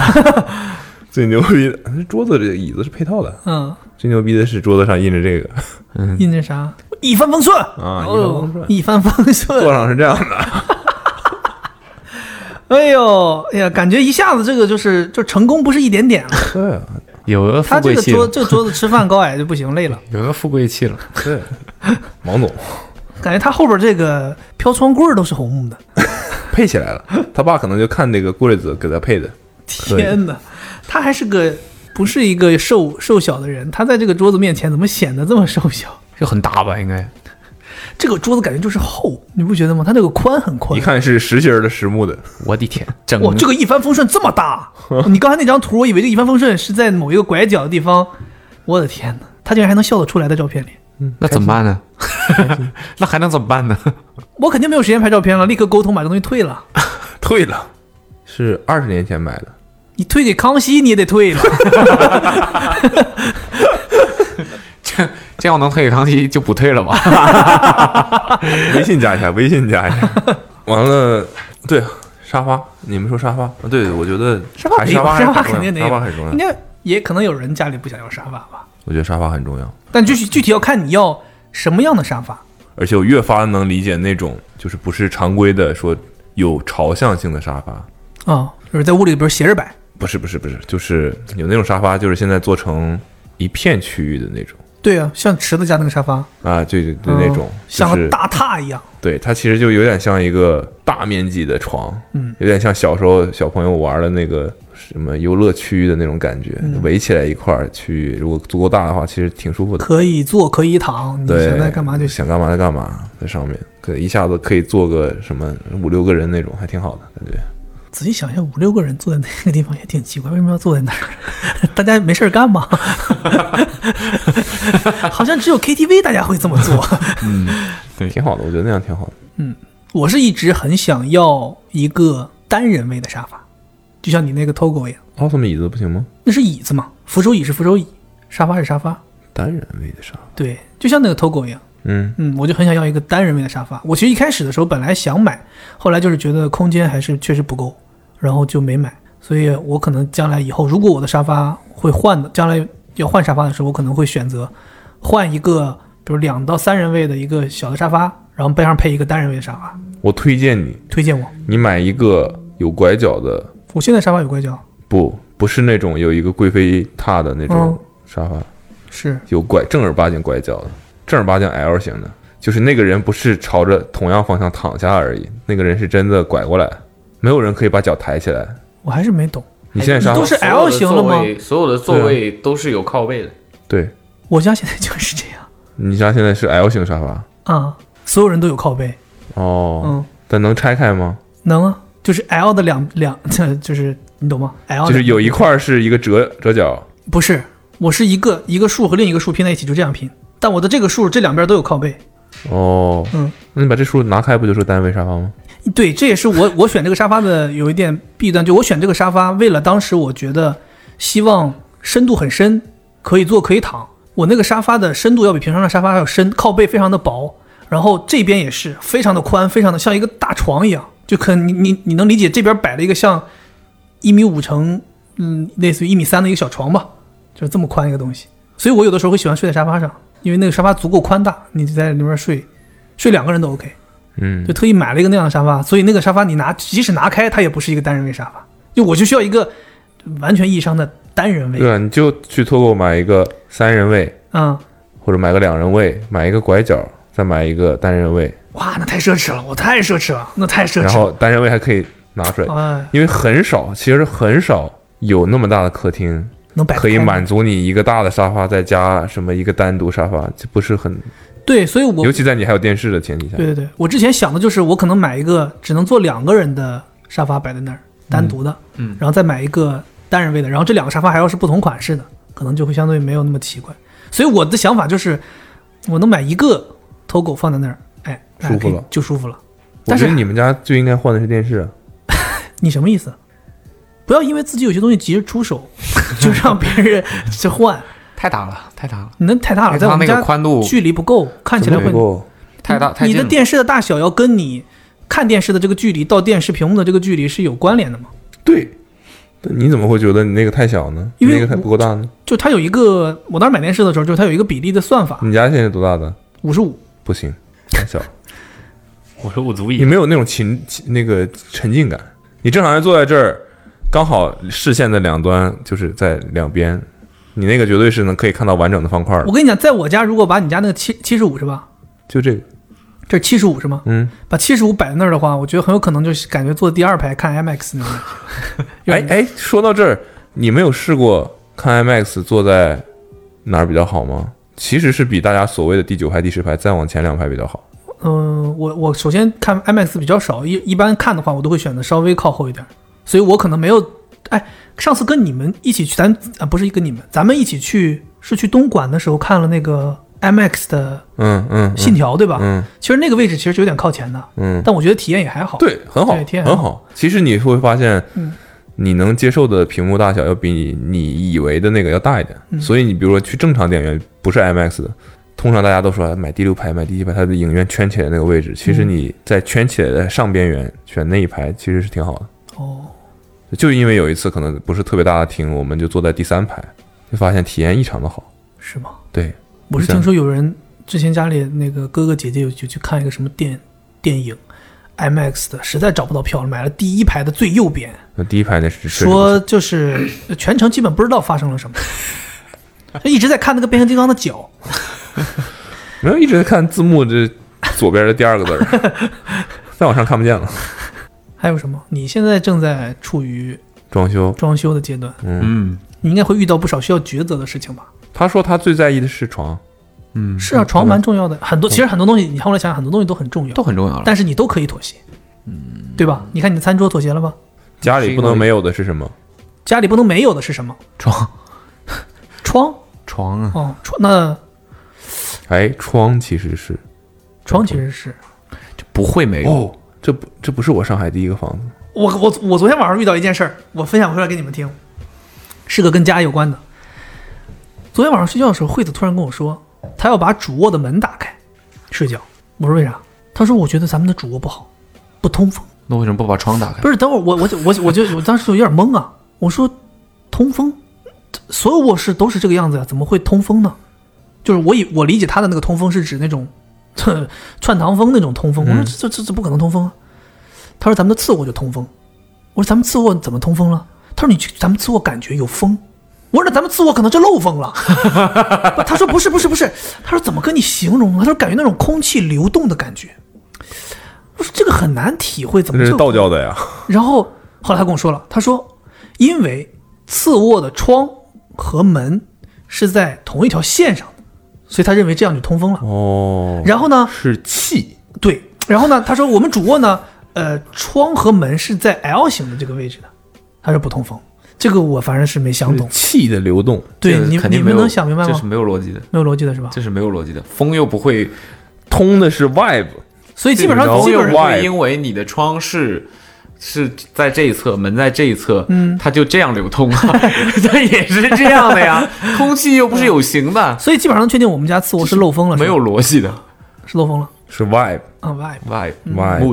Speaker 4: 最牛逼的桌子这椅子是配套的，
Speaker 3: 嗯，
Speaker 4: 最牛逼的是桌子上印着这个
Speaker 3: 印那啥，一帆风顺
Speaker 4: 啊，一个
Speaker 3: 哦，一帆风顺
Speaker 4: 座。上是这样的，
Speaker 3: 哎呦，哎呀，感觉一下子这个就是就成功不是一点点 了。
Speaker 4: 对啊，
Speaker 2: 有个
Speaker 3: 他
Speaker 2: 富
Speaker 3: 这
Speaker 2: 贵
Speaker 3: 个
Speaker 2: 气
Speaker 3: 桌
Speaker 2: 了，
Speaker 3: 这个桌子吃饭高矮就不行，累了。
Speaker 2: 有个富贵气了。
Speaker 4: 对，王总
Speaker 3: 感觉他后边这个飘窗棍儿都是红木的。
Speaker 4: 配起来了，他爸可能就看那个柜子给他配的，可以
Speaker 3: 天哪，他还是个不是一个瘦瘦小的人，他在这个桌子面前怎么显得这么瘦小？
Speaker 2: 就很大吧，应该
Speaker 3: 这个桌子感觉就是厚，你不觉得吗？它这个宽很宽
Speaker 4: 一。看是实心儿的实木的，
Speaker 2: 我的天，整
Speaker 4: 嗯
Speaker 3: 哇，这个一帆风顺这么大！ 你刚才那张图，我以为这个一帆风顺是在某一个拐角的地方。我的天哪，他竟然还能笑得出来，在照片里。
Speaker 2: 那怎么办 呢？那还能怎么办呢？
Speaker 3: 我肯定没有时间拍照片了，立刻沟通把这东西退了。
Speaker 4: 退了，是二十年前买的，
Speaker 3: 你退给康熙，你也得 退了。
Speaker 2: 这样能退给康熙就不退了吧？
Speaker 4: 微信加一下，微信加一下。 完了，对沙发，你们说沙发？啊对，我觉得
Speaker 3: 沙发
Speaker 4: 还
Speaker 3: 没
Speaker 4: 是
Speaker 3: 有，
Speaker 4: 沙发还是
Speaker 3: 沙发
Speaker 4: 很
Speaker 3: 肯定没
Speaker 4: 重要
Speaker 3: 有，
Speaker 4: 沙发很重
Speaker 3: 应
Speaker 4: 要。
Speaker 3: 该也可能有人家里不想要沙发吧，
Speaker 4: 我觉得沙发很重要，
Speaker 3: 但具体具体要看你要什么样的沙发。
Speaker 4: 而且我越发能理解那种就是不是常规的说有朝向性的沙发，
Speaker 3: 啊、就是在屋里边斜着摆。
Speaker 4: 不是不是不是，就是有那种沙发，就是现在做成一片区域的那种
Speaker 3: 对啊，像池子家那个沙发，
Speaker 4: 啊，对对对，那种
Speaker 3: 嗯像
Speaker 4: 就是
Speaker 3: 个大榻一样。
Speaker 4: 对，它其实就有点像一个大面积的床，
Speaker 3: 嗯，
Speaker 4: 有点像小时候小朋友玩的那个什么游乐区的那种感觉，
Speaker 3: 嗯
Speaker 4: 围起来一块儿去，如果足够大的话，其实挺舒服的。
Speaker 3: 可以坐，可以躺，你
Speaker 4: 对，
Speaker 3: 想在干嘛就行。
Speaker 4: 想干嘛就干嘛，在上面可以一下子可以坐个什么五六个人那种，还挺好的感觉。
Speaker 3: 仔细想一下，五六个人坐在那个地方也挺奇怪，为什么要坐在那儿？ 大家没事儿干吗？好像只有 KTV 大家会这么做。嗯
Speaker 4: 挺好的，我觉得那样挺好的。
Speaker 3: 我是一直很想要一个单人位的沙发，就像你那个 Togo 一样，
Speaker 4: 奥特曼椅子不行吗？
Speaker 3: 那是椅子嘛，扶手椅是扶手椅，沙发是沙发，
Speaker 4: 单人位的沙发，
Speaker 3: 对，就像那个 Togo 一样。
Speaker 4: 嗯，
Speaker 3: 嗯，我就很想要一个单人位的沙发。我其实一开始的时候本来想买，后来就是觉得空间还是确实不够，然后就没买。所以我可能将来以后，如果我的沙发会换的，将来要换沙发的时候，我可能会选择换一个，比如两到三人位的一个小的沙发，然后背上配一个单人位的沙发。
Speaker 4: 我推荐你，
Speaker 3: 推荐我，
Speaker 4: 你买一个有拐角的，
Speaker 3: 我现在沙发有拐角，
Speaker 4: 不，不是那种有一个贵妃榻的那种
Speaker 3: 嗯
Speaker 4: 沙发，
Speaker 3: 是
Speaker 4: 有拐正儿八经拐角的，正儿八经 L 型的，就是那个人不是朝着同样方向躺下而已，那个人是真的拐过来，没有人可以把脚抬起来。
Speaker 3: 我还是没懂。
Speaker 4: 你现在
Speaker 3: 哎你
Speaker 4: 沙
Speaker 3: 都
Speaker 4: 发
Speaker 3: 是 L 型了吗？？
Speaker 2: 所有的座位都是有靠背的。
Speaker 4: 对，
Speaker 3: 我家现在就是这样
Speaker 4: 你家现在是 L 型沙发
Speaker 3: 啊、所有人都有靠背，
Speaker 4: 哦，
Speaker 3: 嗯，
Speaker 4: 但能拆开吗？
Speaker 3: 能啊，就是 L 的两两， 就是你懂吗？L 的
Speaker 4: 就是有一块是一个折折角，
Speaker 3: 不是，我是一个一个数和另一个数拼在一起，就这样拼。但我的这个数这两边都有靠背。
Speaker 4: 哦，
Speaker 3: 嗯，
Speaker 4: 那你把这数拿开不就是单位沙发吗？
Speaker 3: 对，这也是我 我选这个沙发的有一点弊端，就我选这个沙发，为了当时我觉得希望深度很深，可以坐可以躺。我那个沙发的深度要比平常的沙发还要深，靠背非常的薄，然后这边也是非常的宽，非常的像一个大床一样，就可能你你你能理解这边摆了一个像一米五乘嗯类似于一米三的一个小床吧，就是这么宽一个东西。所以我有的时候会喜欢睡在沙发上，因为那个沙发足够宽大，你就在里面睡，睡两个人都 OK。
Speaker 4: 嗯
Speaker 3: 就，特意买了一个那样的沙发，所以那个沙发你拿即使拿开，它也不是一个单人位沙发，就我就需要一个完全意义上的单人位
Speaker 4: 对啊，你就去脱购买一个三人位，
Speaker 3: 啊、嗯
Speaker 4: 或者买个两人位，买一个拐角，再买一个单人位，
Speaker 3: 哇，那太奢侈了，我太奢侈了，那太奢
Speaker 4: 然
Speaker 3: 侈
Speaker 4: 后
Speaker 3: 了。
Speaker 4: 单人位还可以拿出来，
Speaker 3: 哎，
Speaker 4: 因为很少，其实很少有那么大的客厅
Speaker 3: 能摆
Speaker 4: 可以
Speaker 3: 开吗
Speaker 4: 满足你一个大的沙发，再加什么一个单独沙发，这不是很，
Speaker 3: 对，所以我
Speaker 4: 尤其在你还有电视的前提下
Speaker 3: 对，对对，我之前想的就是我可能买一个只能坐两个人的沙发摆在那儿，单独的，
Speaker 2: 嗯
Speaker 3: 然后再买一个单人位的，然后这两个沙发还要是不同款式的，可能就会相对没有那么奇怪。所以我的想法就是，我能买一个 Togo 放在那儿，哎，大家
Speaker 4: 舒服
Speaker 3: 可以
Speaker 4: 了
Speaker 3: 就舒服了。
Speaker 4: 我
Speaker 3: 但
Speaker 4: 觉
Speaker 3: 是
Speaker 4: 得你们家就应该换的是电视啊。
Speaker 3: 你什么意思？不要因为自己有些东西急着出手， 就让别人去换，
Speaker 2: 太大了，太大了，哎
Speaker 3: 你那太大了，在我
Speaker 2: 它那
Speaker 3: 们
Speaker 2: 个
Speaker 3: 家
Speaker 2: 宽度
Speaker 3: 距离不够，看起来会
Speaker 4: 不够，
Speaker 2: 太大，太
Speaker 3: 你
Speaker 2: 近
Speaker 3: 的
Speaker 2: 了
Speaker 3: 电视的大小要跟你看电视的这个距离到电视屏幕的这个距离是有关联的嘛？
Speaker 4: 对，但你怎么会觉得你那个太小呢？
Speaker 3: 因为
Speaker 4: 那个还不够大呢？
Speaker 3: 就它有一个，我当时买电视的时候，就是它有一个比例的算法，
Speaker 4: 你家现在多大的？
Speaker 3: 五十五。
Speaker 4: 不行，太小，
Speaker 2: 我说我足
Speaker 4: 你，没有那种情情那个沉浸感。你正常人坐在这儿，刚好视线的两端就是在两边，你那个绝对是能可以看到完整的方块
Speaker 3: 我
Speaker 4: 的。
Speaker 3: 跟你讲，在我家如果把你家那个七七十五是吧？
Speaker 4: 就这个，
Speaker 3: 这七十五是吗？
Speaker 4: 嗯，
Speaker 3: 把七十五摆在那儿的话，我觉得很有可能就是感觉坐第二排看 IMAX 那 种。有
Speaker 4: 哎哎，说到这儿，你没有试过看 IMAX 坐在哪儿比较好吗？其实是比大家所谓的第九排、第十排再往前两排比较好。
Speaker 3: 嗯、我我首先看 IMAX 比较少，一一般看的话，我都会选择稍微靠后一点，所以我可能没有。哎，上次跟你们一起去，咱啊不是跟你们，咱们一起去是去东莞的时候看了那个 IMAX 的
Speaker 4: 嗯嗯，
Speaker 3: 《信条》，对吧？
Speaker 4: 嗯
Speaker 3: 其实那个位置其实是有点靠前的，
Speaker 4: 嗯，
Speaker 3: 但我觉得体验也还好。
Speaker 4: 对，很好，
Speaker 3: 对体验
Speaker 4: 很
Speaker 3: 很
Speaker 4: 好。其实你会发现
Speaker 3: 嗯，
Speaker 4: 你能接受的屏幕大小要比你你以为的那个要大一点。
Speaker 3: 嗯
Speaker 4: 所以你比如说去正常电影院，不是 IMAX 的，通常大家都说哎买第六排、买第七排，它的影院圈起来那个位置，其实你在圈起来的上边缘选那一排其实是挺好的。
Speaker 3: 哦，
Speaker 4: 就因为有一次可能不是特别大的厅，我们就坐在第三排，就发现体验异常的好。
Speaker 3: 是吗？
Speaker 4: 对，
Speaker 3: 我是
Speaker 4: 像
Speaker 3: 听说有人之前家里那个哥哥姐姐有就去看一个什么电电影，IMAX 的，实在找不到票了，买了第一排的最右边，
Speaker 4: 那第一排那是确实不错
Speaker 3: 说就是呃全程基本不知道发生了 什么，就一直在看那个变形金刚的脚，
Speaker 4: 没有一直在看字幕，这左边的第二个字儿， 再往上看不见了。
Speaker 3: 还有什么？你现在正在处于
Speaker 4: 装修，
Speaker 3: 装修的阶段，
Speaker 2: 嗯，
Speaker 3: 你应该会遇到不少需要抉择的事情吧？
Speaker 4: 他说他最在意的是床。嗯
Speaker 3: 是啊，床蛮重要的，很多其实很多东西，你后来想想，很多东西都很重要
Speaker 2: 都，很重要了。
Speaker 3: 但是你都可以妥协，嗯，对吧？你看你的餐桌妥协了吗？
Speaker 4: 家里不能没有的是什么？
Speaker 3: 家里不能没有的是什么？
Speaker 2: 床
Speaker 3: 窗
Speaker 2: 床啊，
Speaker 3: 哦，窗那
Speaker 4: 哎，窗其实是
Speaker 3: 床其实是
Speaker 2: 不会没有。
Speaker 4: 哦，这不这不是我上海第一个房子，
Speaker 3: 我我我昨天晚上遇到一件事儿，我分享出来给你们听，是个跟家有关的。昨天晚上睡觉的时候，惠子突然跟我说，她要把主卧的门打开睡觉。我说为啥？她说我觉得咱们的主卧不好，不通风。
Speaker 2: 那为什么不把窗打开？
Speaker 3: 不是，等会儿我我就我我就我当时就有点懵啊，我说通风，这所有卧室都是这个样子呀、怎么会通风呢？就是我以我理解他的那个通风是指那种 哼串堂风那种通
Speaker 4: 嗯
Speaker 3: 风，我说这这这这不可能通风啊。他说咱们的次卧就通风，我说咱们次卧怎么通风了？他说你去咱们次卧感觉有风。我说那咱们次卧可能就漏风了， 不他说不是不是不是，他说怎么跟你形容啊？他说感觉那种空气流动的感觉，我说这个很难体会，怎么
Speaker 4: 这是
Speaker 3: 就
Speaker 4: 道教的呀。
Speaker 3: 然后后来他跟我说了，他说因为次卧的窗和门是在同一条线上的，所以他认为这样就通风了。
Speaker 4: 哦，
Speaker 3: 然后呢，
Speaker 4: 是气，
Speaker 3: 对，然后呢，他说我们主卧呢，呃，窗和门是在 L 型的这个位置的，他说不通风。这个我反正是没想
Speaker 4: 是
Speaker 3: 懂，
Speaker 4: 气的流动。
Speaker 3: 对
Speaker 2: 这个
Speaker 3: 你
Speaker 2: 肯
Speaker 3: 你
Speaker 2: 定没
Speaker 3: 们
Speaker 2: 有
Speaker 3: 能想明白
Speaker 2: 这是
Speaker 3: 吗？
Speaker 2: 没有逻辑的，
Speaker 3: 没有逻辑的是吧？
Speaker 2: 这是没有逻辑的。风又不会，
Speaker 4: 通的是 vibe，
Speaker 3: 所以基本上
Speaker 4: 这个
Speaker 2: 风
Speaker 3: 基
Speaker 2: 又
Speaker 3: 本
Speaker 2: 不
Speaker 3: 上
Speaker 4: 歪
Speaker 2: 会因为你的窗是。是在这一侧，门在这一侧，
Speaker 3: 嗯
Speaker 2: 它就这样流 通啊，它也是这样的呀。空气又不是有形的，
Speaker 3: 所以基本上能确定我们家次卧是漏风了，
Speaker 2: 没有
Speaker 3: 是吧
Speaker 2: 逻辑的。
Speaker 3: 是漏风了
Speaker 4: 是 vibe，vibe
Speaker 3: 啊，vibe。
Speaker 2: Vibe、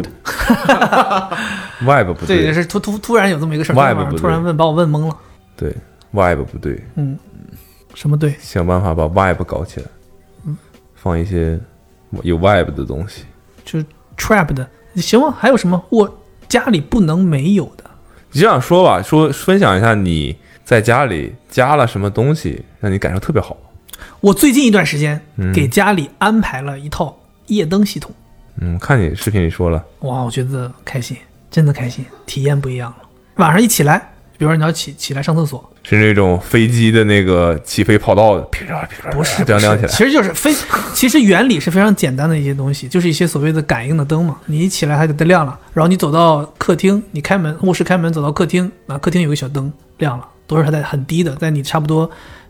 Speaker 4: vibe
Speaker 2: mood，
Speaker 4: 不
Speaker 3: 这也
Speaker 4: 对，
Speaker 3: 是突突突然有这么一个事儿，
Speaker 4: Vibe
Speaker 3: 昨天晚上
Speaker 4: 不对
Speaker 3: 突然问把我问懵了，
Speaker 4: 对 vibe 不对，
Speaker 3: 什么对？
Speaker 4: 想办法把 vibe 搞起来，放一些有 vibe 的东西。
Speaker 3: 就是 trap 的，行吗？还有什么我家里不能没有的？
Speaker 4: 你这样说吧，说分享一下你在家里加了什么东西，让你感受特别好。
Speaker 3: 我最近一段时间给家里安排了一套夜灯系统，
Speaker 4: 嗯，看你视频里说了，
Speaker 3: 哇，我觉得开心，真的开心，体验不一样了。晚上一起来，比如说你要起起来上厕所，
Speaker 4: 是那种飞机的那个起飞跑道的，噼啪噼啪，
Speaker 3: 不是
Speaker 4: 这样亮起来。
Speaker 3: 其实就是非，其实原理是非常简单的一些东西，就是一些所谓的感应的灯嘛。你一起来它就得亮了，然后你走到客厅，你开门，卧室开门走到客厅，啊，客厅有个小灯亮了，都是它在很低的，在你差不多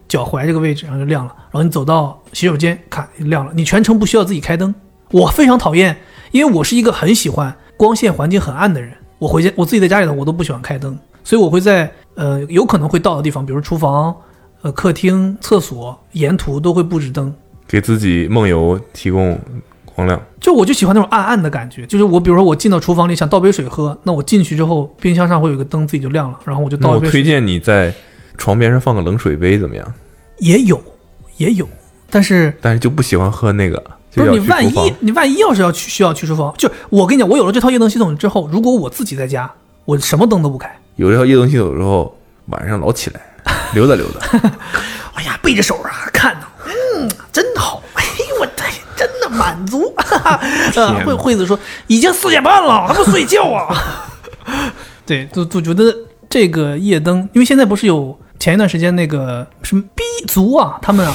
Speaker 3: 脚踝这个位置，然后就亮了。然后你走到洗手间，咔亮了，你全程不需要自己开灯。我非常讨厌，因为我是一个很喜欢光线环境很暗的人。我回家，我自己在家里头，我都不喜欢开灯，所以我会在呃有可能会到的地方，比如厨房、呃客厅、厕所，沿途都会布置灯。
Speaker 4: 给自己梦游提供光亮。
Speaker 3: 就我就喜欢那种暗暗的感觉，就是我比如说我进到厨房里想倒杯水喝，那我进去之后，冰箱上会有一个灯自己就亮了，然后我就
Speaker 4: 那
Speaker 3: 倒
Speaker 4: 我
Speaker 3: 一杯水。
Speaker 4: 推荐你在床边上放个冷水杯怎么样？
Speaker 3: 也有，也有，但是
Speaker 4: 但是就不喜欢喝那个，
Speaker 3: 不
Speaker 4: 就是要
Speaker 3: 你
Speaker 4: 去
Speaker 3: 万
Speaker 4: 厨
Speaker 3: 一
Speaker 4: 房。
Speaker 3: 你万一要是要去需要去厨房，就是我跟你讲，我有了这套夜灯系统之后，如果我自己在家，我什么灯都不开，
Speaker 4: 有这套夜灯系统之后，晚上老起来溜达溜达，
Speaker 3: 哎呀，背着手啊，看呐，嗯，真好，哎呦我太真的满足。 哈哈呃，惠惠子说已经四点半了，还不睡觉啊？ 对，就就觉得这个夜灯，因为现在不是有前一段时间那个什么 B 族啊，他们啊，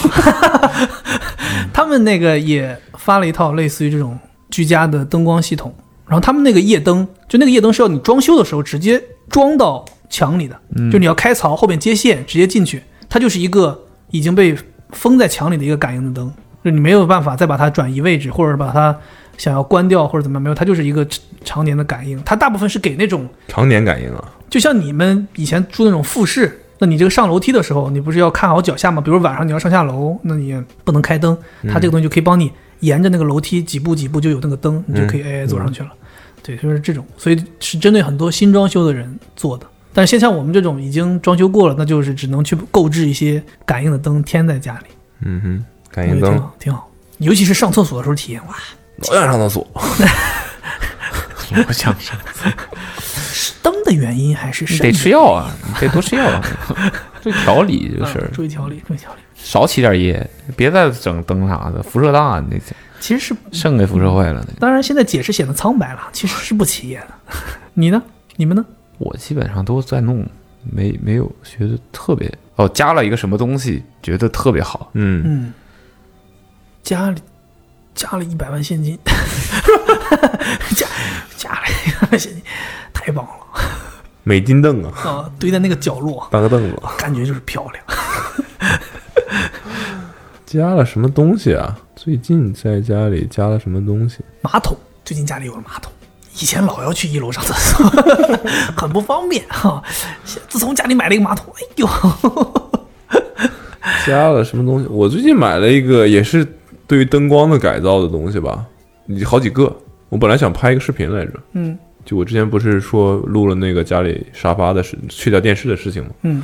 Speaker 3: 他们那个也发了一套类似于这种居家的灯光系统，然后他们那个夜灯，就那个夜灯是要你装修的时候直接装到墙里的，就你要开槽后面接线直接进去，它就是一个已经被封在墙里的一个感应的灯，就你没有办法再把它转移位置，或者把它想要关掉或者怎么样，没有，它就是一个常常年的感应，它大部分是给那种
Speaker 4: 常年感应啊。
Speaker 3: 就像你们以前住那种复式，那你这个上楼梯的时候，你不是要看好脚下吗？比如晚上你要上下楼，那你也不能开灯，
Speaker 2: 嗯
Speaker 3: 它这个东西就可以帮你沿着那个楼梯几步几步就有那个灯，你
Speaker 2: 嗯
Speaker 3: 就可以哎哎走上去了。对，就是这种，所以是针对很多新装修的人做的。但是现在我们这种已经装修过了，那就是只能去购置一些感应的灯，添在家里，
Speaker 4: 嗯哼，
Speaker 3: 我
Speaker 4: 感
Speaker 3: 觉
Speaker 4: 应
Speaker 3: 得挺
Speaker 4: 灯，
Speaker 3: 好，挺好。尤其是上厕所的时候体验，哇，
Speaker 5: 老想上厕所，
Speaker 2: 我想上，
Speaker 3: 灯的原因还是
Speaker 2: 你
Speaker 3: 肾
Speaker 2: 得
Speaker 3: 的
Speaker 2: 吃药啊，你得多吃药啊， 这调理这个
Speaker 3: 嗯
Speaker 2: 事儿，
Speaker 3: 注意调理，注意调理。
Speaker 2: 少起点夜，别再整灯啥的，辐射大，你
Speaker 3: 其实是
Speaker 2: 肾给辐射坏了呢。
Speaker 3: 当然，现在解释显得苍白了，其实是不起眼的。 你呢？你们呢？
Speaker 2: 我基本上都在弄，没没有觉得特别哦，加了一个什么东西，觉得特别好，
Speaker 4: 嗯，
Speaker 3: 嗯，家里加了一百万现金， 加加了一百万现金，太棒了
Speaker 4: 美金凳啊，
Speaker 3: 啊、堆在那个角落，
Speaker 4: 当个凳子。
Speaker 3: 感觉就是漂亮。
Speaker 4: 加了什么东西啊？最近在家里加了什么东西？
Speaker 3: 马桶，最近家里有了马桶。以前老要去一楼上厕所， 很不方便哈、自从家里买了一个马桶，哎呦，
Speaker 4: 加了什么东西？我最近买了一个，也是对于灯光的改造的东西吧，好几个。我本来想拍一个视频来着，
Speaker 3: 嗯
Speaker 4: 就我之前不是说录了那个家里沙发的事，去掉电视的事情吗？
Speaker 3: 嗯，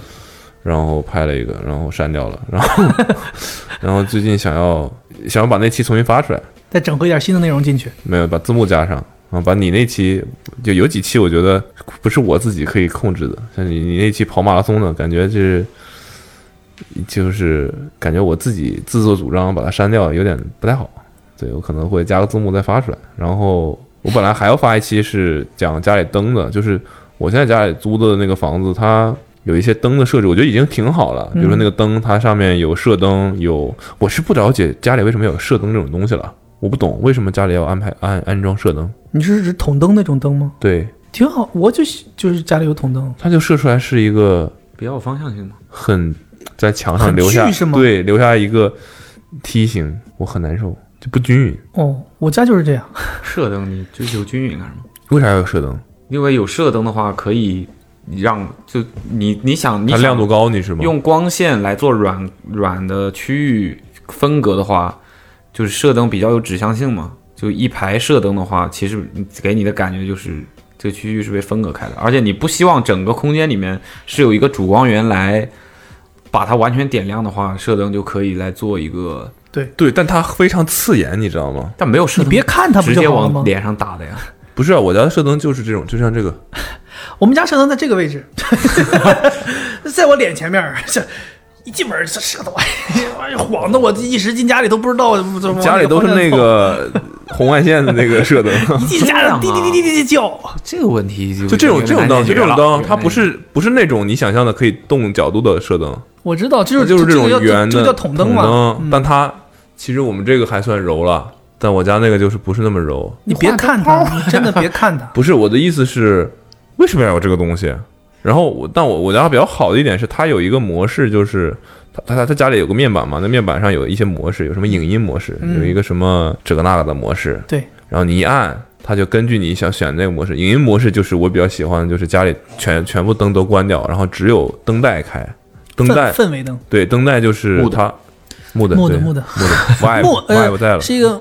Speaker 4: 然后拍了一个，然后删掉了，然后 然后最近想要想要把那期重新发出来，
Speaker 3: 再整合一点新的内容进去。
Speaker 4: 没有把字幕加上啊，把你那期就有几期我觉得不是我自己可以控制的，像你你那期跑马拉松的感觉就是就是感觉我自己自作主张把它删掉有点不太好，对我可能会加个字幕再发出来。然后我本来还要发一期是讲家里灯的，就是我现在家里租的那个房子它。有一些灯的设置，我觉得已经挺好
Speaker 3: 嗯
Speaker 4: 了。比如说那个灯，它上面有射灯，有我是不了解家里为什么有射灯这种东西了，我不懂为什么家里要安排安安装射灯。
Speaker 3: 你是指筒灯那种灯吗？
Speaker 4: 对，
Speaker 3: 挺好，我就喜就是家里有筒灯，
Speaker 4: 它就射出来是一个
Speaker 2: 比较有方向性嘛。
Speaker 4: 很在墙
Speaker 3: 很
Speaker 4: 上留下
Speaker 3: 巨是吗
Speaker 4: 对留下一个梯形，我很难受，就不均匀。
Speaker 3: 哦，我家就是这样。
Speaker 2: 射灯你追求均匀干什么？
Speaker 4: 为啥要有射灯？
Speaker 2: 因为有射灯的话，可以让就你你想你
Speaker 4: 它
Speaker 2: 想
Speaker 4: 亮度高，你是吗？
Speaker 2: 用光线来做软软的区域分隔的话，就是射灯比较有指向性嘛。就一排射灯的话，其实你给你的感觉就是这个区域是被分隔开的，而且你不希望整个空间里面是有一个主光源来把它完全点亮的话，射灯就可以来做一个。
Speaker 4: 对，但它非常刺眼，你知道吗？
Speaker 2: 但没有射
Speaker 3: 你
Speaker 2: 灯，
Speaker 3: 别看它不
Speaker 2: 直
Speaker 3: 就
Speaker 2: 接
Speaker 3: 好了吗
Speaker 2: 往？脸上打的呀。
Speaker 4: 不是、啊，我家的射灯就是这种，就像这个，
Speaker 3: 我们家摄像头在这个位置，在我脸前面儿，这一进门这舌头，哎呀，晃的我一时进家里都不知道，这
Speaker 4: 家里都是那，个红外线的那个射灯，
Speaker 3: 一进家里滴滴滴滴滴滴叫，
Speaker 2: 这个问题就
Speaker 4: 就这种这种灯，就这种灯，它不
Speaker 2: 有
Speaker 4: 是不是那种你想象的可以动角度的射灯，
Speaker 3: 我知道，这
Speaker 4: 它
Speaker 3: 是
Speaker 4: 就是
Speaker 3: 这
Speaker 4: 种
Speaker 3: 个叫
Speaker 4: 圆
Speaker 3: 这
Speaker 4: 的
Speaker 3: 个叫筒灯嘛。嗯
Speaker 4: 但它其实我们这个还算柔了，但我家那个就是不是那么柔。，
Speaker 3: 你别看它，你真的别看它
Speaker 4: 不是我的意思是，为什么要有这个东西？然后我，但我我家比较好的一点是，它有一个模式，就是它它它它家里有个面板嘛，那面板上有一些模式，有什么影音模式，
Speaker 3: 嗯
Speaker 4: 有一个什么这个那个的模式，
Speaker 3: 对，
Speaker 4: 然后你一按，它就根据你想选那个模式。影音模式就是我比较喜欢，就是家里全全部灯都关掉，然后只有灯带开，灯带
Speaker 3: 氛氛围灯，
Speaker 4: 对灯带就是
Speaker 2: 木的
Speaker 4: 它木的
Speaker 3: 木的
Speaker 4: 对
Speaker 3: 木的
Speaker 4: 木的 vibe
Speaker 3: 木
Speaker 4: vibe 在
Speaker 3: 呃
Speaker 4: 了，
Speaker 3: 是一个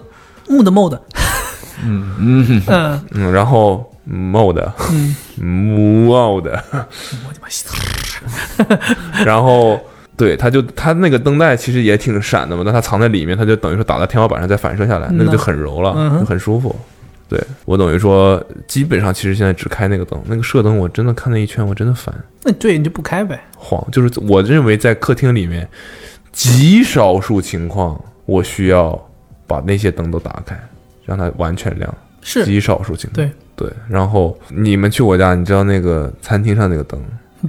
Speaker 3: 木的 mode，嗯嗯
Speaker 4: 嗯，然后 mode
Speaker 3: 嗯 嗯，
Speaker 4: mode。
Speaker 3: 我他妈
Speaker 4: 然后对，它就它那个灯带其实也挺闪的嘛，但它藏在里面，它就等于说打到天花板上再反射下来，
Speaker 3: 嗯呐
Speaker 4: 那个就很柔了，
Speaker 3: 嗯哼
Speaker 4: 就很舒服。对我等于说，基本上其实现在只开那个灯，那个射灯我真的看那一圈，我真的烦
Speaker 3: 那对你就不开呗，
Speaker 4: 晃。就是我认为在客厅里面，极少数情况我需要把那些灯都打开，让它完全亮，
Speaker 3: 是
Speaker 4: 极少数情况。
Speaker 3: 对
Speaker 4: 对，然后你们去我家，你知道那个餐厅上那个灯，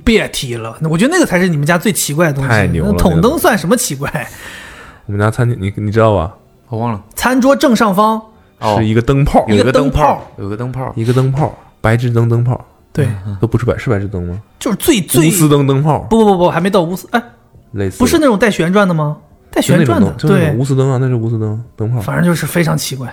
Speaker 3: 别提了，那我觉得那个才是你们家最奇怪的东西。
Speaker 4: 太牛了
Speaker 3: 那筒灯算什么奇怪？
Speaker 4: 我们家餐厅你你知道吧？
Speaker 2: 我忘了，
Speaker 3: 餐桌正上方
Speaker 2: 哦
Speaker 4: 是一个灯泡，
Speaker 3: 一
Speaker 2: 有个
Speaker 3: 个灯
Speaker 2: 泡
Speaker 3: 泡，
Speaker 2: 有个灯泡，
Speaker 4: 一个灯泡，白炽灯灯泡，
Speaker 3: 对，
Speaker 4: 都不是白，是白炽灯吗？
Speaker 3: 就是最
Speaker 4: 钨
Speaker 3: 最
Speaker 4: 丝灯灯泡，
Speaker 3: 不不不不，还没到钨丝，哎，
Speaker 4: 类似的
Speaker 3: 不是那种带旋转的吗？带
Speaker 4: 就那
Speaker 3: 旋
Speaker 4: 种
Speaker 3: 转的，
Speaker 4: 灯，就那种
Speaker 3: 对
Speaker 4: 钨，丝灯啊，那是钨丝灯灯泡，
Speaker 3: 反正就是非常奇怪。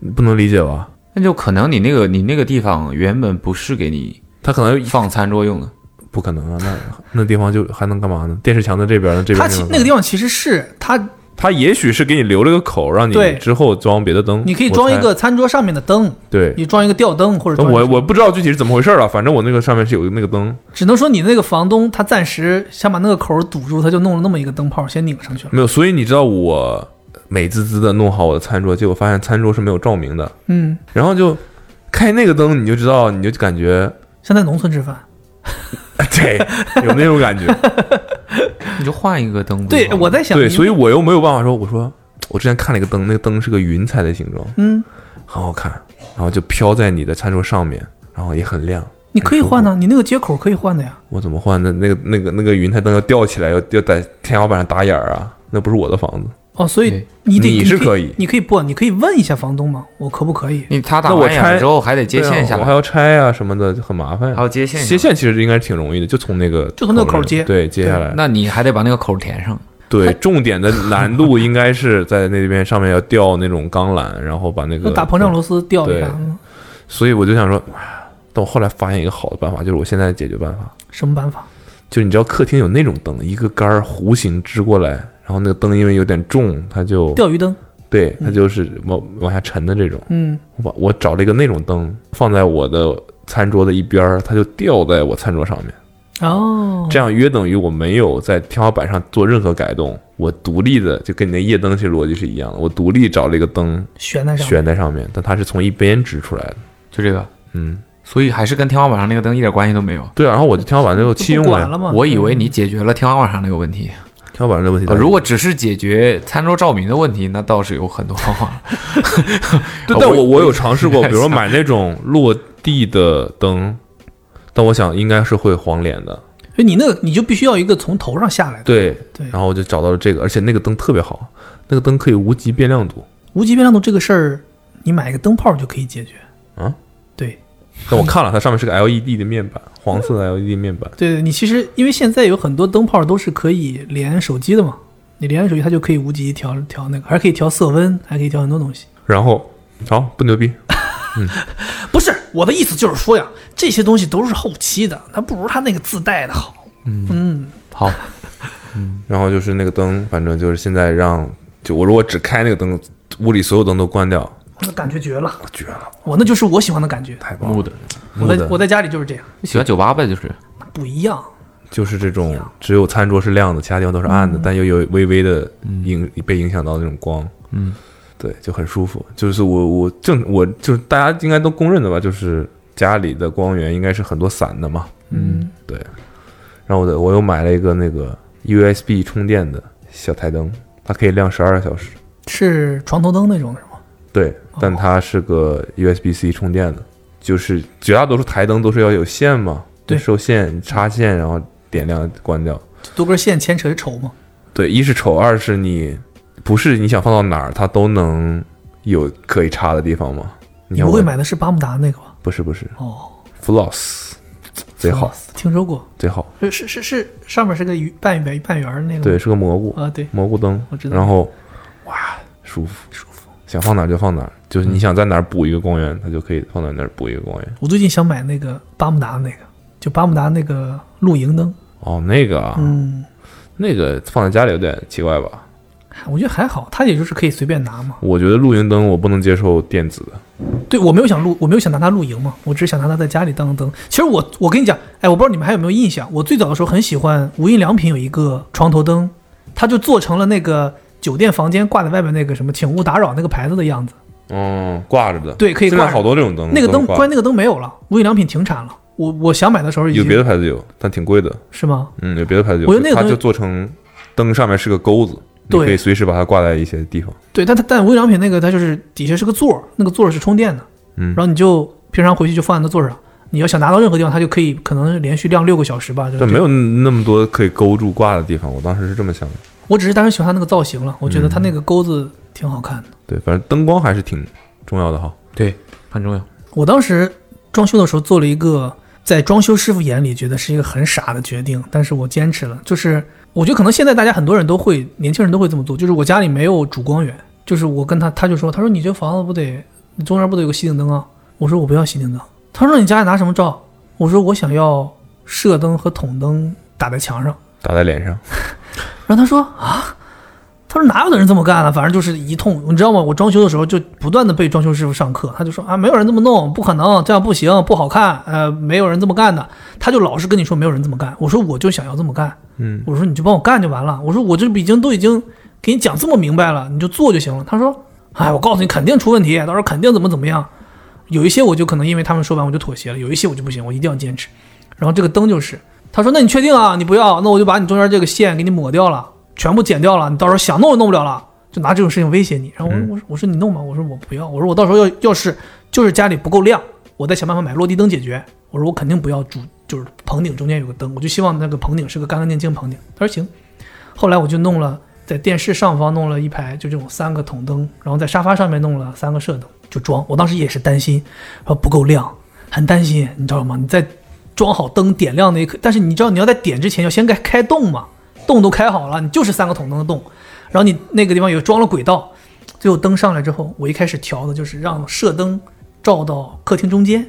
Speaker 4: 你不能理解吧？
Speaker 2: 那就可能你那个你那个地方原本不是给你
Speaker 4: 它可能
Speaker 2: 放餐桌用的，
Speaker 4: 不可能啊，那 那地方就还能干嘛呢？电视墙在这边呢，这边嗯
Speaker 3: 它其那个地
Speaker 4: 方，
Speaker 3: 方其实是它，
Speaker 4: 它也许是给你留了个口，让你
Speaker 3: 对
Speaker 4: 之后装别的灯，
Speaker 3: 你可以
Speaker 4: 我
Speaker 3: 装一
Speaker 4: 猜
Speaker 3: 个餐桌上面的灯，
Speaker 4: 对。
Speaker 3: 你装一个吊灯或者装一
Speaker 4: 我
Speaker 3: 个
Speaker 4: 我不知道具体是怎么回事了，反正我那个上面是有那个灯，
Speaker 3: 只能说你那个房东他暂时想把那个口儿堵住，他就弄了那么一个灯泡先拧上去了。
Speaker 4: 没有，所以你知道我美滋滋的弄好我的餐桌，结果发现餐桌是没有照明的，
Speaker 3: 嗯，
Speaker 4: 然后就开那个灯，你就知道，你就感觉
Speaker 3: 像在农村吃饭。
Speaker 4: 对，有那种感 觉。
Speaker 2: 你就换一个灯不就好了。
Speaker 3: 对，我在想，
Speaker 4: 对，
Speaker 3: 你
Speaker 4: 所以我又没有办法说，我说我之前看了一个灯，那个灯是个云彩的形状，
Speaker 3: 嗯，
Speaker 4: 很好看，然后就飘在你的餐桌上面，然后也很亮。
Speaker 3: 你可以换呢，你那个接口可以换的呀。
Speaker 4: 我怎么换呢？那个那个那个云彩灯要吊起来，要要在天花板上打眼儿啊！那不是我的房子，
Speaker 3: 哦，所以
Speaker 2: 对
Speaker 3: 你得
Speaker 4: 你
Speaker 3: 你
Speaker 4: 是
Speaker 3: 可
Speaker 4: 可以
Speaker 3: 你可以不，你可以问一下房东嘛，我可不可以？
Speaker 2: 你他打
Speaker 4: 那我
Speaker 2: 完眼
Speaker 4: 拆
Speaker 2: 了之后还得接
Speaker 4: 对啊
Speaker 2: 线下
Speaker 4: 我
Speaker 2: 来
Speaker 4: 还，要拆啊什么的，就很麻烦呀、
Speaker 2: 还要接线下
Speaker 4: 接线其实应该挺容易的，就从那个
Speaker 3: 就从那个口
Speaker 4: 上
Speaker 3: 接
Speaker 4: 对接下来。
Speaker 2: 那你还得把那个口填上。
Speaker 4: 对，重点的难度应该是在那边上面要吊那种钢缆，然后把那个
Speaker 3: 那打膨胀螺丝吊一下
Speaker 4: 对，
Speaker 3: 嗯
Speaker 4: 所以我就想说，哎但我后来发现一个好的办法，就是我现在的解决办法，
Speaker 3: 什么办法？
Speaker 4: 就是你知道客厅有那种灯，一个杆儿弧形支过来，然后那个灯因为有点重，它就
Speaker 3: 钓鱼灯，
Speaker 4: 对它就是往往下沉的这种。
Speaker 3: 嗯，
Speaker 4: 我把我找了一个那种灯放在我的餐桌的一边儿，它就吊在我餐桌上面，
Speaker 3: 哦，
Speaker 4: 这样约等于我没有在天花板上做任何改动，我独立的就跟你那夜灯其实逻辑是一样的，我独立找了一个灯
Speaker 3: 悬在上面，
Speaker 4: 悬在上面，但它是从一边直出来的，
Speaker 2: 就这个，
Speaker 4: 嗯。
Speaker 2: 所以还是跟天花板上那个灯一点关系都没有。
Speaker 4: 对啊，然后我就天花板就
Speaker 3: 就
Speaker 4: 弃用
Speaker 3: 不管了嘛。嗯
Speaker 2: 我以为你解决了天花板上那个问题、
Speaker 4: 天花板的问题在
Speaker 2: 呃
Speaker 4: 哪里。
Speaker 2: 如果只是解决餐桌照明的问题，那倒是有很多方法。
Speaker 4: 对，
Speaker 2: 啊
Speaker 4: 但
Speaker 2: 我
Speaker 4: 我我有
Speaker 2: 我
Speaker 4: 尝试过，比如 说买那种落地的灯，但我想应该是会黄脸的。
Speaker 3: 所以你那个你就必须要一个从头上下来的，
Speaker 4: 对，
Speaker 3: 对
Speaker 4: 然后我就找到了这个，而且那个灯特别好，那个灯可以无极变亮度。
Speaker 3: 无级变亮度这个事儿，你买一个灯泡就可以解决。
Speaker 4: 啊，
Speaker 3: 对，
Speaker 4: 但我看了，它上面是个 LED 的面板，黄色的 LED 面板。
Speaker 3: 对你其实因为现在有很多灯泡都是可以连手机的嘛，你连手机它就可以无极调调那个，还可以调色温，还可以调很多东西。
Speaker 4: 然后，好，不牛逼，
Speaker 3: 不是我的意思就是说呀，这些东西都是后期的，它不如它那个自带的好。
Speaker 2: 好，
Speaker 4: 然后就是那个灯，反正就是现在让，就我如果只开那个灯，屋里所有灯都关掉，
Speaker 3: 那感觉绝了，
Speaker 4: 绝了，
Speaker 3: 我那就是我喜欢的感觉。
Speaker 4: 太棒
Speaker 2: 木
Speaker 4: 了。
Speaker 2: 的
Speaker 3: 我
Speaker 4: 木
Speaker 3: 在
Speaker 4: 的
Speaker 3: 我在家里就是这样，
Speaker 2: 喜欢酒吧呗，就是
Speaker 3: 不一样。
Speaker 4: 就是这种只有餐桌是亮的，其他地方都是暗的，但又有微微的影、被影响到那种光，
Speaker 2: 嗯，
Speaker 4: 对，就很舒服。就是我我正我就是大家应该都公认的吧，就是家里的光源应该是很多散的嘛，
Speaker 2: 嗯，
Speaker 4: 对。然后我的我又买了一个那个 USB 充电的小台灯，它可以亮十二个小时。
Speaker 3: 是床头灯那种是吗？
Speaker 4: 对，
Speaker 2: 哦
Speaker 4: 但它是个 USB-C 充电的，就是绝大多数台灯都是要有线嘛，
Speaker 3: 对
Speaker 4: 受线插线，然后点亮关掉。
Speaker 3: 多根线牵扯一筹嘛。
Speaker 4: 对，一是丑，二是你不是你想放到哪儿，它都能有可以插的地方吗？你
Speaker 3: 你
Speaker 4: 看
Speaker 3: 不
Speaker 4: 我
Speaker 3: 会买的是巴慕达那个吧？
Speaker 4: 不是不是
Speaker 3: 哦，
Speaker 4: Floss，贼好，
Speaker 3: 听说过，
Speaker 4: 贼好，
Speaker 3: 是是是是，上面是个鱼半圆半圆儿那个。
Speaker 4: 对，，是个蘑菇，
Speaker 3: 啊对，
Speaker 4: 蘑菇灯
Speaker 3: 我，知道
Speaker 4: 然后哇，舒服舒服，想放哪儿就放哪儿，就是
Speaker 3: 嗯
Speaker 4: 你想在哪儿补一个光源，它就可以放在那儿补一个光源。
Speaker 3: 我最近想买那个巴慕达那个，就巴慕达那个露营灯。
Speaker 4: 哦，那个啊，
Speaker 3: 嗯，
Speaker 4: 那个放在家里有点奇怪吧？
Speaker 3: 我觉得还好，它也就是可以随便拿嘛。
Speaker 4: 我觉得露营灯我不能接受电子的，
Speaker 3: 对我没有想露，我没有想拿它露营嘛，我只是想拿它在家里当灯。其实我我跟你讲，哎，我不知道你们还有没有印象，我最早的时候很喜欢无印良品有一个床头灯，它就做成了那个酒店房间挂在外面那个什么“请勿打扰”那个牌子的样子。
Speaker 4: 嗯，挂着的，
Speaker 3: 对可以
Speaker 4: 现在
Speaker 3: 挂着
Speaker 4: 好多这种灯，
Speaker 3: 那个灯，
Speaker 4: 挂
Speaker 3: 关键那个灯没有了，无印良品停产了。我我想买的时候已
Speaker 4: 有
Speaker 3: 经
Speaker 4: 别的牌子有，但挺贵的，
Speaker 3: 是吗？
Speaker 4: 嗯，有别的牌子有，
Speaker 3: 我觉得那个
Speaker 4: 它
Speaker 3: 东
Speaker 4: 就
Speaker 3: 西
Speaker 4: 做成灯上面是个钩子，你
Speaker 3: 对
Speaker 4: 可以随时把它挂在一些地方。
Speaker 3: 对，但它但无印良品那个它就是底下是个座儿，那个座儿是充电的，
Speaker 4: 嗯
Speaker 3: 然后你就平常回去就放在那座儿上，你要想拿到任何地方，它就可以可能连续亮六个小时吧。就是
Speaker 4: 但
Speaker 3: 这
Speaker 4: 没有那么多可以勾住挂的地方，我当时是这么想的。
Speaker 3: 我只是单纯喜欢它那个造型了，我觉得它那个钩子挺好看的。
Speaker 4: 对，反正灯光还是挺重要的哈。
Speaker 2: 对，很重要。
Speaker 3: 我当时装修的时候做了一个在装修师傅眼里觉得是一个很傻的决定，但是我坚持了。就是我觉得可能现在大家很多人都会，年轻人都会这么做。就是我家里没有主光源，就是我跟他他就说，他说你这房子不得你中间不得有个吸顶灯啊？我说我不要吸顶灯。啊他说你家里拿什么照？我说我想要射灯和筒灯打在墙上。
Speaker 4: 打在脸上，
Speaker 3: 然后他说啊，他说哪有的人这么干啊？反正就是一通，你知道吗？我装修的时候就不断的被装修师傅上课，他就说啊，没有人这么弄，不可能，这样不行，不好看，呃，没有人这么干的。他就老是跟你说没有人这么干，我说我就想要这么干，
Speaker 4: 嗯，
Speaker 3: 我说你就帮我干就完了，我说我这已经都已经给你讲这么明白了，你就做就行了。他说，哎，我告诉你，肯定出问题，到时候肯定怎么怎么样。有一些我就可能因为他们说完我就妥协了，有一些我就不行，我一定要坚持。然后这个灯就是，他说：“那你确定啊？你不要，那我就把你中间这个线给你抹掉了，全部剪掉了。你到时候想弄也弄不了了，就拿这种事情威胁你。”然后我说：“我说我说你弄吧，我说我不要，我说我到时候要要是就是家里不够亮，我再想办法买落地灯解决。我说我肯定不要主就是棚顶中间有个灯，我就希望那个棚顶是个干干净净棚顶。”他说：“行。”后来我就弄了在电视上方弄了一排就这种三个筒灯，然后在沙发上面弄了三个射灯，就装。我当时也是担心，说不够亮，很担心，你知道吗？你在装好灯点亮那一刻，但是你知道你要在点之前要先开开洞嘛，洞都开好了，你就是三个筒灯的洞，然后你那个地方也装了轨道，最后灯上来之后，我一开始调的就是让射灯照到客厅中间，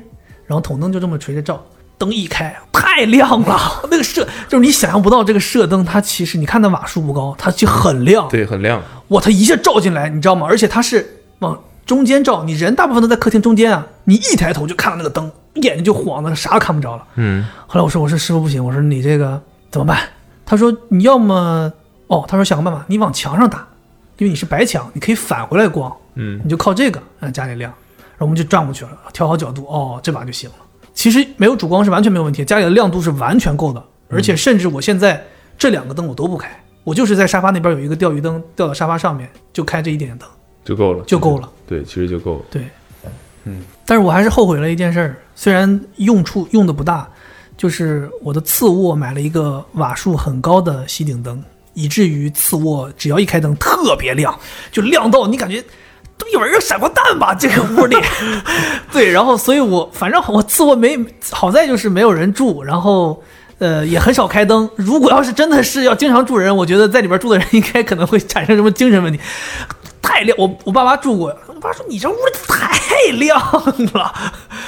Speaker 3: 然后筒灯就这么垂着照。灯一开，太亮了！ 那个射就是你想象不到，这个射灯它其实你看它瓦数不高，它其实很亮。
Speaker 4: 对，很亮，
Speaker 3: 哇，它一下照进来，你知道吗？而且它是往中间照，你人大部分都在客厅中间啊，你一抬头就看到那个灯，眼睛就晃的，啥都看不着了。
Speaker 4: 嗯，
Speaker 3: 后来我说我说师傅不行，我说你这个怎么办？他说你要么哦，他说想个办法，你往墙上打，因为你是白墙，你可以返回来光，
Speaker 4: 嗯，
Speaker 3: 你就靠这个让家里亮。然后我们就转过去了，调好角度，哦，这把就行了。其实没有主光是完全没有问题，家里的亮度是完全够的，而且甚至我现在这两个灯我都不开，我就是在沙发那边有一个钓鱼灯吊到沙发上面，就开这一点点灯
Speaker 4: 就够了，
Speaker 3: 就够了。
Speaker 4: 对，其实就够了。
Speaker 3: 对，嗯，但是我还是后悔了一件事儿，虽然用处用的不大，就是我的次卧买了一个瓦数很高的吸顶灯，以至于次卧只要一开灯特别亮，就亮到你感觉。都有人闪光弹吧，这个屋里，对，然后，所以我反正我次卧没好在就是没有人住，然后，呃，也很少开灯。如果要是真的是要经常住人，我觉得在里边住的人应该可能会产生什么精神问题。太亮，我我爸妈住过，我爸说你这屋里太亮了，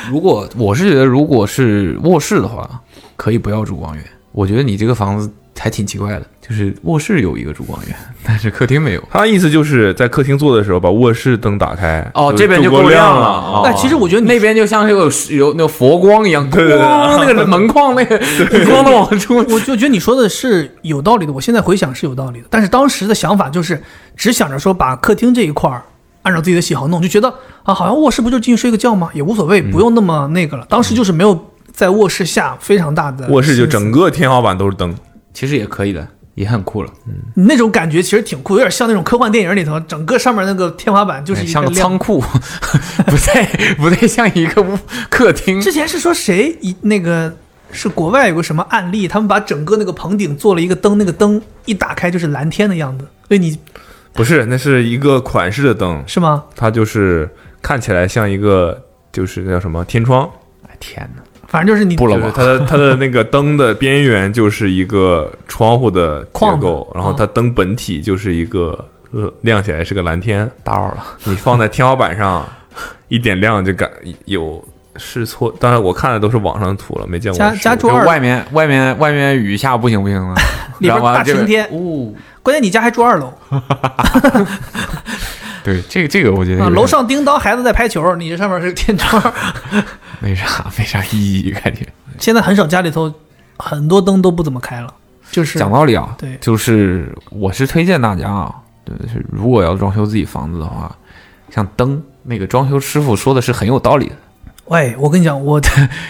Speaker 2: 如果我是觉得，如果是卧室的话，可以不要主光源。我觉得你这个房子还挺奇怪的，就是卧室有一个主光源，但是客厅没有。
Speaker 4: 他意思就是在客厅坐的时候，把卧室灯打开，
Speaker 3: 哦
Speaker 2: 够
Speaker 4: 够
Speaker 2: 亮
Speaker 4: 了。
Speaker 2: 哦
Speaker 3: 但其实我觉得你
Speaker 2: 那边就像是有有那个佛光一样，咣，
Speaker 4: 对对对
Speaker 2: 那个门框 那个咣的往出。
Speaker 3: 我就觉得你说的是有道理的，我现在回想是有道理的，但是当时的想法就是只想着说把客厅这一块儿按照自己的喜好弄，就觉得啊，好像卧室不就进去睡个觉吗？也无所谓，
Speaker 4: 嗯
Speaker 3: 不用那么那个了。当时就是没有在卧室下非常大的
Speaker 4: 卧室就
Speaker 3: 心思
Speaker 4: 整个天花板都是灯，
Speaker 2: 其实也可以的，也很酷了，
Speaker 3: 你那种感觉其实挺酷，有点像那种科幻电影里头，整个上面那个天花板
Speaker 4: 哎
Speaker 3: 就是一
Speaker 2: 哎像个
Speaker 3: 亮
Speaker 2: 仓库， 不太不太像一个屋客厅。
Speaker 3: 之前是说谁一那个是国外有个什么案例，他们把整个那个棚顶做了一个灯，那个灯一打开就是蓝天的样子，所以你
Speaker 4: 不是，那是一个款式的灯，
Speaker 3: 是吗？
Speaker 4: 它就是看起来像一个就是那叫什么天窗，
Speaker 2: 哎天哪，
Speaker 3: 反正就是你
Speaker 2: 不了
Speaker 4: 就是它的它的那个灯的边缘就是一个窗户的结
Speaker 3: 框
Speaker 4: 构
Speaker 3: 子，嗯
Speaker 4: 然后它灯本体就是一个、呃亮起来是个蓝天，
Speaker 2: 打扰了。
Speaker 4: 你放在天花板上一点亮就感有试错，当然我看的都是网上的图了，没见过
Speaker 3: 加
Speaker 4: 实物
Speaker 3: 加
Speaker 2: 就
Speaker 3: 桌二，
Speaker 2: 外面外面外面雨下不行不行了，
Speaker 3: 里边
Speaker 2: 然后完了
Speaker 3: 大
Speaker 2: 这个
Speaker 3: 晴天
Speaker 2: 哦，
Speaker 3: 关键你家还住二楼啊
Speaker 2: 对，这个这个我觉得
Speaker 3: 啊，
Speaker 2: 有点
Speaker 3: 楼上叮当孩子在拍球，你这上面是天 窗。
Speaker 2: 没啥 没啥意义感觉。
Speaker 3: 现在很少家里头很多灯都不怎么开了，就是
Speaker 2: 讲道理啊，
Speaker 3: 对
Speaker 2: 就是我是推荐大家啊，就是如果要装修自己房子的话，像灯那个装修师傅说的是很有道理的。
Speaker 3: 喂，我跟你讲，我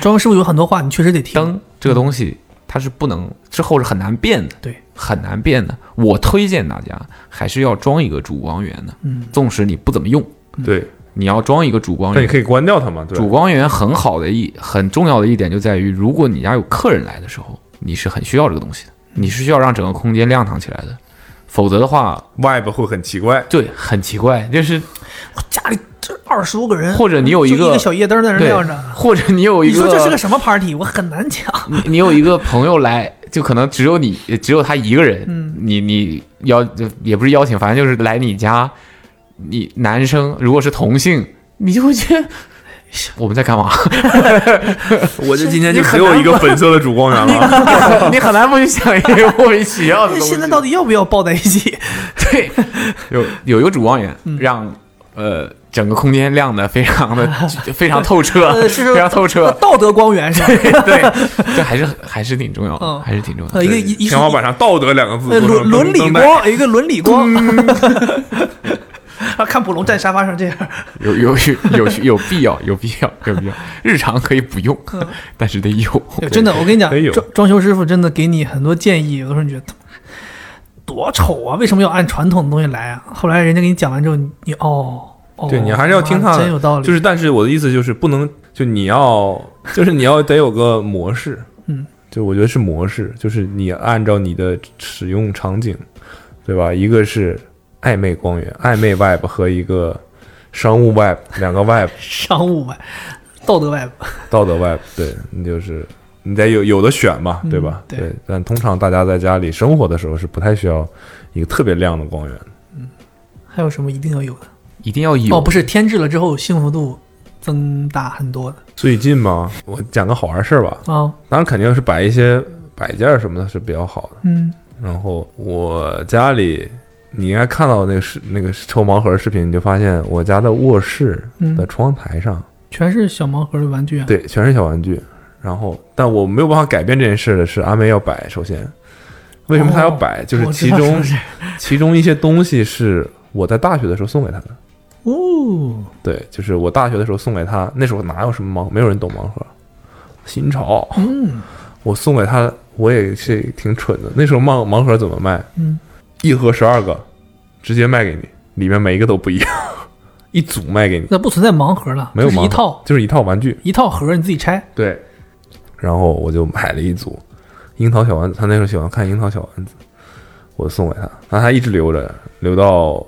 Speaker 3: 装师傅有很多话，你确实得听。
Speaker 2: 灯这个东西它是不能之后是很难变的，
Speaker 3: 对，
Speaker 2: 很难变的。我推荐大家还是要装一个主光源的，
Speaker 3: 嗯，
Speaker 2: 纵使你不怎么用，
Speaker 4: 对，
Speaker 2: 你要装一个主光
Speaker 4: 但你
Speaker 2: 源。
Speaker 4: 可以关掉它嘛，对吧
Speaker 2: 主？光源很好的一很重要的一点就在于，如果你家有客人来的时候，你是很需要这个东西的，你是需要让整个空间亮堂起来的，否则的话，
Speaker 4: 外边会很奇怪，
Speaker 2: 对，很奇怪，就是
Speaker 3: 家里这二十多个人，
Speaker 2: 或者你有
Speaker 3: 就
Speaker 2: 一
Speaker 3: 一
Speaker 2: 个
Speaker 3: 小夜灯在那儿
Speaker 2: 对
Speaker 3: 亮着，，
Speaker 2: 或者你有一
Speaker 3: 你
Speaker 2: 个，
Speaker 3: 说这是个什么 party？我很难讲。
Speaker 2: 你你有一个朋友来，就可能只有你，只有他一个人。
Speaker 3: 嗯
Speaker 2: 你你邀就也不是邀请，反正就是来你家。你男生如果是同性，你就会觉得 我们在 干嘛？
Speaker 4: 我这今天就
Speaker 3: 你
Speaker 4: 只
Speaker 3: 很
Speaker 4: 有
Speaker 3: 难
Speaker 4: 一个粉色的主光 源了。
Speaker 2: 你很难不去想一些莫名其妙的东西。
Speaker 3: 现在到底要不要抱在一起？
Speaker 2: 对，有有一个主光源，
Speaker 3: 嗯
Speaker 2: 让呃整个空间亮的非常 的非常透彻，
Speaker 4: 啊
Speaker 3: 呃，是
Speaker 2: 非常透彻。
Speaker 3: 道德光源是吧？
Speaker 2: 对，这还是还是挺重要的，
Speaker 3: 嗯
Speaker 2: 还是挺重要的
Speaker 3: 呃，。一个一一
Speaker 4: 天花板上“道德”两个字
Speaker 3: 呃，
Speaker 4: 做
Speaker 3: 伦
Speaker 4: 成
Speaker 3: 伦理
Speaker 4: 灯带
Speaker 3: 光，一个伦理光。
Speaker 4: 嗯
Speaker 3: 啊，看普龙站沙发上这样，
Speaker 2: 有有有有有必要，有必要，有必要。日常可以不用，
Speaker 3: 嗯
Speaker 2: 但是得有。
Speaker 3: 真的，我跟你讲
Speaker 4: 哎，呦
Speaker 3: 装装修师傅真的给你很多建议，有的时候你觉得他妈多丑啊，为什么要按传统的东西来啊？后来人家给你讲完之后，你你哦。哦
Speaker 4: 对你还是要听他
Speaker 3: 妈
Speaker 4: 的
Speaker 3: 真有道理。
Speaker 4: 就是，但是我的意思就是不能，就你要，就是你要得有个模式，
Speaker 3: 嗯，
Speaker 4: 就我觉得是模式，就是你按照你的使用场景，对吧？一个是暧昧光源、暧昧 web 和一个商务 web，两个 web
Speaker 3: 商务外，道德外，
Speaker 4: 道德 web，对你就是你得有有的选嘛，对吧？
Speaker 3: 嗯对
Speaker 4: 但通常大家在家里生活的时候是不太需要一个特别亮的光源，
Speaker 3: 还有什么一定要有的？
Speaker 2: 一定要有。
Speaker 3: 哦，不是，添置了之后幸福度增大很多的
Speaker 4: 最近嘛，我讲个好玩事儿吧，
Speaker 3: 啊、
Speaker 4: 当然肯定是摆一些摆件儿什么的是比较好的。
Speaker 3: 嗯，
Speaker 4: 然后我家里，你应该看到那个视那个抽盲盒视频，你就发现我家的卧室
Speaker 3: 嗯
Speaker 4: 的窗台上，
Speaker 3: 全是小盲盒的玩具啊。
Speaker 4: 对，全是小玩具。然后，但我没有办法改变这件事的是，阿妹要摆。首先，为什么她要摆？就是
Speaker 3: 哦我知
Speaker 4: 其
Speaker 3: 道
Speaker 4: 中
Speaker 3: 是谁
Speaker 4: 其中一些东西是我在大学的时候送给她的。
Speaker 3: 哦，
Speaker 4: 对，就是我大学的时候送给她，那时候哪有什么盲，没有人懂盲盒，新潮。
Speaker 3: 嗯
Speaker 4: 我送给她，我也是挺蠢的。那时候盲盲盒怎么卖？
Speaker 3: 嗯，
Speaker 4: 一盒十二个，直接卖给你，里面每一个都不一样， 一组卖给你，
Speaker 3: 那不存在盲盒了，
Speaker 4: 没有
Speaker 3: 就是
Speaker 4: 盲
Speaker 3: 一套
Speaker 4: 就是一套玩具。
Speaker 3: 一套盒，你自己拆。
Speaker 4: 对，然后我就买了一组樱桃小丸子，他那时候喜欢看樱桃小丸子，我送给他，然后他一直留着，留到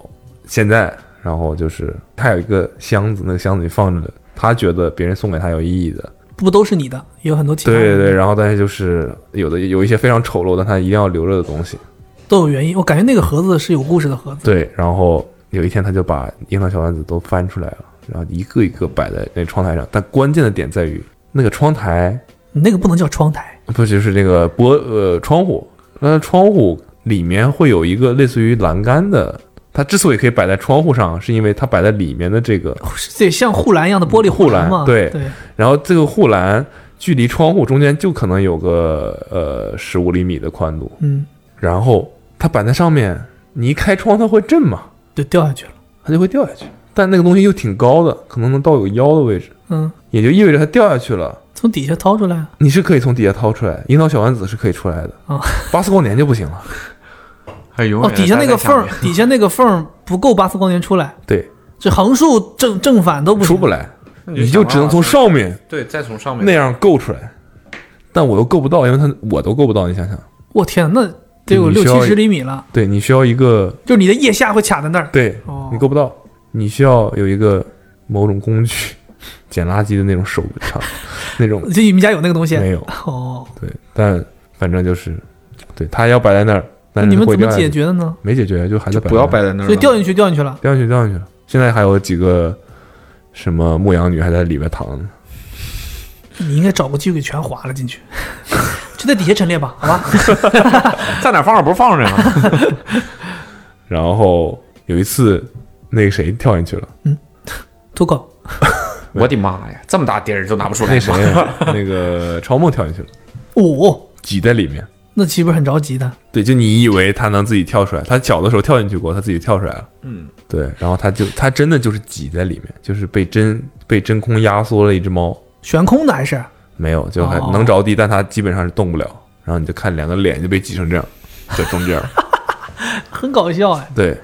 Speaker 4: 现在。然后就是他有一个箱子，那个箱子里放着的，他觉得别人送给他有意义的，嗯
Speaker 3: 不都是你的，也有很多其他
Speaker 4: 对
Speaker 3: 的
Speaker 4: 对对。然后但是就是有的有一些非常丑陋，但他一定要留着的东西。
Speaker 3: 都有原因。我感觉那个盒子是有故事的盒子，
Speaker 4: 对，然后有一天他就把樱桃小丸子都翻出来了，然后一个一个摆在那窗台上。但关键的点在于，那个窗台
Speaker 3: 你那个不能叫窗台，
Speaker 4: 不就是这个玻呃窗户，那窗户里面会有一个类似于栏杆的。它之所以可以摆在窗户上，是因为它摆在里面的这个，
Speaker 3: 是得像护栏一样的玻璃
Speaker 4: 嗯护栏
Speaker 3: 嘛。
Speaker 4: 对
Speaker 3: 对，
Speaker 4: 然后这个护栏距离窗户中间就可能有个呃十五厘米的宽度，
Speaker 3: 嗯，
Speaker 4: 然后它摆在上面，你一开窗它会震嘛，
Speaker 3: 对，掉下去了。
Speaker 4: 它就会掉下去。但那个东西又挺高的，可能能到有腰的位置，
Speaker 3: 嗯，
Speaker 4: 也就意味着它掉下去了。
Speaker 3: 从底下掏出来。
Speaker 4: 你是可以从底下掏出来，樱桃小丸子是可以出来的
Speaker 3: 啊，
Speaker 4: 八四光年就不行了。
Speaker 2: 还哎永
Speaker 3: 哦，
Speaker 2: 远地
Speaker 3: 底下那个
Speaker 2: 待在
Speaker 3: 缝儿
Speaker 2: 面，
Speaker 3: 底下那个缝儿不够八次光年出来，
Speaker 4: 对，
Speaker 3: 这横竖正正反都不行
Speaker 4: 出不来，你
Speaker 2: 想
Speaker 4: 就
Speaker 2: 办
Speaker 4: 只能
Speaker 2: 法
Speaker 4: 从上面
Speaker 2: 对，再从上面
Speaker 4: 那样够出来。但我又够不到，因为它我都够不到。你想想，
Speaker 3: 我天，那得有
Speaker 4: 你
Speaker 3: 六
Speaker 4: 需要
Speaker 3: 七十厘米了，
Speaker 4: 对你需要一个
Speaker 3: 就是你的腋下会卡在那儿。
Speaker 4: 对
Speaker 3: 哦
Speaker 4: 你够不到，你需要有一个某种工具，捡垃圾的那种手长，那种
Speaker 3: 就你们家有那个东西？
Speaker 4: 没有。
Speaker 3: 哦，
Speaker 4: 对，但反正就是，对它要摆在那儿，
Speaker 3: 那
Speaker 4: 但是
Speaker 3: 你们
Speaker 4: 会
Speaker 3: 怎么
Speaker 4: 掉下
Speaker 3: 解
Speaker 4: 去？
Speaker 3: 决的呢？
Speaker 4: 没解决，就还在摆，
Speaker 2: 不要摆，在那儿了，
Speaker 3: 所以掉进去，掉进去了。
Speaker 4: 掉进去，掉进去了。现在还有几个什么牧羊女还在里边躺呢，
Speaker 3: 你应该找个机会给全划了进去， 就在底下陈列吧，好吧？
Speaker 2: 在哪儿放着不是放着呢？
Speaker 4: 然后有一次那个谁跳进去了，
Speaker 3: 土狗，
Speaker 2: 我的妈呀，这么大碟儿都拿不出来，
Speaker 4: 那谁啊那个超梦跳进去了，
Speaker 3: 哦，
Speaker 4: 挤在里面。
Speaker 3: 那岂不是很着急的？
Speaker 4: 对，就你以为他能自己跳出来，他小的时候跳进去过，他自己跳出来了。
Speaker 2: 嗯，
Speaker 4: 对，然后他就他真的就是挤在里面，就是被真被真空压缩了一只猫，
Speaker 3: 悬空的还是？
Speaker 4: 没有，就还
Speaker 3: 哦
Speaker 4: 能着地，但它基本上是动不了。然后你就看两个脸就被挤成这样，在中间儿。
Speaker 3: 很搞笑哎，
Speaker 4: 对，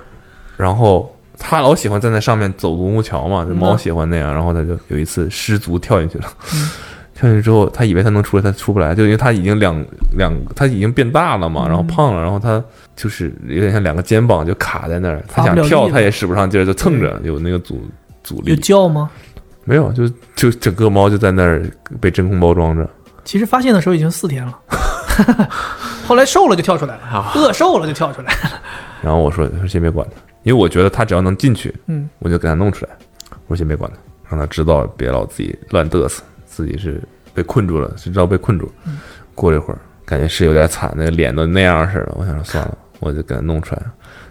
Speaker 4: 然后它老喜欢站在上面走独木桥嘛，这
Speaker 3: 嗯
Speaker 4: 猫
Speaker 3: 呐
Speaker 4: 喜欢那样。然后它就有一次失足跳进去了，
Speaker 3: 嗯
Speaker 4: 跳进去之后，它以为它能出来，它出不来，就因为它已经两两，它已经变大了嘛，然
Speaker 3: 嗯
Speaker 4: 后胖了，然后它就是有点像两个肩膀就卡在那儿，它
Speaker 3: 发
Speaker 4: 想
Speaker 3: 不了
Speaker 4: 跳
Speaker 3: 力
Speaker 4: 它
Speaker 3: 了
Speaker 4: 也使不上劲儿，就蹭着有那个阻阻
Speaker 3: 有
Speaker 4: 力，
Speaker 3: 叫吗？
Speaker 4: 没有，就就整个猫就在那儿被真空包装着。
Speaker 3: 其实发现的时候已经四天了， 后来瘦了就跳出来了，饿瘦了就跳出来了。
Speaker 4: 然后我说：“我说先别管他，因为我觉得他只要能进去，
Speaker 3: 嗯，
Speaker 4: 我就给他弄出来。我说先别管他，让他知道别老自己乱嘚瑟，自己是被困住了，是知道被困住了。过了一会儿，感觉是有点惨，那个脸都那样似的。我想说算了，我就给他弄出来。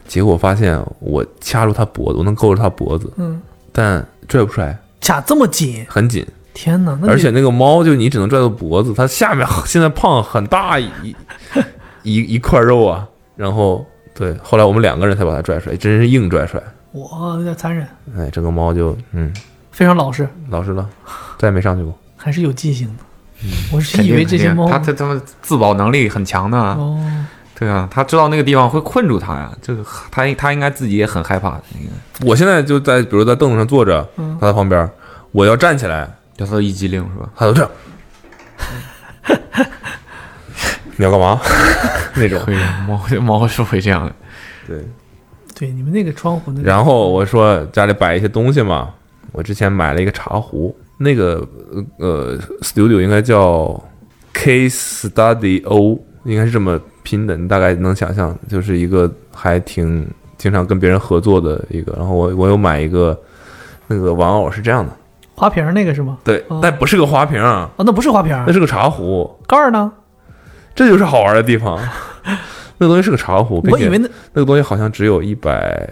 Speaker 4: 结果我发现我掐住他脖子，我能勾住他脖子，
Speaker 3: 嗯，
Speaker 4: 但拽不出来，
Speaker 3: 卡这么紧，
Speaker 4: 很紧。
Speaker 3: 天哪！那你
Speaker 4: 而且那个猫就你只能拽住脖子，它下面 现在胖很大一一一块肉啊。然后对，后来我们两个人才把它拽出来，真是硬拽出来。
Speaker 3: 我有点残忍，
Speaker 4: 哎，这个猫就嗯
Speaker 3: 非常老实，
Speaker 4: 老实了，再也没上去过。
Speaker 3: 还是有记性的。我是
Speaker 2: 肯
Speaker 3: 以
Speaker 2: 定
Speaker 3: 为这些猫
Speaker 2: 肯定它它它们自保能力很强的啊，
Speaker 3: 哦，
Speaker 2: 对啊，它知道那个地方会困住它呀，这个它它应该自己也很害怕的，应该
Speaker 4: 我现在就在比如在凳子上坐着，它在旁边，我要站起来，
Speaker 2: 叫它一激灵是吧？
Speaker 4: 它就这样。你要干嘛？ 那种
Speaker 2: 会猫猫是会这样的，
Speaker 4: 对。
Speaker 3: 对，你们那个窗户那个，
Speaker 4: 然后我说家里摆一些东西嘛，我之前买了一个茶壶，那个呃呃 studio 应该叫 K Study O，应该是这么拼的，你大概能想象，就是一个还挺经常跟别人合作的一个。然后我我有买一个那个玩偶是这样的，
Speaker 3: 花瓶儿那个是吗？
Speaker 4: 对
Speaker 3: 哦，
Speaker 4: 但不是个花瓶啊，
Speaker 3: 哦，那不是花瓶儿
Speaker 4: 那，是个茶壶，
Speaker 3: 盖儿呢？
Speaker 4: 这就是好玩的 地方。那个东西是个茶壶，并
Speaker 3: 我
Speaker 4: 且
Speaker 3: 以为那
Speaker 4: 那个东西好像只有一百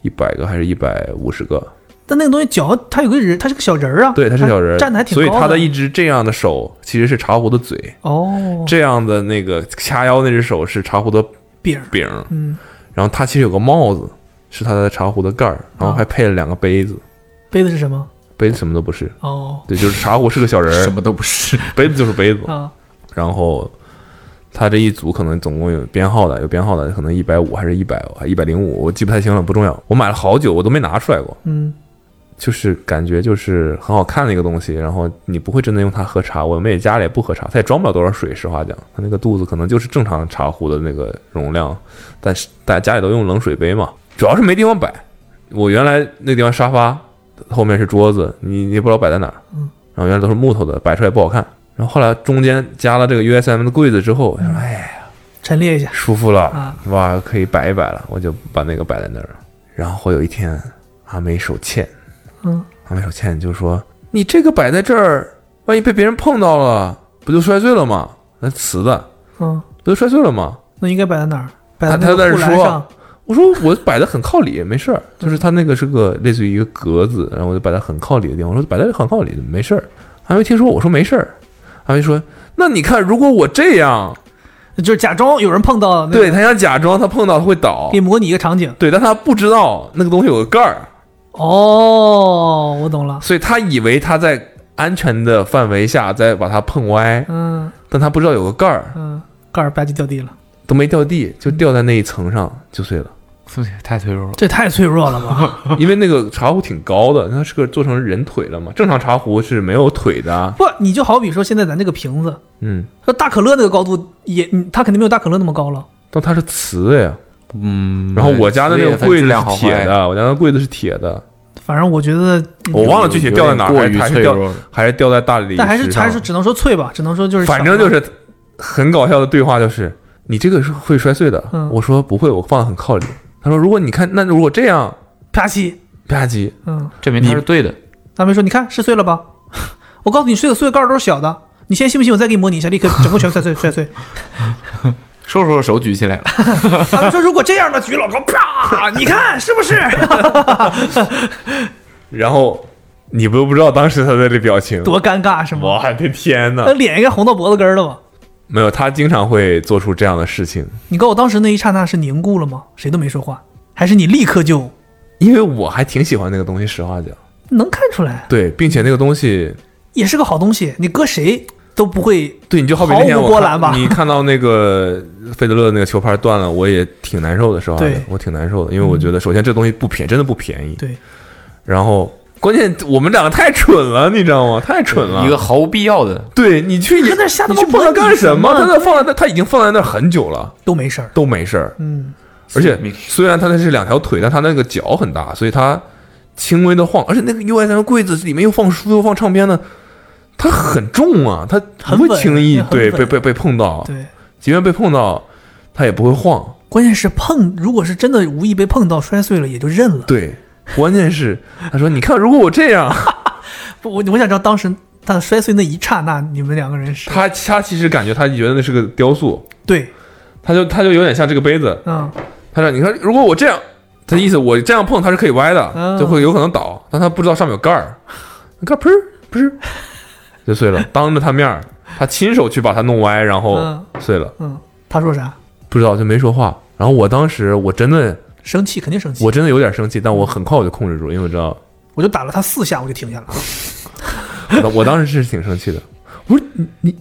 Speaker 4: 一百个还是一百五十个，
Speaker 3: 但那个东西脚，它有个人，它是个小人儿啊，
Speaker 4: 对，它是小人儿，
Speaker 3: 站的还挺高
Speaker 4: 所以他
Speaker 3: 的
Speaker 4: 的一只这样的手其实是茶壶的嘴，
Speaker 3: 哦，
Speaker 4: 这样的那个掐腰那只手是茶壶的
Speaker 3: 饼儿，
Speaker 4: 柄儿，
Speaker 3: 嗯，
Speaker 4: 然后它其实有个帽子是它的茶壶的盖儿，
Speaker 3: 哦
Speaker 4: 然后还配了两个杯子，
Speaker 3: 杯子是什么？
Speaker 4: 杯子什么都不是，
Speaker 3: 哦，
Speaker 4: 对，就是茶壶是个小人
Speaker 2: 什
Speaker 4: 儿，
Speaker 2: 么都不是，
Speaker 4: 杯子就是杯子，
Speaker 3: 啊，
Speaker 4: 然后。它这一组可能总共有编号的，有编号的可能一百五还是一百还一百零五，我记不太清了，不重要。我买了好久，我都没拿出来过，
Speaker 3: 嗯，
Speaker 4: 就是感觉就是很好看的一个东西，然后你不会真的用它喝茶。我们也家里也不喝茶，它也装不了多少水。实话讲，它那个肚子可能就是正常茶壶的那个容量，但是大家家里都用冷水杯嘛，主要是没地方摆。我原来那地方沙发后面是桌子，你你也不知道摆在哪儿，然后原来都是木头的，摆出来不好看。然后后来中间加了这个 USM 的柜子之后，我想哎，
Speaker 3: 陈列一下，
Speaker 4: 舒服了
Speaker 3: 啊，
Speaker 4: 哇，可以摆一摆了，我就把那个摆在那儿了。然后有一天，阿美手欠，
Speaker 3: 嗯，
Speaker 4: 阿美手欠就说：“你这个摆在这儿，万一被别人碰到了，不就摔碎了吗？那瓷的
Speaker 3: 嗯，
Speaker 4: 不就摔碎了吗
Speaker 3: 那应该摆在哪儿？摆在
Speaker 4: 啊他
Speaker 3: 那
Speaker 4: 他在
Speaker 3: 个
Speaker 4: 这
Speaker 3: 护栏
Speaker 4: 说
Speaker 3: 上，？”
Speaker 4: 我说我摆的很靠里，没事儿，就是它那个是个类似于一个格子，然后我就摆在很靠里的地方。我说摆在很靠里，没事儿。阿梅听说我说没事儿，阿梅说：“那你看，如果我这样，
Speaker 3: 就是假装有人碰到，
Speaker 4: 对，他想假装他碰到他会倒，
Speaker 3: 给模拟一个场景。
Speaker 4: 对，但他不知道那个东西有个盖儿，
Speaker 3: 哦，我懂了，
Speaker 4: 所以他以为他在安全的范围下再把它碰歪，
Speaker 3: 嗯
Speaker 4: 但他不知道有个盖儿，
Speaker 3: 嗯，盖儿吧唧掉地了，
Speaker 4: 都没掉地，就掉在那一层上就碎了。
Speaker 2: 太脆弱了。
Speaker 3: 这太脆弱了 吧？
Speaker 4: 因为那个茶壶挺高的，它是个做成人腿了嘛。正常茶壶是没有腿的啊，
Speaker 3: 不，你就好比说现在咱这个瓶子，
Speaker 4: 嗯，
Speaker 3: 那大可乐那个高度也，嗯它肯定没有大可乐那么高了。
Speaker 4: 但它是瓷的呀。
Speaker 2: 嗯，
Speaker 4: 然后我家的那个柜
Speaker 2: 质
Speaker 4: 子
Speaker 2: 量好哎
Speaker 4: 是铁
Speaker 2: 坏，
Speaker 4: 的，我家的柜子是铁的，
Speaker 3: 反正我觉得，
Speaker 4: 我忘了具体掉在哪儿，
Speaker 2: 有
Speaker 4: 还
Speaker 2: 点过于
Speaker 4: 还
Speaker 2: 脆
Speaker 4: 是
Speaker 2: 弱
Speaker 4: 掉
Speaker 2: 了。
Speaker 4: 还是掉在大理石上。
Speaker 3: 但还是还是只能说脆吧，只能说就是
Speaker 4: 反正就是很搞笑的对话，就是你这个是会摔碎的。
Speaker 3: 嗯
Speaker 4: 我说不会，我放的很靠里。他说如果你看，那如果这样
Speaker 3: 啪叽，
Speaker 4: 吧唧，
Speaker 3: 嗯，
Speaker 2: 证明他是对的。
Speaker 3: 大梅说：“你看是碎了吧？ 我告诉你，这个碎盖儿都是小的。你现在信不信？我再给你模拟一下，立刻整个全摔碎摔碎。
Speaker 2: 收拾收拾手举起来了，
Speaker 3: 大梅说：“如果这样的举老高，啪！你看是不是？
Speaker 4: 然后你不不知道当时他的这表情，
Speaker 3: 多尴尬是吗？
Speaker 4: 我的天
Speaker 3: 那
Speaker 4: 呐！
Speaker 3: 脸应该红到脖子根儿了吧？
Speaker 4: 没有，他经常会做出这样的事情，
Speaker 3: 你告诉我，当时那一刹那是凝固了吗？谁都没说话，还是你立刻就
Speaker 4: 因为我还挺喜欢那个东西，实话讲，
Speaker 3: 能看出来，
Speaker 4: 对，并且那个东西，
Speaker 3: 也是个好东西，你搁谁都不会。
Speaker 4: 对，你就好比那天
Speaker 3: 毫无
Speaker 4: 我
Speaker 3: 波
Speaker 4: 看
Speaker 3: 澜吧
Speaker 4: 你看到那个费德勒那个球拍断了，我也挺难受的，实话讲
Speaker 3: 对，
Speaker 4: 我挺难受的，因为我觉得首先这东西不便，真的不便宜，
Speaker 3: 对，
Speaker 4: 然后关键我们两个太蠢了，你知道吗？太蠢了，
Speaker 2: 一个毫无必要的。
Speaker 4: 对你去你
Speaker 3: 搁那瞎他
Speaker 4: 你
Speaker 3: 妈
Speaker 4: 去碰它干什么？
Speaker 3: 磨叽什
Speaker 4: 他
Speaker 3: 么
Speaker 4: 那放在那，他已经放在那儿很久了，
Speaker 3: 都没事儿。
Speaker 4: 都没事儿。
Speaker 3: 嗯，
Speaker 4: 而且虽然它那是两条腿，但它那个脚很大，所以它轻微的晃，而且那个 U S M 柜子里面又放书又放唱片的，它很重啊，它不
Speaker 3: 很
Speaker 4: 会
Speaker 3: 稳
Speaker 4: 轻易
Speaker 3: 很
Speaker 4: 对
Speaker 3: 稳
Speaker 4: 被被被碰到，
Speaker 3: 对，
Speaker 4: 即便被碰到，它也不会晃。
Speaker 3: 关键是碰，如果是真的无意被碰到摔碎了，也就认了。
Speaker 4: 对，关键是他说：“你看，如果我这 样，
Speaker 3: 不我我想知道当时他摔碎那一刹那，你们两个人是
Speaker 4: 他他其实感觉他觉得那是个雕塑，
Speaker 3: 对，
Speaker 4: 他就他就有点像这个杯子，
Speaker 3: 嗯，
Speaker 4: 他说：“你看，如果我这样，他意思我这样碰它是可以歪的，
Speaker 3: 嗯
Speaker 4: 就会有可能倒，但他不知道上面有盖儿，那盖儿噗儿噗儿就碎了，当着他面儿，他亲手去把它弄歪，然后
Speaker 3: 嗯
Speaker 4: 碎了，
Speaker 3: 嗯，他说啥？
Speaker 4: 不知道就没说话。然后我当时我真的
Speaker 3: 生气，肯定生气。
Speaker 4: 我真的有点生气，但我很快我就控制住，因为我知道
Speaker 3: 我就打了他四下，我就停下了，
Speaker 4: 我我当时是挺生气的。我说你你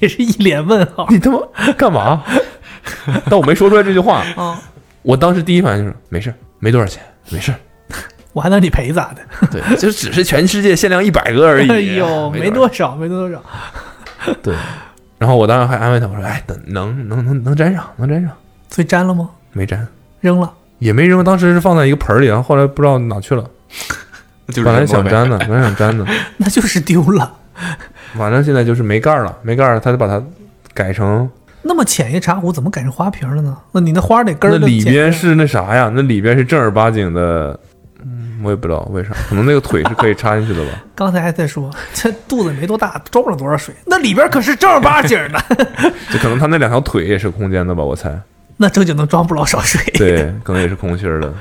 Speaker 3: 也是一脸问号。
Speaker 4: 你他妈干嘛？ 但我没说出来这句话，
Speaker 3: 啊、
Speaker 4: 我当时第一反应就是没事儿，没多少钱，没事儿。
Speaker 3: 我还能理赔咋的？
Speaker 4: 对，就只是全世界限量一百个而已。
Speaker 3: 哎 呦，没
Speaker 4: 少
Speaker 3: 多少，没多少。
Speaker 4: 对，然后我当时还安慰他，我说：“哎，等能能能能粘上，能粘上，
Speaker 3: 所以粘了吗？
Speaker 4: 没粘
Speaker 3: 扔了。
Speaker 4: 也没扔，当时是放在一个盆儿里，然后后来不知道哪去了，
Speaker 2: 就是
Speaker 4: 本来想粘的，本来想粘的，
Speaker 3: 那就是丢了。
Speaker 4: 反正现在就是没盖儿了，没盖儿，他就把它改成
Speaker 3: 那么浅一茶壶怎么改成花瓶了呢？那你那花得根
Speaker 4: 那
Speaker 3: 儿都
Speaker 4: 里
Speaker 3: 剪
Speaker 4: 边是那啥呀？那里边是正儿八经的，嗯，我也不知道为啥，可能那个腿是可以插进去的吧。
Speaker 3: 刚才还在说这肚子没多大，装不了多少水。那里边可是正儿八经的，
Speaker 4: 就可能他那两条腿也是空间的吧，我猜。
Speaker 3: 那正经能装不老少水。
Speaker 4: 对，可能也是空心儿的，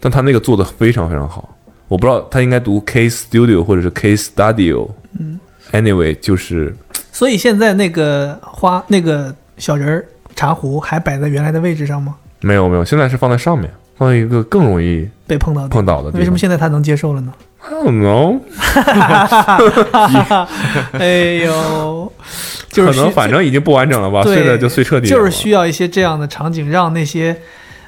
Speaker 4: 但他那个做的非常非常好。我不知道他应该读 K Studio 或者是 K Studio。嗯，anyway，就是
Speaker 3: 所以现在那个花那个小人儿茶壶还摆在原来的位置上吗？
Speaker 4: 没有没有，现在是放在上面，放在一个更容易
Speaker 3: 被碰到的地方
Speaker 4: 碰倒的地方。
Speaker 3: 为什么现在他能接受了 呢？
Speaker 4: I don't know，
Speaker 3: 哎呦，就是
Speaker 4: 可
Speaker 3: 需
Speaker 4: 能反正已经不完整了吧，
Speaker 3: 对
Speaker 4: 碎了就碎彻底了
Speaker 3: 就
Speaker 4: 吧。
Speaker 3: 是需要一些这样的场景，让那些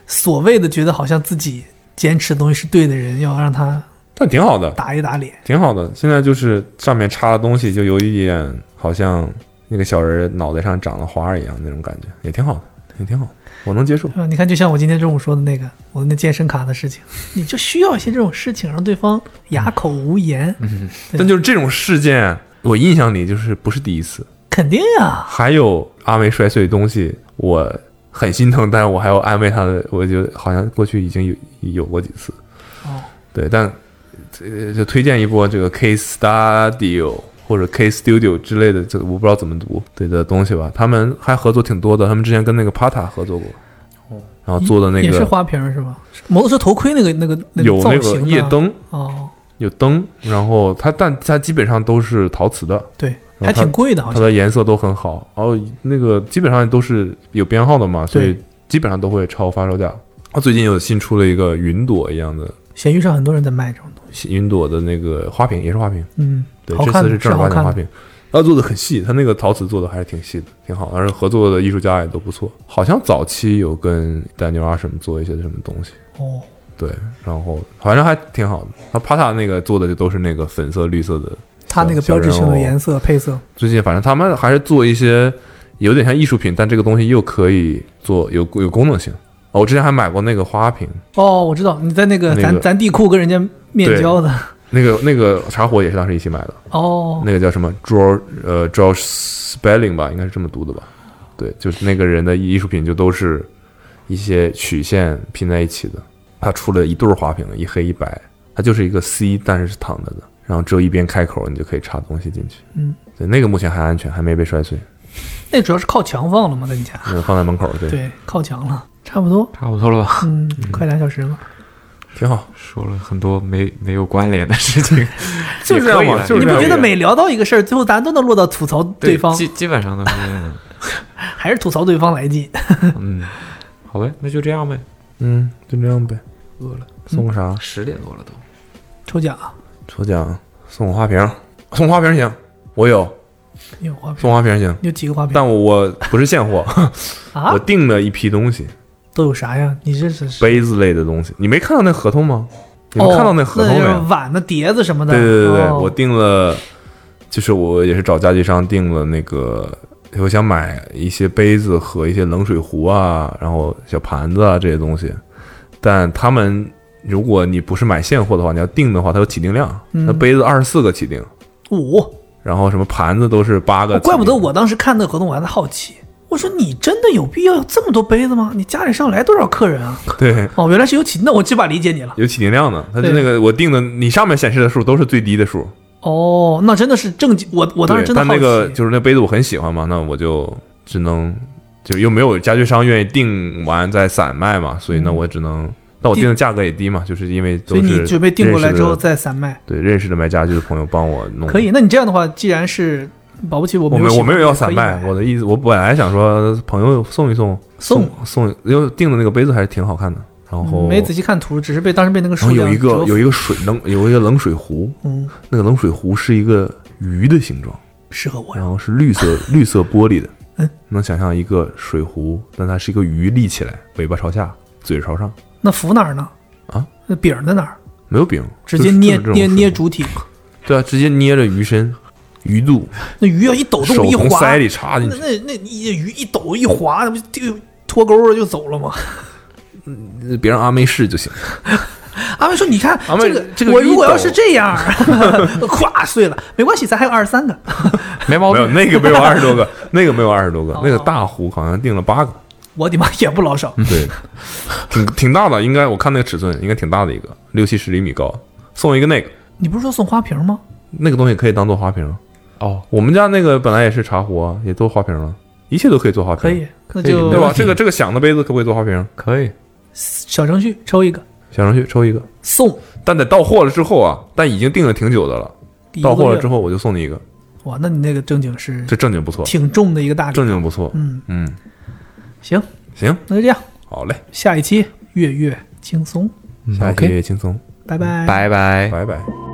Speaker 3: 所谓的觉得好像自己坚持的东西是对的人，要让他
Speaker 4: 但挺好的，
Speaker 3: 打一打脸。
Speaker 4: 挺好的。现在就是上面插的东西，就有一点好像那个小人儿脑袋上长了花儿一样那种感觉，也挺好的，也挺好的，我能接受。
Speaker 3: 是吧？你看，就像我今天中午说的那个，我那健身卡的事情，你就需要一些这种事情，让对方哑口无言。
Speaker 4: 嗯
Speaker 3: 对
Speaker 4: 但就是这种事件，我印象里就是不是第一次。
Speaker 3: 肯定呀，
Speaker 4: 还有阿梅摔碎的东西，我很心疼，但是我还要安慰她的，我觉得好像过去已经有有过几次。
Speaker 3: 哦，
Speaker 4: 对，但呃就推荐一波这个 K Studio 或者 K Studio 之类的，这个我不知道怎么读对的东西吧。他们还合作挺多的，他们之前跟那个 Pata 合作过，然后 做的那
Speaker 3: 哦也是
Speaker 4: 个
Speaker 3: 花瓶儿是吧？摩托车头盔那个那个那
Speaker 4: 有
Speaker 3: 个造
Speaker 4: 那
Speaker 3: 型
Speaker 4: 个
Speaker 3: 的
Speaker 4: 夜灯，
Speaker 3: 哦，
Speaker 4: 有灯，然后它但它基本上都是陶瓷的，
Speaker 3: 对，
Speaker 4: 然后
Speaker 3: 还
Speaker 4: 它
Speaker 3: 挺贵的，好
Speaker 4: 它
Speaker 3: 像
Speaker 4: 的颜色都很好。哦，那个基本上都是有编号的嘛，所以
Speaker 3: 对
Speaker 4: 基本上都会超发售价。它啊最近有新出了一个云朵一样的
Speaker 3: 闲鱼上很多人在卖这种东西。
Speaker 4: 云朵的那个花瓶，也是花瓶，
Speaker 3: 嗯
Speaker 4: 对，，
Speaker 3: 好
Speaker 4: 这
Speaker 3: 看
Speaker 4: 次
Speaker 3: 的
Speaker 4: 是正儿
Speaker 3: 好
Speaker 4: 八经
Speaker 3: 看
Speaker 4: 花
Speaker 3: 的。
Speaker 4: 瓶，他做的很细，他那个陶瓷做的还是挺细的，挺好。而且合作的艺术家也都不错，好像早期有跟丹尼尔什么做一些什么东西，
Speaker 3: 哦，
Speaker 4: 对，然后反正还挺好的。他帕塔那个做的就都是那个粉色、绿色的，
Speaker 3: 它那个标志性的颜色配色，
Speaker 4: 最近反正他们还是做一些有点像艺术品，但这个东西又可以做有有功能性。哦，我之前还买过那个花瓶，
Speaker 3: 哦，我知道你在那个
Speaker 4: 那
Speaker 3: 咱
Speaker 4: 个
Speaker 3: 咱地库跟人家面交的，
Speaker 4: 那个那个茶壶也是当时一起买的，
Speaker 3: 哦，
Speaker 4: 那个叫什么 George 呃 George Spelling 吧，应该是这么读的吧？对，就是那个人的艺术品就都是一些曲线拼在一起的。他出了一对儿花瓶，一黑一白，它就是一个 C，但是是躺着的，然后只有一边开口，你就可以插东西进去。
Speaker 3: 嗯，
Speaker 4: 对，那个目前还安全，还没被摔碎，
Speaker 3: 那主要是靠墙放了嘛，在你家，
Speaker 4: 那个放在门口，对，
Speaker 3: 对，靠墙了，差不多，
Speaker 2: 差不多了吧？
Speaker 3: 嗯，快俩小时了，
Speaker 4: 嗯挺好。
Speaker 2: 说了很多没没有关联的事情，
Speaker 4: 就是这样嘛
Speaker 2: 也可以了
Speaker 4: 就是
Speaker 3: 你
Speaker 4: 这
Speaker 3: 不
Speaker 4: 样
Speaker 3: 觉得每聊到一个事儿，最后咱都能落到吐槽对方，
Speaker 2: 基基本上都是这样。
Speaker 3: 还是吐槽对方来劲？
Speaker 2: 嗯，好呗，那就这样呗。
Speaker 4: 嗯，就这样呗。饿了，嗯送个啥？
Speaker 2: 十点多了都，
Speaker 3: 抽奖啊，
Speaker 4: 抽奖送我花瓶，送我花瓶行，我有
Speaker 3: 你有花瓶，
Speaker 4: 送我花瓶行，
Speaker 3: 你有几个花瓶
Speaker 4: 但我我不是现货，
Speaker 3: 啊
Speaker 4: 我？订了一批东西，
Speaker 3: 都有啥呀？你这是
Speaker 4: 杯子类的东西，你没看到那合同吗？你们看到那合同
Speaker 3: 哦
Speaker 4: 没
Speaker 3: 那
Speaker 4: 有？
Speaker 3: 就是碗的碟子什么的，
Speaker 4: 对对对对，
Speaker 3: 哦
Speaker 4: 我订了，就是我也是找家具商订了那个，我想买一些杯子和一些冷水壶啊，然后小盘子啊这些东西，但他们如果你不是买现货的话，你要订的话，它有起订量，
Speaker 3: 嗯
Speaker 4: 那杯子二十四个起订，
Speaker 3: 五、
Speaker 4: 然后什么盘子都是八个
Speaker 3: 我
Speaker 4: 起订，
Speaker 3: 哦怪不得我当时看那合同我还在好奇，我说你真的有必要有这么多杯子吗？你家里上来多少客人啊？
Speaker 4: 对。
Speaker 3: 哦，原来是有起，那我这把理解你了。
Speaker 4: 有起订量的，它就
Speaker 3: 对
Speaker 4: 那个我订的，你上面显示的数都是最低的数，
Speaker 3: 哦，那真的是正经，我哦我当时
Speaker 4: 对
Speaker 3: 真的好
Speaker 4: 但
Speaker 3: 奇。
Speaker 4: 那个就是那杯子我很喜欢嘛，那我就只能就又没有家具商愿意订完再散卖嘛，所以那我只能，那我
Speaker 3: 订
Speaker 4: 订的价格也低嘛，就是因为都
Speaker 3: 嗯所以
Speaker 4: 是
Speaker 3: 你准备订过来之后
Speaker 4: 认识的
Speaker 3: 再散卖，
Speaker 4: 对认识的卖家具的朋友帮我弄，
Speaker 3: 可以。。那你这样的话，既然是保不齐我
Speaker 4: 我
Speaker 3: 没有
Speaker 4: 没
Speaker 3: 喜
Speaker 4: 我
Speaker 3: 欢的
Speaker 4: 没有要散
Speaker 3: 可以
Speaker 4: 卖，
Speaker 3: 买
Speaker 4: 我的意思，我本来想说朋友送一送，哦
Speaker 3: 送嗯
Speaker 4: 送，因为订的那个杯子还是挺好看的，然后
Speaker 3: 没仔细看图，只是被当时被那个
Speaker 4: 然
Speaker 3: 数
Speaker 4: 后
Speaker 3: 量
Speaker 4: 哦有一
Speaker 3: 折
Speaker 4: 个
Speaker 3: 服
Speaker 4: 有一个水冷有一个冷水壶，
Speaker 3: 嗯
Speaker 4: 那个冷水壶是一个鱼的形状。
Speaker 3: 适合我呀
Speaker 4: 然后是绿色 绿色玻璃的
Speaker 3: 嗯，
Speaker 4: 能想象一个水壶，但它是一个鱼立起来，尾巴朝下，嘴朝上，
Speaker 3: 那符哪儿呢？
Speaker 4: 啊，
Speaker 3: 那饼儿在哪儿？
Speaker 4: 没有柄，
Speaker 3: 直
Speaker 4: 就
Speaker 3: 接
Speaker 4: 是
Speaker 3: 捏
Speaker 4: 就是这种
Speaker 3: 捏
Speaker 4: 水壶
Speaker 3: 捏主体，
Speaker 4: 对啊，直接捏着鱼身、鱼肚，
Speaker 3: 那鱼要一抖
Speaker 4: 手
Speaker 3: 动一
Speaker 4: 从
Speaker 3: 滑，
Speaker 4: 鳃里插进
Speaker 3: 那
Speaker 4: 去，
Speaker 3: 那那一鱼一抖一滑，那不就脱钩了就走了吗？
Speaker 4: 别让阿妹试就行。
Speaker 3: 阿妹说：“你看
Speaker 4: 阿妹
Speaker 3: 这个，
Speaker 4: 这个
Speaker 3: 我
Speaker 4: 一
Speaker 3: 如果要
Speaker 4: 抖
Speaker 3: 是这样， 咵碎了，没关系，咱还有二十三个。
Speaker 2: 没毛
Speaker 4: 没
Speaker 2: 病
Speaker 4: 有。那 个没有二十多个，那个没有二十多个，
Speaker 3: 哦
Speaker 4: 那个大壶好像订了八个，
Speaker 3: 我的妈，也不老少。
Speaker 4: 对，挺挺大的，应该我看那个尺寸应该挺大的一个，六七十厘米高，送一个那个。
Speaker 3: 你不是说送花瓶吗？
Speaker 4: 那个东西可以当做花瓶，
Speaker 2: 哦，
Speaker 4: 我们家那个本来也是茶壶啊，也做花瓶了，一切都可以做花瓶，
Speaker 3: 可以，那
Speaker 2: 可以
Speaker 3: 就
Speaker 4: 对吧？
Speaker 2: 题
Speaker 4: 这个这个响的杯子可不可以做花瓶？
Speaker 2: 可以。
Speaker 3: 小程序抽一个
Speaker 4: 小程序抽一个，
Speaker 3: 送
Speaker 4: 但得到货了之后啊，但已经订了挺久的了。
Speaker 3: 一个
Speaker 4: 到货了
Speaker 3: 月
Speaker 4: 之后我就送你一个，
Speaker 3: 哇，那你那个正经是
Speaker 4: 这正经不错，
Speaker 3: 挺重的一个大礼。
Speaker 4: 正经不错。
Speaker 3: 嗯，
Speaker 4: 嗯，
Speaker 3: 行，
Speaker 4: 行，
Speaker 3: 那就这样，
Speaker 4: 好嘞，
Speaker 3: 下一期月月轻松，
Speaker 4: 下
Speaker 2: 嗯 OK
Speaker 4: 期轻松，
Speaker 3: 拜拜。”
Speaker 2: 拜拜。
Speaker 3: 哎
Speaker 4: 拜拜。